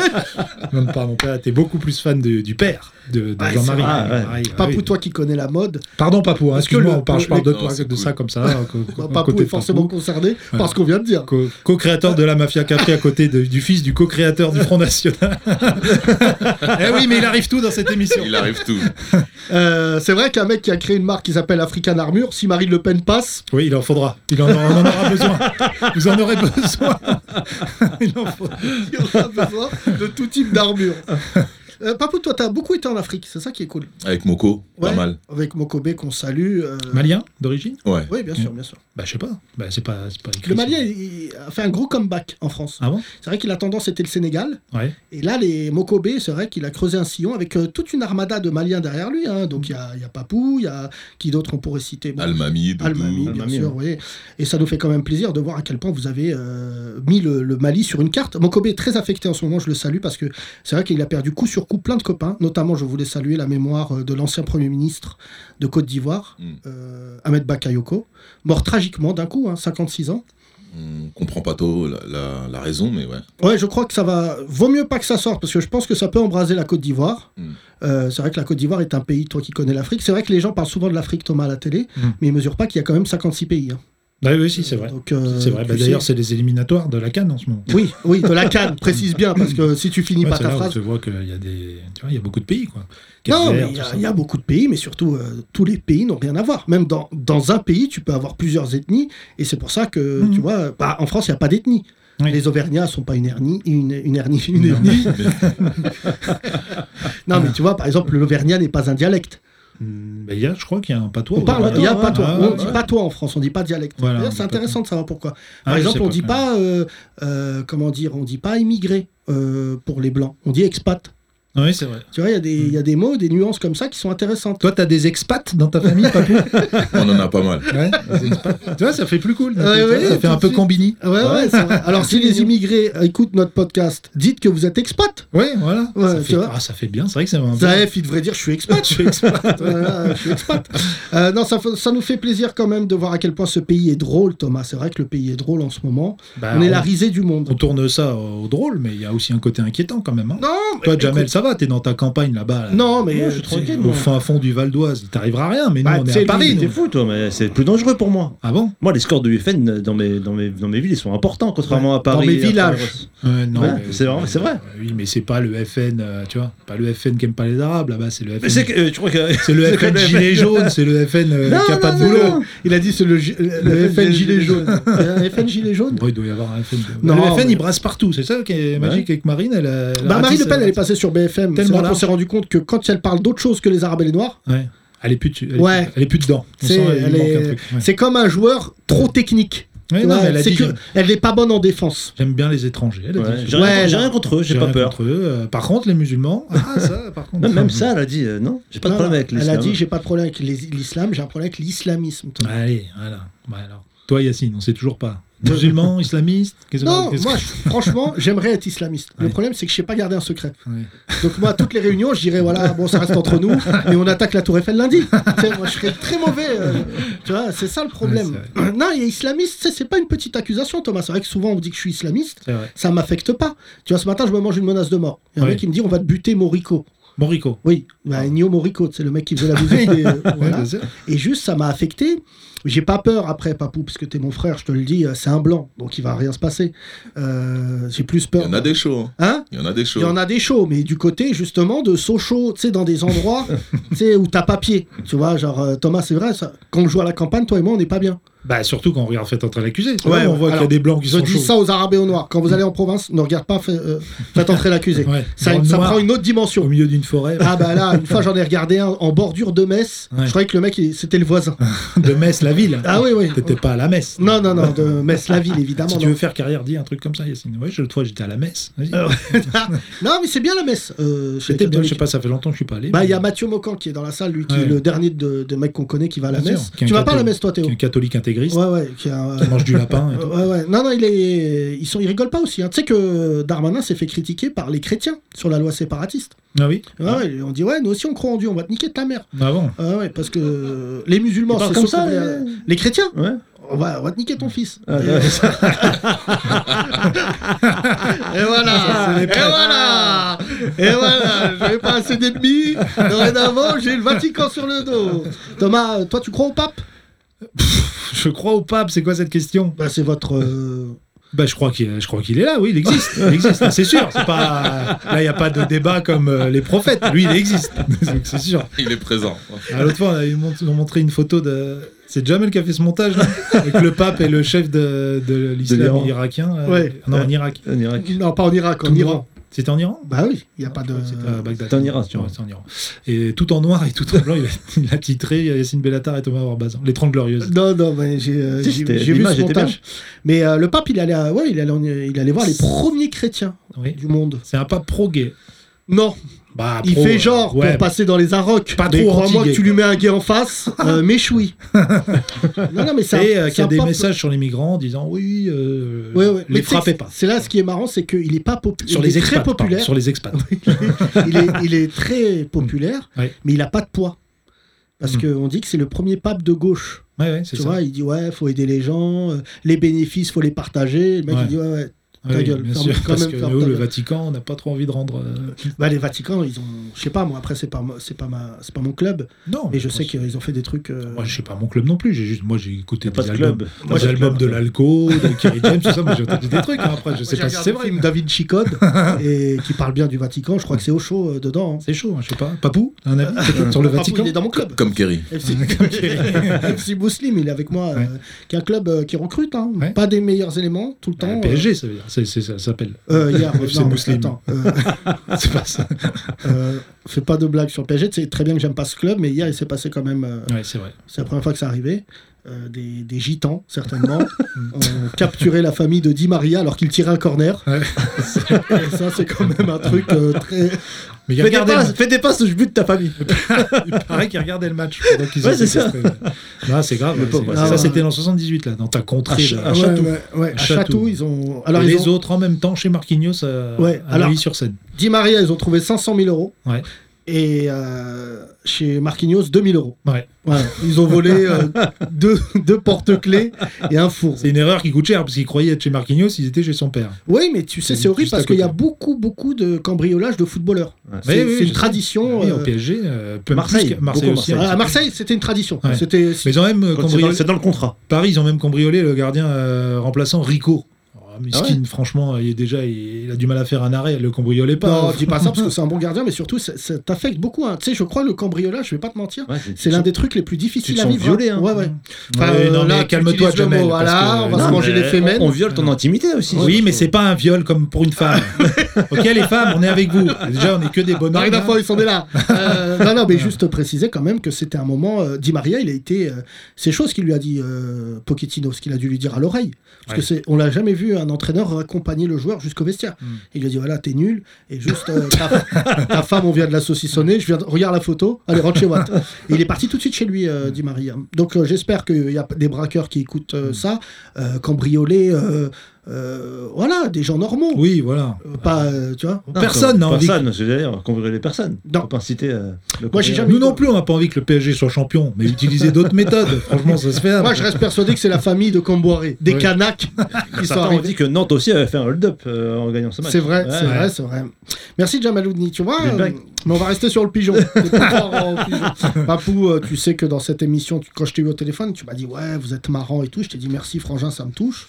[SPEAKER 4] Même pas, mon père était beaucoup plus fan de- du père de, de
[SPEAKER 3] Ouais,
[SPEAKER 4] Jean-Marie.
[SPEAKER 6] c'est vrai, ouais.
[SPEAKER 4] Ah, oui.
[SPEAKER 3] Papou, toi qui connais la mode,
[SPEAKER 4] Pardon, Papou, hein,
[SPEAKER 3] Parce que
[SPEAKER 4] excuse-moi,
[SPEAKER 3] le-
[SPEAKER 4] on parle, je parle
[SPEAKER 5] le-
[SPEAKER 4] de,
[SPEAKER 5] Non, c'est
[SPEAKER 4] de
[SPEAKER 5] cool.
[SPEAKER 4] ça comme ça.
[SPEAKER 3] (laughs)
[SPEAKER 4] hein, co- co-
[SPEAKER 3] Papou
[SPEAKER 4] côté
[SPEAKER 3] est
[SPEAKER 4] de
[SPEAKER 3] forcément
[SPEAKER 4] Papou.
[SPEAKER 3] concerné par
[SPEAKER 4] Ouais.
[SPEAKER 3] ce qu'on vient de dire.
[SPEAKER 4] Co- co-créateur de la mafia café à côté de- du fils du co-créateur du
[SPEAKER 3] (laughs)
[SPEAKER 4] Front National. eh oui, mais il arrive tout dans cette émission.
[SPEAKER 5] Il arrive tout.
[SPEAKER 3] Euh, c'est vrai qu'un mec qui a créé une marque qui s'appelle African Armure, si Marine Le Pen passe, (laughs)
[SPEAKER 4] Oui, il en faudra. Il en, on en aura besoin. Vous en aurez besoin. (laughs) Il en faudra.
[SPEAKER 3] il aura besoin de tout type d'armure. Euh, Papou, toi, t'as beaucoup été en Afrique, c'est ça qui est cool.
[SPEAKER 5] Avec Moko, pas
[SPEAKER 3] Ouais.
[SPEAKER 5] mal.
[SPEAKER 3] Avec Mokobé qu'on salue. euh,
[SPEAKER 4] Malien d'origine
[SPEAKER 5] Ouais.
[SPEAKER 3] Oui, bien sûr, bien sûr.
[SPEAKER 4] Bah, je sais pas. Bah, c'est pas, c'est pas écrit,
[SPEAKER 3] Le
[SPEAKER 4] ça.
[SPEAKER 3] Mali il- il a fait un gros comeback en France.
[SPEAKER 4] Ah bon
[SPEAKER 3] C'est vrai qu'il a tendance, c'était le Sénégal.
[SPEAKER 4] Ouais.
[SPEAKER 3] Et là, les Mokobé, c'est vrai qu'il a creusé un sillon avec euh, toute une armada de Maliens derrière lui. hein. Donc il y a, il y a Papou, il y a qui d'autre on pourrait citer Bon,
[SPEAKER 5] Almami, Doudou.
[SPEAKER 3] Almami, bien
[SPEAKER 6] Almami,
[SPEAKER 3] sûr. oui. Et ça nous fait quand même plaisir de voir à quel point vous avez euh, mis le, le Mali sur une carte. Mokobé est très affecté en ce moment, je le salue, parce que c'est vrai qu'il a perdu coup sur coup plein de copains. Notamment, je voulais saluer la mémoire euh, de l'ancien Premier ministre de Côte d'Ivoire,
[SPEAKER 5] Mm.
[SPEAKER 3] euh, Ahmed Bakayoko, mort tragiquement d'un coup, hein, 56 ans.
[SPEAKER 5] On comprend pas trop la, la- la raison, mais ouais.
[SPEAKER 3] Ouais, je crois que ça va. Vaut mieux pas que ça sorte parce que je pense que ça peut embraser la Côte d'Ivoire.
[SPEAKER 5] Mm.
[SPEAKER 3] Euh, c'est vrai que la Côte d'Ivoire est un pays, toi qui connais l'Afrique. C'est vrai que les gens parlent souvent de l'Afrique, Thomas, à la télé,
[SPEAKER 4] Mm.
[SPEAKER 3] mais ils mesurent pas qu'il y a quand même 56 pays. hein.
[SPEAKER 4] Bah oui, si, c'est vrai.
[SPEAKER 3] Donc, euh,
[SPEAKER 4] c'est vrai. Bah,
[SPEAKER 3] tu sais-
[SPEAKER 4] D'ailleurs, c'est les éliminatoires de la Cannes en ce moment.
[SPEAKER 3] Oui, oui, de la canne, précise bien
[SPEAKER 4] (laughs)
[SPEAKER 3] parce que si tu finis
[SPEAKER 4] Ouais,
[SPEAKER 3] pas
[SPEAKER 4] c'est
[SPEAKER 3] ta
[SPEAKER 4] là où
[SPEAKER 3] phrase.
[SPEAKER 4] Je vois qu'il y a des, tu vois, il y a beaucoup de pays quoi.
[SPEAKER 3] Non,
[SPEAKER 4] Cap-Vert,
[SPEAKER 3] mais il y,
[SPEAKER 4] tout
[SPEAKER 3] a-
[SPEAKER 4] ça.
[SPEAKER 3] il y a beaucoup de pays, mais surtout, euh, tous les pays n'ont rien à voir. Même dans, dans un pays, tu peux avoir plusieurs ethnies, et c'est pour ça que,
[SPEAKER 4] Mhm.
[SPEAKER 3] tu vois, bah, en France, il n'y a pas d'ethnie.
[SPEAKER 4] Oui.
[SPEAKER 3] Les Auvergnats sont pas une hernie, une, une hernie, une ethnie. (laughs) non, mais tu vois, par exemple, l'Auvergnat n'est pas un dialecte.
[SPEAKER 4] Hmm, bah, il y a, je crois qu'il y a un patois.
[SPEAKER 3] On
[SPEAKER 4] ou
[SPEAKER 3] parle,
[SPEAKER 4] pas.
[SPEAKER 3] il y a
[SPEAKER 6] ouais,
[SPEAKER 3] pas toi.
[SPEAKER 4] bah, ouais,
[SPEAKER 3] on
[SPEAKER 4] ouais,
[SPEAKER 3] dit
[SPEAKER 4] ouais.
[SPEAKER 3] pas toi en France, on dit pas dialecte.
[SPEAKER 4] Voilà,
[SPEAKER 3] D'ailleurs,
[SPEAKER 4] on
[SPEAKER 3] c'est
[SPEAKER 4] dit
[SPEAKER 3] intéressant de savoir pourquoi. Par
[SPEAKER 4] Ah, je
[SPEAKER 3] exemple,
[SPEAKER 4] sais
[SPEAKER 3] on dit
[SPEAKER 4] ouais.
[SPEAKER 3] pas, euh, euh, comment dire, on dit pas immigré euh, pour les blancs. On dit expat.
[SPEAKER 4] Oui, c'est vrai.
[SPEAKER 3] Tu vois, il y, a des-
[SPEAKER 4] Hmm.
[SPEAKER 3] il y a des mots, des nuances comme ça qui sont intéressantes.
[SPEAKER 4] Toi, t'as des expats dans ta famille, papou
[SPEAKER 5] (laughs) On en a pas mal.
[SPEAKER 4] Ouais, des expats. Tu vois, ça fait plus cool.
[SPEAKER 3] Ouais,
[SPEAKER 4] Tu vois,
[SPEAKER 3] ouais,
[SPEAKER 4] ça
[SPEAKER 3] tout
[SPEAKER 4] fait un
[SPEAKER 3] de
[SPEAKER 4] peu
[SPEAKER 3] suite.
[SPEAKER 4] combini.
[SPEAKER 3] Ouais, ouais, c'est vrai. Alors, si les immigrés euh, écoutent notre podcast, dites que vous êtes expat.
[SPEAKER 4] Ouais, voilà.
[SPEAKER 3] Ouais,
[SPEAKER 4] ça,
[SPEAKER 3] tu
[SPEAKER 4] fait...
[SPEAKER 3] vois.
[SPEAKER 4] Ah, ça fait bien. C'est vrai que c'est un.
[SPEAKER 3] Zaef, il devrait dire je suis
[SPEAKER 4] (laughs)
[SPEAKER 3] expat.
[SPEAKER 4] Je suis expat.
[SPEAKER 3] Voilà, je suis expat. Euh, non, ça, fa- ça nous fait plaisir quand même de voir à quel point ce pays est drôle, Thomas. C'est vrai que le pays est drôle en ce moment.
[SPEAKER 4] Bah,
[SPEAKER 3] (laughs) on est la
[SPEAKER 4] on,
[SPEAKER 3] risée du monde.
[SPEAKER 4] on tourne ça au drôle, mais il y a aussi un côté inquiétant quand même. hein.
[SPEAKER 3] Non,
[SPEAKER 4] Toi, Jamel, ça va, t'es dans ta campagne là-bas. là.
[SPEAKER 3] Non, mais euh,
[SPEAKER 4] Ouais,
[SPEAKER 3] je suis
[SPEAKER 4] c'est
[SPEAKER 3] tranquille,
[SPEAKER 4] Au
[SPEAKER 3] moi.
[SPEAKER 4] fin fond du Val d'Oise, il t'arrivera rien, mais nous,
[SPEAKER 3] Bah,
[SPEAKER 4] on
[SPEAKER 3] tu sais,
[SPEAKER 4] est à
[SPEAKER 3] lui,
[SPEAKER 4] Paris.
[SPEAKER 6] T'es
[SPEAKER 4] nous.
[SPEAKER 6] fou, toi, mais c'est plus dangereux pour moi.
[SPEAKER 4] Ah bon
[SPEAKER 6] Moi, les scores de UFN euh, dans mes, dans mes, dans mes villes, ils sont importants, contrairement à Paris.
[SPEAKER 3] mes
[SPEAKER 6] et à
[SPEAKER 3] villages.
[SPEAKER 6] Paris.
[SPEAKER 4] Euh, non,
[SPEAKER 6] Ouais,
[SPEAKER 4] mais- bah
[SPEAKER 6] c'est vrai, c'est vrai.
[SPEAKER 4] Oui, mais c'est pas le FN, euh, tu vois, pas le FN qui aime pas les Arabes là-bas, c'est le FN.
[SPEAKER 6] Mais c'est que, euh, tu crois que. (laughs)
[SPEAKER 4] C'est le
[SPEAKER 6] c'est que
[SPEAKER 4] FN gilet jaune, c'est le FN euh,
[SPEAKER 6] Non,
[SPEAKER 4] qui a
[SPEAKER 6] non,
[SPEAKER 4] pas de
[SPEAKER 6] non,
[SPEAKER 4] boulot.
[SPEAKER 6] non.
[SPEAKER 3] il a dit c'est le, gi- le- le FN gilet jaune. Le FN gilet
[SPEAKER 4] (laughs)
[SPEAKER 3] jaune
[SPEAKER 4] Bon, il doit y avoir un FN. de-
[SPEAKER 3] Non,
[SPEAKER 4] le FN,
[SPEAKER 3] mais-
[SPEAKER 4] il brasse partout. C'est ça qui est magique avec Marine. Elle, a- elle a
[SPEAKER 3] Bah, Marine
[SPEAKER 4] ratissé-
[SPEAKER 3] Le Pen, elle est passée sur BFM.
[SPEAKER 4] Tellement
[SPEAKER 3] C'est là qu'on
[SPEAKER 4] large.
[SPEAKER 3] s'est rendu compte que quand elle parle d'autre chose que les Arabes et les Noirs,
[SPEAKER 4] Ouais. Elle est plus, dessus, elle est
[SPEAKER 3] Ouais.
[SPEAKER 4] plus- elle est plus dedans. On
[SPEAKER 3] C'est-
[SPEAKER 4] sent, il
[SPEAKER 3] elle
[SPEAKER 4] manque
[SPEAKER 3] est-
[SPEAKER 4] un truc. Ouais.
[SPEAKER 3] c'est comme un joueur trop technique.
[SPEAKER 4] Ouais,
[SPEAKER 3] Tu
[SPEAKER 4] non,
[SPEAKER 3] vois,
[SPEAKER 4] mais elle a
[SPEAKER 3] c'est
[SPEAKER 4] dit,
[SPEAKER 3] que
[SPEAKER 4] j'aime-
[SPEAKER 3] elle n'est pas bonne en défense.
[SPEAKER 4] J'aime bien les étrangers. Elle a
[SPEAKER 6] Ouais,
[SPEAKER 4] dit.
[SPEAKER 6] J'ai
[SPEAKER 3] Ouais,
[SPEAKER 6] rien, j'ai
[SPEAKER 3] là.
[SPEAKER 6] rien contre eux, j'ai
[SPEAKER 4] J'ai
[SPEAKER 6] pas
[SPEAKER 4] rien
[SPEAKER 6] peur.
[SPEAKER 4] contre eux. Euh, Par contre, les musulmans, (laughs) ah ça, par contre.
[SPEAKER 6] Non, même ça, elle a dit euh, non, j'ai pas de
[SPEAKER 3] Non,
[SPEAKER 6] problème avec
[SPEAKER 3] elle a
[SPEAKER 6] l'islam.
[SPEAKER 3] dit j'ai pas de problème avec les- l'islam, j'ai un problème avec l'islamisme. toi.
[SPEAKER 4] Allez, voilà. Bah, alors, toi, Yacine, on sait
[SPEAKER 3] (laughs)
[SPEAKER 4] toujours pas. Musulman, islamiste qu'est-ce
[SPEAKER 3] Non,
[SPEAKER 4] qu'est-ce
[SPEAKER 3] moi, je- franchement, j'aimerais être islamiste. Le
[SPEAKER 4] Ouais.
[SPEAKER 3] problème, c'est que je sais pas garder un secret.
[SPEAKER 4] Ouais.
[SPEAKER 3] Donc, moi, à toutes les réunions, je dirais, voilà, bon, ça reste entre nous, mais on attaque la Tour Eiffel lundi. Tu sais, moi, je serais très mauvais. euh, tu vois, c'est ça le problème.
[SPEAKER 4] Ouais,
[SPEAKER 3] non, et islamiste, c'est- c'est pas une petite accusation, Thomas. C'est vrai que souvent, on me dit que je suis islamiste.
[SPEAKER 4] C'est vrai.
[SPEAKER 3] Ça m'affecte pas. Tu vois, ce matin, je me mange une menace de mort. Il y a un
[SPEAKER 4] Ouais.
[SPEAKER 3] mec qui me dit, on va te buter Morico.
[SPEAKER 4] Morico.
[SPEAKER 3] Oui, bah, Ennio Morico, c'est le mec qui faisait la musique. des- euh, voilà.
[SPEAKER 4] Ouais, bien sûr.
[SPEAKER 3] Et juste, ça m'a affecté. J'ai pas peur après, Papou, parce que t'es mon frère, je te le dis, euh, c'est un blanc, donc il va rien se passer. Euh, j'ai plus
[SPEAKER 5] Il
[SPEAKER 3] peur.
[SPEAKER 5] y en a des chauds. hein.
[SPEAKER 3] Hein
[SPEAKER 5] Il y en a des
[SPEAKER 3] il y en
[SPEAKER 5] chauds.
[SPEAKER 3] a des shows, mais du côté justement de Sochaux, tu sais, dans des
[SPEAKER 5] (laughs)
[SPEAKER 3] endroits tu sais, où t'as pas pied. Tu vois, genre euh, Thomas, c'est vrai, ça, quand on joue à la campagne, toi et moi, on n'est pas bien.
[SPEAKER 4] Bah, surtout quand on regarde Faites entrer l'accusé. c'est
[SPEAKER 3] Ouais,
[SPEAKER 4] vrai, on
[SPEAKER 3] ouais.
[SPEAKER 4] voit qu'il y a
[SPEAKER 3] Alors,
[SPEAKER 4] des blancs qui
[SPEAKER 3] Je
[SPEAKER 4] sont
[SPEAKER 3] dis
[SPEAKER 4] chauds.
[SPEAKER 3] ça aux Arabes et aux Noirs. Quand vous allez en province, ne regarde pas, fait- euh, faites entrer l'accusé.
[SPEAKER 4] Ouais.
[SPEAKER 3] Ça,
[SPEAKER 4] Dans le
[SPEAKER 3] ça
[SPEAKER 4] noir,
[SPEAKER 3] prend une autre
[SPEAKER 4] au
[SPEAKER 3] dimension.
[SPEAKER 4] milieu d'une forêt
[SPEAKER 3] Ah bah là, une fois j'en ai regardé un en bordure de Metz.
[SPEAKER 4] Ouais.
[SPEAKER 3] Je croyais que le mec, il- c'était le voisin.
[SPEAKER 4] de Metz, la ville.
[SPEAKER 3] Ah oui, oui.
[SPEAKER 4] T'étais pas à la messe.
[SPEAKER 3] Non, non, non, de Metz, la ville, évidemment.
[SPEAKER 4] Si
[SPEAKER 3] non. Ah
[SPEAKER 4] tu veux faire carrière, dis un truc comme ça, Yacine. Ouais, je, toi, j'étais à la messe. Vas-y.
[SPEAKER 3] Non, mais c'est bien la messe. euh, chez les
[SPEAKER 4] J'étais bien, je
[SPEAKER 3] catholiques.
[SPEAKER 4] sais pas, ça fait longtemps que je suis pas allé.
[SPEAKER 3] Bah,
[SPEAKER 4] mais-
[SPEAKER 3] il y a Mathieu Mocan qui est dans la salle, lui, qui
[SPEAKER 4] Ouais.
[SPEAKER 3] est le dernier de- des mecs qu'on connaît qui va à la
[SPEAKER 4] Bien
[SPEAKER 3] messe.
[SPEAKER 4] sûr, qui est un
[SPEAKER 3] Tu vas pas à la
[SPEAKER 4] catholique.
[SPEAKER 3] messe, toi, Théo
[SPEAKER 4] qui est un catholique intégriste,
[SPEAKER 3] Ouais, ouais. Qui est un, euh,
[SPEAKER 4] qui mange du lapin. et
[SPEAKER 3] (laughs)
[SPEAKER 4] tout.
[SPEAKER 3] Ouais, ouais. Non, non, il est... ils, sont... ils rigolent pas aussi. hein. Tu sais que Darmanin s'est fait critiquer par les chrétiens sur la loi séparatiste.
[SPEAKER 4] Ah oui
[SPEAKER 3] Ouais, ouais, on dit, ouais, nous aussi on croit en Dieu, on va te niquer ta mère.
[SPEAKER 4] Ah bon
[SPEAKER 3] Ah ouais, parce que les musulmans,
[SPEAKER 6] Ils parlent
[SPEAKER 3] c'est
[SPEAKER 6] comme
[SPEAKER 3] ceux
[SPEAKER 6] ça,
[SPEAKER 3] qui ont-
[SPEAKER 6] les-
[SPEAKER 3] les chrétiens,
[SPEAKER 6] Ouais.
[SPEAKER 3] on va, on va te niquer ton fils.
[SPEAKER 6] Ah,
[SPEAKER 3] (laughs) Et-
[SPEAKER 6] ouais, ça-
[SPEAKER 3] Et voilà Et voilà Et voilà J'avais pas assez d'ennemis, dorénavant j'ai le Vatican sur le dos Thomas, toi tu crois au pape
[SPEAKER 4] Je crois au pape, c'est quoi cette question
[SPEAKER 3] Bah c'est votre... euh,
[SPEAKER 4] Bah je crois qu'il je crois qu'il est là, oui, il existe. Il existe, c'est sûr. C'est pas là il y a pas de débat comme euh, les prophètes. Lui, il existe. (laughs) Donc, c'est sûr.
[SPEAKER 5] Il est présent.
[SPEAKER 4] À l'autre fois, on a eu mont- ils ont montré une photo de c'est Jamel qui a fait ce montage là, avec le pape et le chef de, de
[SPEAKER 6] De
[SPEAKER 4] l'islam
[SPEAKER 6] l'Iran.
[SPEAKER 4] irakien. euh,
[SPEAKER 3] Ouais.
[SPEAKER 4] Non, en Irak.
[SPEAKER 6] En Irak.
[SPEAKER 3] Non, pas en Irak, en
[SPEAKER 4] Tout
[SPEAKER 3] Iran.
[SPEAKER 4] noir. C'était en Iran
[SPEAKER 3] Bah oui, il n'y a pas bah, de...
[SPEAKER 4] C'était à Bagdad.
[SPEAKER 6] Ah, c'était en Iran, tu vois.
[SPEAKER 4] Ouais, c'était en Iran. Et tout en noir et tout en blanc, il a, il a titré Yacine Bellatar et Thomas Warbazan. Les 30 Glorieuses.
[SPEAKER 3] Non, non, mais j'ai euh,
[SPEAKER 6] Si,
[SPEAKER 3] j'ai-
[SPEAKER 6] c'était-
[SPEAKER 3] j'ai vu
[SPEAKER 6] l'image
[SPEAKER 3] ce
[SPEAKER 6] était
[SPEAKER 3] montage. Mais euh, le pape, il allait, à- ouais, il, allait en- il allait voir les premiers chrétiens
[SPEAKER 4] Oui.
[SPEAKER 3] du monde.
[SPEAKER 4] C'est un pape pro-gay.
[SPEAKER 3] Non,
[SPEAKER 4] Bah,
[SPEAKER 3] il
[SPEAKER 4] pro,
[SPEAKER 3] fait
[SPEAKER 4] euh,
[SPEAKER 3] genre
[SPEAKER 4] ouais,
[SPEAKER 3] pour passer dans les Arocs.
[SPEAKER 4] Pas
[SPEAKER 3] mais
[SPEAKER 4] trop
[SPEAKER 3] crois-moi
[SPEAKER 4] anti-gay,
[SPEAKER 3] que tu lui mets un gay en
[SPEAKER 4] (laughs)
[SPEAKER 3] face, euh, méchoui. non, non, mais ça.
[SPEAKER 4] et euh, qu'il y a des messages sur les migrants en disant oui, euh,
[SPEAKER 3] Ouais, ouais.
[SPEAKER 4] les
[SPEAKER 3] Mais tu sais
[SPEAKER 4] frappez
[SPEAKER 3] que
[SPEAKER 4] pas.
[SPEAKER 3] C'est là ce qui est marrant, c'est qu'il est pas populaire.
[SPEAKER 4] Sur les
[SPEAKER 3] très
[SPEAKER 4] expats, pardon,
[SPEAKER 3] populaire.
[SPEAKER 4] sur les expats.
[SPEAKER 3] il, est, il est
[SPEAKER 4] (laughs)
[SPEAKER 3] très populaire,
[SPEAKER 4] Ouais.
[SPEAKER 3] mais il a pas de poids. Parce
[SPEAKER 4] Mm.
[SPEAKER 3] qu'on dit que c'est le premier pape de gauche.
[SPEAKER 4] Ouais, ouais, c'est
[SPEAKER 3] Tu
[SPEAKER 4] ça.
[SPEAKER 3] vois, il dit ouais, faut aider les gens, euh, les bénéfices, faut les partager. Le mec
[SPEAKER 4] Ouais.
[SPEAKER 3] il dit ouais, ouais.
[SPEAKER 4] Ouais,
[SPEAKER 3] ta
[SPEAKER 4] oui,
[SPEAKER 3] gueule,
[SPEAKER 4] bien
[SPEAKER 3] ferme-
[SPEAKER 4] sûr,
[SPEAKER 3] quand
[SPEAKER 4] parce
[SPEAKER 3] même,
[SPEAKER 4] que
[SPEAKER 3] ferme
[SPEAKER 4] nous,
[SPEAKER 3] ta
[SPEAKER 4] le
[SPEAKER 3] gueule.
[SPEAKER 4] Vatican, on n'a pas trop envie de rendre. euh,
[SPEAKER 3] Bah, les Vatican, ils ont, je sais pas moi. Après c'est pas mo- c'est pas ma c'est pas mon club,
[SPEAKER 4] Non,
[SPEAKER 3] mais je
[SPEAKER 4] pense-
[SPEAKER 3] sais qu'ils ont fait des trucs. euh,
[SPEAKER 4] Moi, je sais pas mon club non plus. J'ai juste, moi, j'ai écouté
[SPEAKER 6] Y a
[SPEAKER 4] des
[SPEAKER 6] pas de
[SPEAKER 4] albums,
[SPEAKER 6] club.
[SPEAKER 4] des
[SPEAKER 6] Moi, j'ai
[SPEAKER 4] albums
[SPEAKER 6] club.
[SPEAKER 4] de l'alco, de Kerry James, tout ça. Moi, j'ai entendu des trucs. hein, après, je sais
[SPEAKER 3] j'ai
[SPEAKER 4] pas si
[SPEAKER 3] regardé
[SPEAKER 4] c'est
[SPEAKER 3] le
[SPEAKER 4] vrai.
[SPEAKER 3] film David Chicode et qui parle bien du Vatican. Je crois que c'est au chaud euh, dedans. hein.
[SPEAKER 4] C'est chaud. hein, je sais pas. Papou, un avis peut-être sur le
[SPEAKER 3] Papou,
[SPEAKER 4] Vatican.
[SPEAKER 3] il est dans mon club.
[SPEAKER 5] Comme Kerry.
[SPEAKER 3] FC, FC Mousseline, il est avec moi, euh,
[SPEAKER 4] Ouais.
[SPEAKER 3] qui est un club euh, qui recrute, hein.
[SPEAKER 4] Ouais.
[SPEAKER 3] pas des meilleurs éléments tout le
[SPEAKER 4] Ah,
[SPEAKER 3] temps.
[SPEAKER 4] PSG, ça veut dire. C'est- c'est-
[SPEAKER 3] (laughs)
[SPEAKER 4] ça s'appelle.
[SPEAKER 3] euh, euh, hier,
[SPEAKER 4] FC
[SPEAKER 3] non,
[SPEAKER 4] Mousseline.
[SPEAKER 3] attends, euh,
[SPEAKER 4] C'est pas ça.
[SPEAKER 3] Euh, fais pas de blagues sur le PSG. C'est très bien que j'aime pas ce club, mais hier il s'est passé quand même. euh,
[SPEAKER 4] Ouais, c'est vrai.
[SPEAKER 3] c'est la première fois que ça arrivait. euh, des, des gitans, certainement, ont capturé la famille de Di Maria alors qu'il tirait un corner.
[SPEAKER 4] Ouais.
[SPEAKER 3] Et ça, c'est quand même un truc euh, très.
[SPEAKER 4] Mais regardez,
[SPEAKER 6] fais des passes, je bute ta famille.
[SPEAKER 4] il paraît qu'ils regardaient le match pendant qu'ils
[SPEAKER 6] Ouais,
[SPEAKER 4] étaient
[SPEAKER 6] c'est ça.
[SPEAKER 4] castrés. Non, c'est grave. ouais,
[SPEAKER 6] pauvre,
[SPEAKER 4] c'est-
[SPEAKER 3] ouais. Ah,
[SPEAKER 4] ça, c'était en 78, là, dans ta contrée. là.
[SPEAKER 6] À
[SPEAKER 3] Ouais,
[SPEAKER 6] Château.
[SPEAKER 3] ouais, ouais, à
[SPEAKER 4] Château.
[SPEAKER 3] Château, ils ont.
[SPEAKER 4] Et
[SPEAKER 3] Alors, ils
[SPEAKER 4] les
[SPEAKER 3] ont...
[SPEAKER 4] autres en même temps chez Marquinhos à,
[SPEAKER 3] Ouais,
[SPEAKER 4] à
[SPEAKER 3] alors-
[SPEAKER 4] sur-Seine.
[SPEAKER 3] Di Maria, ils ont trouvé 500 000 euros.
[SPEAKER 4] Ouais.
[SPEAKER 3] Et euh, chez Marquinhos, 2000 euros.
[SPEAKER 4] Ouais.
[SPEAKER 3] Voilà. Ils ont volé euh, (laughs) deux, deux porte-clés et un four.
[SPEAKER 4] C'est une erreur qui coûte cher parce qu'ils croyaient être chez Marquinhos, ils étaient chez son père.
[SPEAKER 3] Oui, mais tu sais,
[SPEAKER 4] C'est
[SPEAKER 3] c'est horrible
[SPEAKER 4] juste à
[SPEAKER 3] parce qu'il y a
[SPEAKER 4] côté.
[SPEAKER 3] beaucoup, beaucoup de cambriolages de footballeurs. C'est
[SPEAKER 4] Oui, oui,
[SPEAKER 3] c'est
[SPEAKER 4] je
[SPEAKER 3] une
[SPEAKER 4] sais.
[SPEAKER 3] tradition.
[SPEAKER 4] Oui, au
[SPEAKER 3] euh,
[SPEAKER 4] PSG, euh, peu-
[SPEAKER 6] Marseille,
[SPEAKER 4] plus que- Marseille
[SPEAKER 6] beaucoup
[SPEAKER 4] aussi.
[SPEAKER 6] Marseille.
[SPEAKER 3] voilà, à Marseille, c'était une tradition.
[SPEAKER 4] Ouais.
[SPEAKER 3] C'était
[SPEAKER 4] Mais ils ont même euh,
[SPEAKER 6] Quand C'est dans,
[SPEAKER 4] cambriolé.
[SPEAKER 6] c'est dans le contrat.
[SPEAKER 4] Paris, ils ont même cambriolé le gardien euh, remplaçant Rico. Alors, Ah, Miskin, franchement, il est déjà, il, il a du mal à faire un arrêt, le cambriolait pas.
[SPEAKER 3] Non, dis pas ça parce que c'est un bon gardien, mais surtout, ça, ça t'affecte beaucoup. hein. Tu sais, je crois le cambriolage, je vais pas te mentir,
[SPEAKER 6] Ouais,
[SPEAKER 3] c'est l'un des trucs les plus difficiles
[SPEAKER 6] tu te
[SPEAKER 3] à
[SPEAKER 6] sens
[SPEAKER 3] vivre.
[SPEAKER 6] violé, hein.
[SPEAKER 3] Ouais, ouais.
[SPEAKER 4] Ouais,
[SPEAKER 3] Enfin, euh,
[SPEAKER 4] non,
[SPEAKER 3] là,
[SPEAKER 4] mais
[SPEAKER 3] tu
[SPEAKER 4] calme-toi,
[SPEAKER 3] utilises le
[SPEAKER 4] Jamel.
[SPEAKER 3] mot,
[SPEAKER 4] parce
[SPEAKER 3] voilà,
[SPEAKER 4] que-
[SPEAKER 3] on va se
[SPEAKER 4] Non,
[SPEAKER 3] manger
[SPEAKER 4] mais-
[SPEAKER 3] les fémènes.
[SPEAKER 6] On viole ton intimité aussi.
[SPEAKER 4] Oui, mais c'est pas un viol comme pour une femme. ok, les femmes, on est avec vous. Déjà, on est que des bonnes. hein.
[SPEAKER 3] Marie Dafoe, ils sont des là. Euh, non, non, mais juste préciser quand même que c'était un moment. euh, Di Maria, il a été. euh, c'est chose qu'il lui a dit euh, Pochettino, ce qu'il a dû lui dire à l'oreille. Parce que c'est, on l'a jamais vu un entraîneur accompagner le joueur jusqu'au vestiaire. Il lui a dit voilà, t'es nul. Et juste, euh, ta, ta femme, on vient de la saucissonner. Je viens de- regarde la photo. Allez, rentre chez moi. Et il est parti tout de suite chez lui, euh, Di Maria. Donc euh, j'espère qu'il y a des braqueurs qui écoutent euh, ça, euh, cambriolés. euh, euh, voilà, des gens normaux.
[SPEAKER 4] Oui, voilà.
[SPEAKER 3] Euh, Pas, euh, tu vois.
[SPEAKER 4] Personne n'a envie.
[SPEAKER 6] Personne, c'est d'ailleurs, qu'on les personnes.
[SPEAKER 3] Non.
[SPEAKER 6] Faut pas inciter euh, le
[SPEAKER 3] Moi, j'ai
[SPEAKER 6] cambriolage.
[SPEAKER 3] jamais-
[SPEAKER 4] Nous non plus, on n'a pas envie que le PSG soit champion, mais utiliser d'autres méthodes. Franchement, ça se fait.
[SPEAKER 3] Moi, je reste persuadé que c'est la famille de Camboiré, des
[SPEAKER 4] Oui. (laughs)
[SPEAKER 3] Kanaks qui sont
[SPEAKER 6] Certains ont
[SPEAKER 3] arrivés.
[SPEAKER 6] dit que Nantes aussi avait fait un hold-up euh, en gagnant ce match.
[SPEAKER 3] C'est vrai,
[SPEAKER 6] Ouais,
[SPEAKER 3] c'est
[SPEAKER 6] ouais.
[SPEAKER 3] vrai, c'est vrai. Merci Jamaloudni, tu vois.
[SPEAKER 6] Des
[SPEAKER 3] euh,
[SPEAKER 6] blagues.
[SPEAKER 3] mais on va rester sur le
[SPEAKER 4] (laughs)
[SPEAKER 3] pigeon. T'es plus fort en euh, pigeon. Papou, euh, tu sais que dans cette émission, tu- quand je t'ai eu au téléphone, tu m'as dit ouais, vous êtes marrant et tout. Je t'ai dit merci Frangin, ça me touche.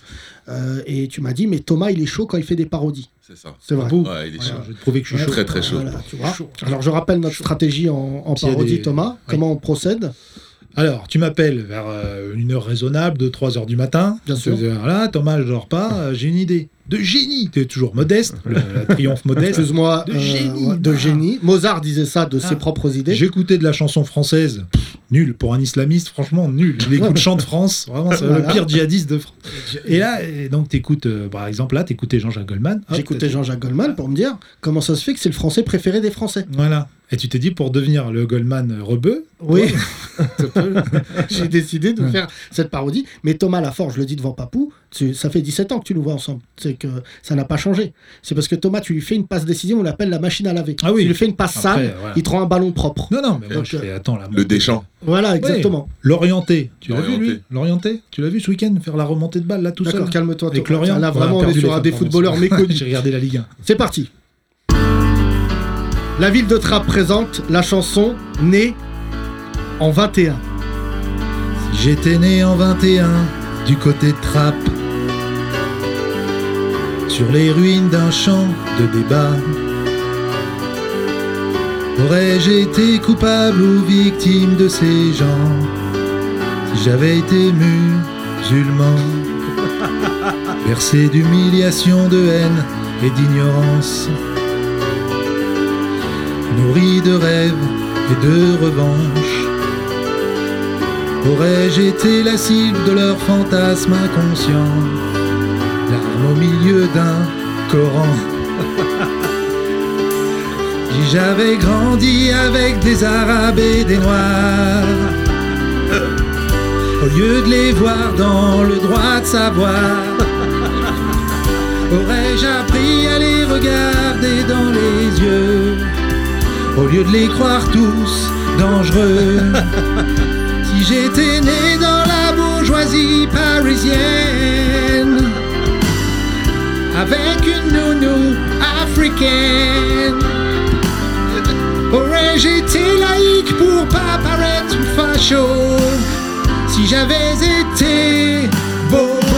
[SPEAKER 3] Euh, et tu m'as dit mais Thomas, il est chaud quand il fait des parodies.
[SPEAKER 5] C'est ça.
[SPEAKER 3] C'est vrai.
[SPEAKER 4] Papou,
[SPEAKER 5] Ouais, il est
[SPEAKER 3] Voilà.
[SPEAKER 5] chaud.
[SPEAKER 4] Je vais te prouver que je suis chaud.
[SPEAKER 5] Très très chaud.
[SPEAKER 3] Voilà, tu vois. Alors je rappelle notre stratégie en, en
[SPEAKER 4] S'il y a
[SPEAKER 3] parodie,
[SPEAKER 4] des-
[SPEAKER 3] Thomas. Comment on procède
[SPEAKER 4] Alors, tu m'appelles vers euh, une heure raisonnable, 2 3 heures du matin.
[SPEAKER 3] Bien sûr.
[SPEAKER 4] Euh, Voilà, Thomas, je dors pas, euh, j'ai une idée. De génie T'es toujours modeste, le, le triomphe modeste.
[SPEAKER 3] Excuse-moi,
[SPEAKER 4] De
[SPEAKER 3] euh,
[SPEAKER 4] génie. Ah.
[SPEAKER 3] ouais, de génie. Mozart disait ça de ses propres idées.
[SPEAKER 4] J'écoutais de la chanson française, Pff, nul pour un islamiste, franchement nul. Il écoute Chant de France, vraiment c'est
[SPEAKER 3] Voilà.
[SPEAKER 4] le pire djihadiste de France. Et là, et donc t'écoutes, euh, par exemple là, t'écoutais Jean-Jacques Goldman. Hop,
[SPEAKER 3] J'écoutais Jean-Jacques Goldman pour me dire comment ça se fait que c'est le français préféré des Français.
[SPEAKER 4] Voilà. Et tu t'es dit pour devenir le Goldman rebeu,
[SPEAKER 3] Oui, (laughs)
[SPEAKER 4] (laughs)
[SPEAKER 3] j'ai décidé de faire cette parodie. Mais Thomas Laforge, je le dis devant Papou, tu- ça fait 17 ans que tu nous vois ensemble. C'est que ça n'a pas changé. C'est parce que Thomas, tu lui fais une passe décisive, on l'appelle la machine à laver.
[SPEAKER 4] Ah oui.
[SPEAKER 3] Tu lui fais une passe
[SPEAKER 4] Après,
[SPEAKER 3] sale,
[SPEAKER 4] voilà.
[SPEAKER 3] il te rend un ballon propre.
[SPEAKER 4] Non non, mais moi
[SPEAKER 3] Donc,
[SPEAKER 4] je
[SPEAKER 3] euh,
[SPEAKER 4] fais attends là.
[SPEAKER 5] Le Deschamps.
[SPEAKER 3] Voilà, exactement.
[SPEAKER 4] L'orienté, tu l'as vu
[SPEAKER 5] L'orienté.
[SPEAKER 4] lui L'orienté, tu l'as vu ce week-end faire la remontée de balle là tout seul.
[SPEAKER 3] D'accord, calme-toi.
[SPEAKER 4] Avec
[SPEAKER 3] Thomas.
[SPEAKER 4] Lorient.
[SPEAKER 3] Là,
[SPEAKER 4] Ouais,
[SPEAKER 3] vraiment, on est
[SPEAKER 4] perdu
[SPEAKER 3] sur
[SPEAKER 4] les
[SPEAKER 3] un des
[SPEAKER 4] femmes, pardon,
[SPEAKER 3] footballeurs
[SPEAKER 4] (laughs) c'est-
[SPEAKER 3] méconnus.
[SPEAKER 4] J'ai regardé la Ligue 1.
[SPEAKER 3] C'est parti. La ville de Trappes présente la chanson Née en 21.
[SPEAKER 4] J'étais né en 21, du côté de Trappes, sur les ruines d'un champ de débat. Aurais-je été coupable ou victime de ces gens si j'avais été musulman, bercé d'humiliation, de haine et d'ignorance, nourri de rêves et de revanche Aurais-je été la cible de leurs fantasmes inconscients L'arme au milieu d'un Coran (laughs) Si j'avais grandi avec des Arabes et des Noirs Au lieu de les voir dans le droit de savoir Aurais-je appris à les regarder dans les yeux Au lieu de les croire tous dangereux si j'étais né dans la bourgeoisie parisienne, avec une nounou africaine, aurais-je été laïque pour pas paraître facho si j'avais été bobo?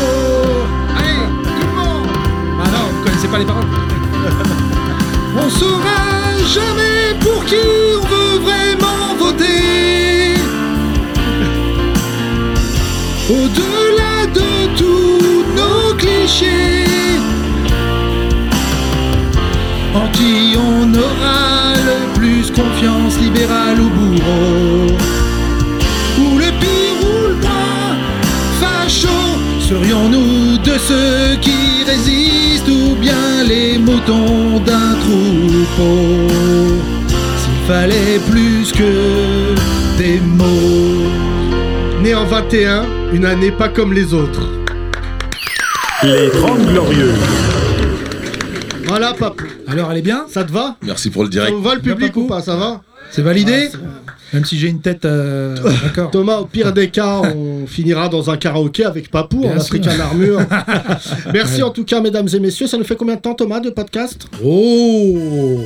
[SPEAKER 4] Allez, tout le monde Ah non, vous connaissez pas les paroles. (laughs) On saura jamais pour qui on veut vraiment voter. Au-delà de tous nos clichés, en qui on aura le plus confiance, libéral ou bourreau, ou le pire ou le moins facho, serions-nous de ceux qui résistent ou bien les moutons d'un troupeau, s'il fallait plus que des mots.
[SPEAKER 3] Né en 21, une année pas comme les autres.
[SPEAKER 1] Les 30 Glorieux.
[SPEAKER 3] Voilà, Papou.
[SPEAKER 4] Alors elle est bien
[SPEAKER 3] Ça te va
[SPEAKER 5] Merci pour le
[SPEAKER 3] Ça
[SPEAKER 5] direct.
[SPEAKER 3] vous va le
[SPEAKER 4] Bien,
[SPEAKER 3] public
[SPEAKER 4] Papou
[SPEAKER 3] ou pas Ça va
[SPEAKER 4] C'est validé
[SPEAKER 3] Ouais, c'est-
[SPEAKER 4] Même si j'ai une tête... euh,
[SPEAKER 3] (laughs)
[SPEAKER 4] D'accord.
[SPEAKER 3] Thomas, au pire des cas, on (laughs) finira dans un karaoké avec Papou
[SPEAKER 4] Bien
[SPEAKER 3] en
[SPEAKER 4] sûr.
[SPEAKER 3] African
[SPEAKER 4] (laughs)
[SPEAKER 3] Armure. Merci en tout cas, mesdames et messieurs. Ça nous fait combien de temps, Thomas, de podcast
[SPEAKER 4] Oh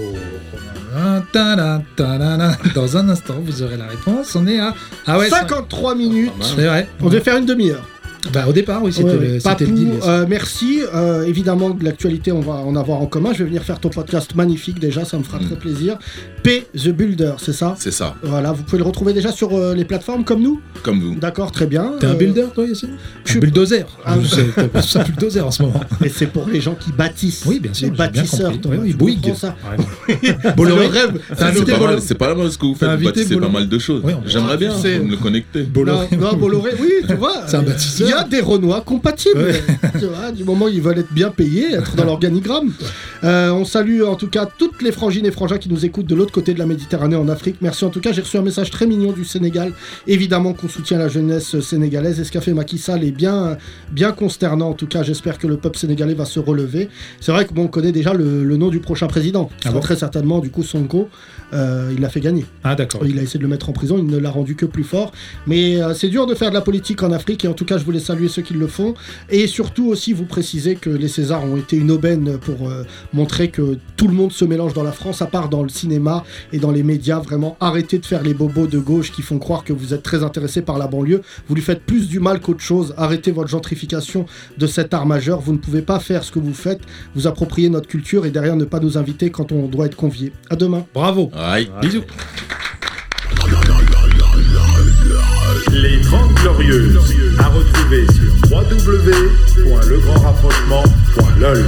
[SPEAKER 4] Tadam, tadam. Dans un instant, vous aurez la réponse. On est à... Ah ouais,
[SPEAKER 3] 53 minutes.
[SPEAKER 4] C'est vrai.
[SPEAKER 3] On devait faire une demi-heure.
[SPEAKER 4] Bah, au départ, oui, c'était
[SPEAKER 3] Ouais,
[SPEAKER 4] le,
[SPEAKER 3] ouais.
[SPEAKER 4] c'était
[SPEAKER 3] Papou,
[SPEAKER 4] le deal.
[SPEAKER 3] euh, merci. Euh, évidemment, de l'actualité, on va en avoir en commun. Je vais venir faire ton podcast magnifique déjà, ça me fera
[SPEAKER 5] Mm.
[SPEAKER 3] très plaisir. P The Builder, c'est ça
[SPEAKER 5] C'est ça,
[SPEAKER 3] Voilà, vous pouvez le retrouver déjà sur euh, les plateformes comme nous.
[SPEAKER 5] comme vous.
[SPEAKER 3] D'accord, très bien.
[SPEAKER 4] T'es un
[SPEAKER 3] Euh,
[SPEAKER 4] builder, toi, Yacine
[SPEAKER 3] je suis-
[SPEAKER 4] Un bulldozer.
[SPEAKER 3] Ah.
[SPEAKER 4] Je sais, T'as pas ça bulldozer en
[SPEAKER 3] (laughs)
[SPEAKER 4] ce moment.
[SPEAKER 3] Et c'est pour les gens qui bâtissent.
[SPEAKER 4] Oui, bien sûr.
[SPEAKER 3] Les
[SPEAKER 4] j'ai bien
[SPEAKER 3] bâtisseurs.
[SPEAKER 4] compris.
[SPEAKER 3] Thomas,
[SPEAKER 4] Oui, oui,
[SPEAKER 3] tu
[SPEAKER 4] Bouygues.
[SPEAKER 3] comprends ça
[SPEAKER 4] Ouais. Bolloré.
[SPEAKER 3] (laughs) C'est le rêve.
[SPEAKER 4] T'as
[SPEAKER 5] C'est
[SPEAKER 4] invité
[SPEAKER 5] pas, mal,
[SPEAKER 4] Bolloré.
[SPEAKER 5] c'est pas mal ce que vous
[SPEAKER 4] T'as
[SPEAKER 5] faites, vous
[SPEAKER 4] invité
[SPEAKER 5] bâtissez
[SPEAKER 4] Bolloré.
[SPEAKER 5] pas mal de choses.
[SPEAKER 4] Ouais, on-
[SPEAKER 5] J'aimerais bien
[SPEAKER 3] C'est-
[SPEAKER 5] me le connecter.
[SPEAKER 4] Bolloré.
[SPEAKER 3] Non, non, Bolloré, oui, tu vois.
[SPEAKER 4] (laughs)
[SPEAKER 3] euh,
[SPEAKER 4] C'est un bâtisseur.
[SPEAKER 3] Il y a des Renois compatibles.
[SPEAKER 4] Ouais.
[SPEAKER 3] (laughs) Tu vois, du moment où ils veulent être bien payés, être dans l'organigramme. Euh, on salue en tout cas toutes les frangines et frangins qui nous écoutent de l'autre côté de la Méditerranée en Afrique. Merci en tout cas. J'ai reçu un message très mignon du Sénégal. Évidemment qu'on soutient la jeunesse sénégalaise. Et ce qu'a fait Macky Sall est bien, bien consternant. En tout cas, j'espère que le peuple sénégalais va se relever. C'est vrai que bon, on connaît déjà le, le nom du prochain président. Ce
[SPEAKER 4] Ah
[SPEAKER 3] sera
[SPEAKER 4] bon
[SPEAKER 3] très certainement, du coup, Sonko, euh, il l'a fait gagner.
[SPEAKER 4] Ah, d'accord.
[SPEAKER 3] Il a essayé de le mettre en prison, il ne l'a rendu que plus fort. Mais euh, c'est dur de faire de la politique en Afrique, et en tout cas, je voulais saluer ceux qui le font. Et surtout aussi vous préciser que les Césars ont été une aubaine pour euh, montrer que tout le monde se mélange dans la France, à part dans le cinéma et dans les médias. Vraiment, arrêtez de faire les bobos de gauche qui font croire que vous êtes très intéressé par la banlieue. Vous lui faites plus du mal qu'autre chose. Arrêtez votre gentrification de cet art majeur. Vous ne pouvez pas faire ce que vous faites, vous approprier notre culture et derrière ne pas nous inviter quand on doit être convié. À demain.
[SPEAKER 4] Bravo.
[SPEAKER 5] Aïe.
[SPEAKER 4] Bisous.
[SPEAKER 1] Les 30 Glorieuses. À retrouver sur www.legrandrapprochement.lol.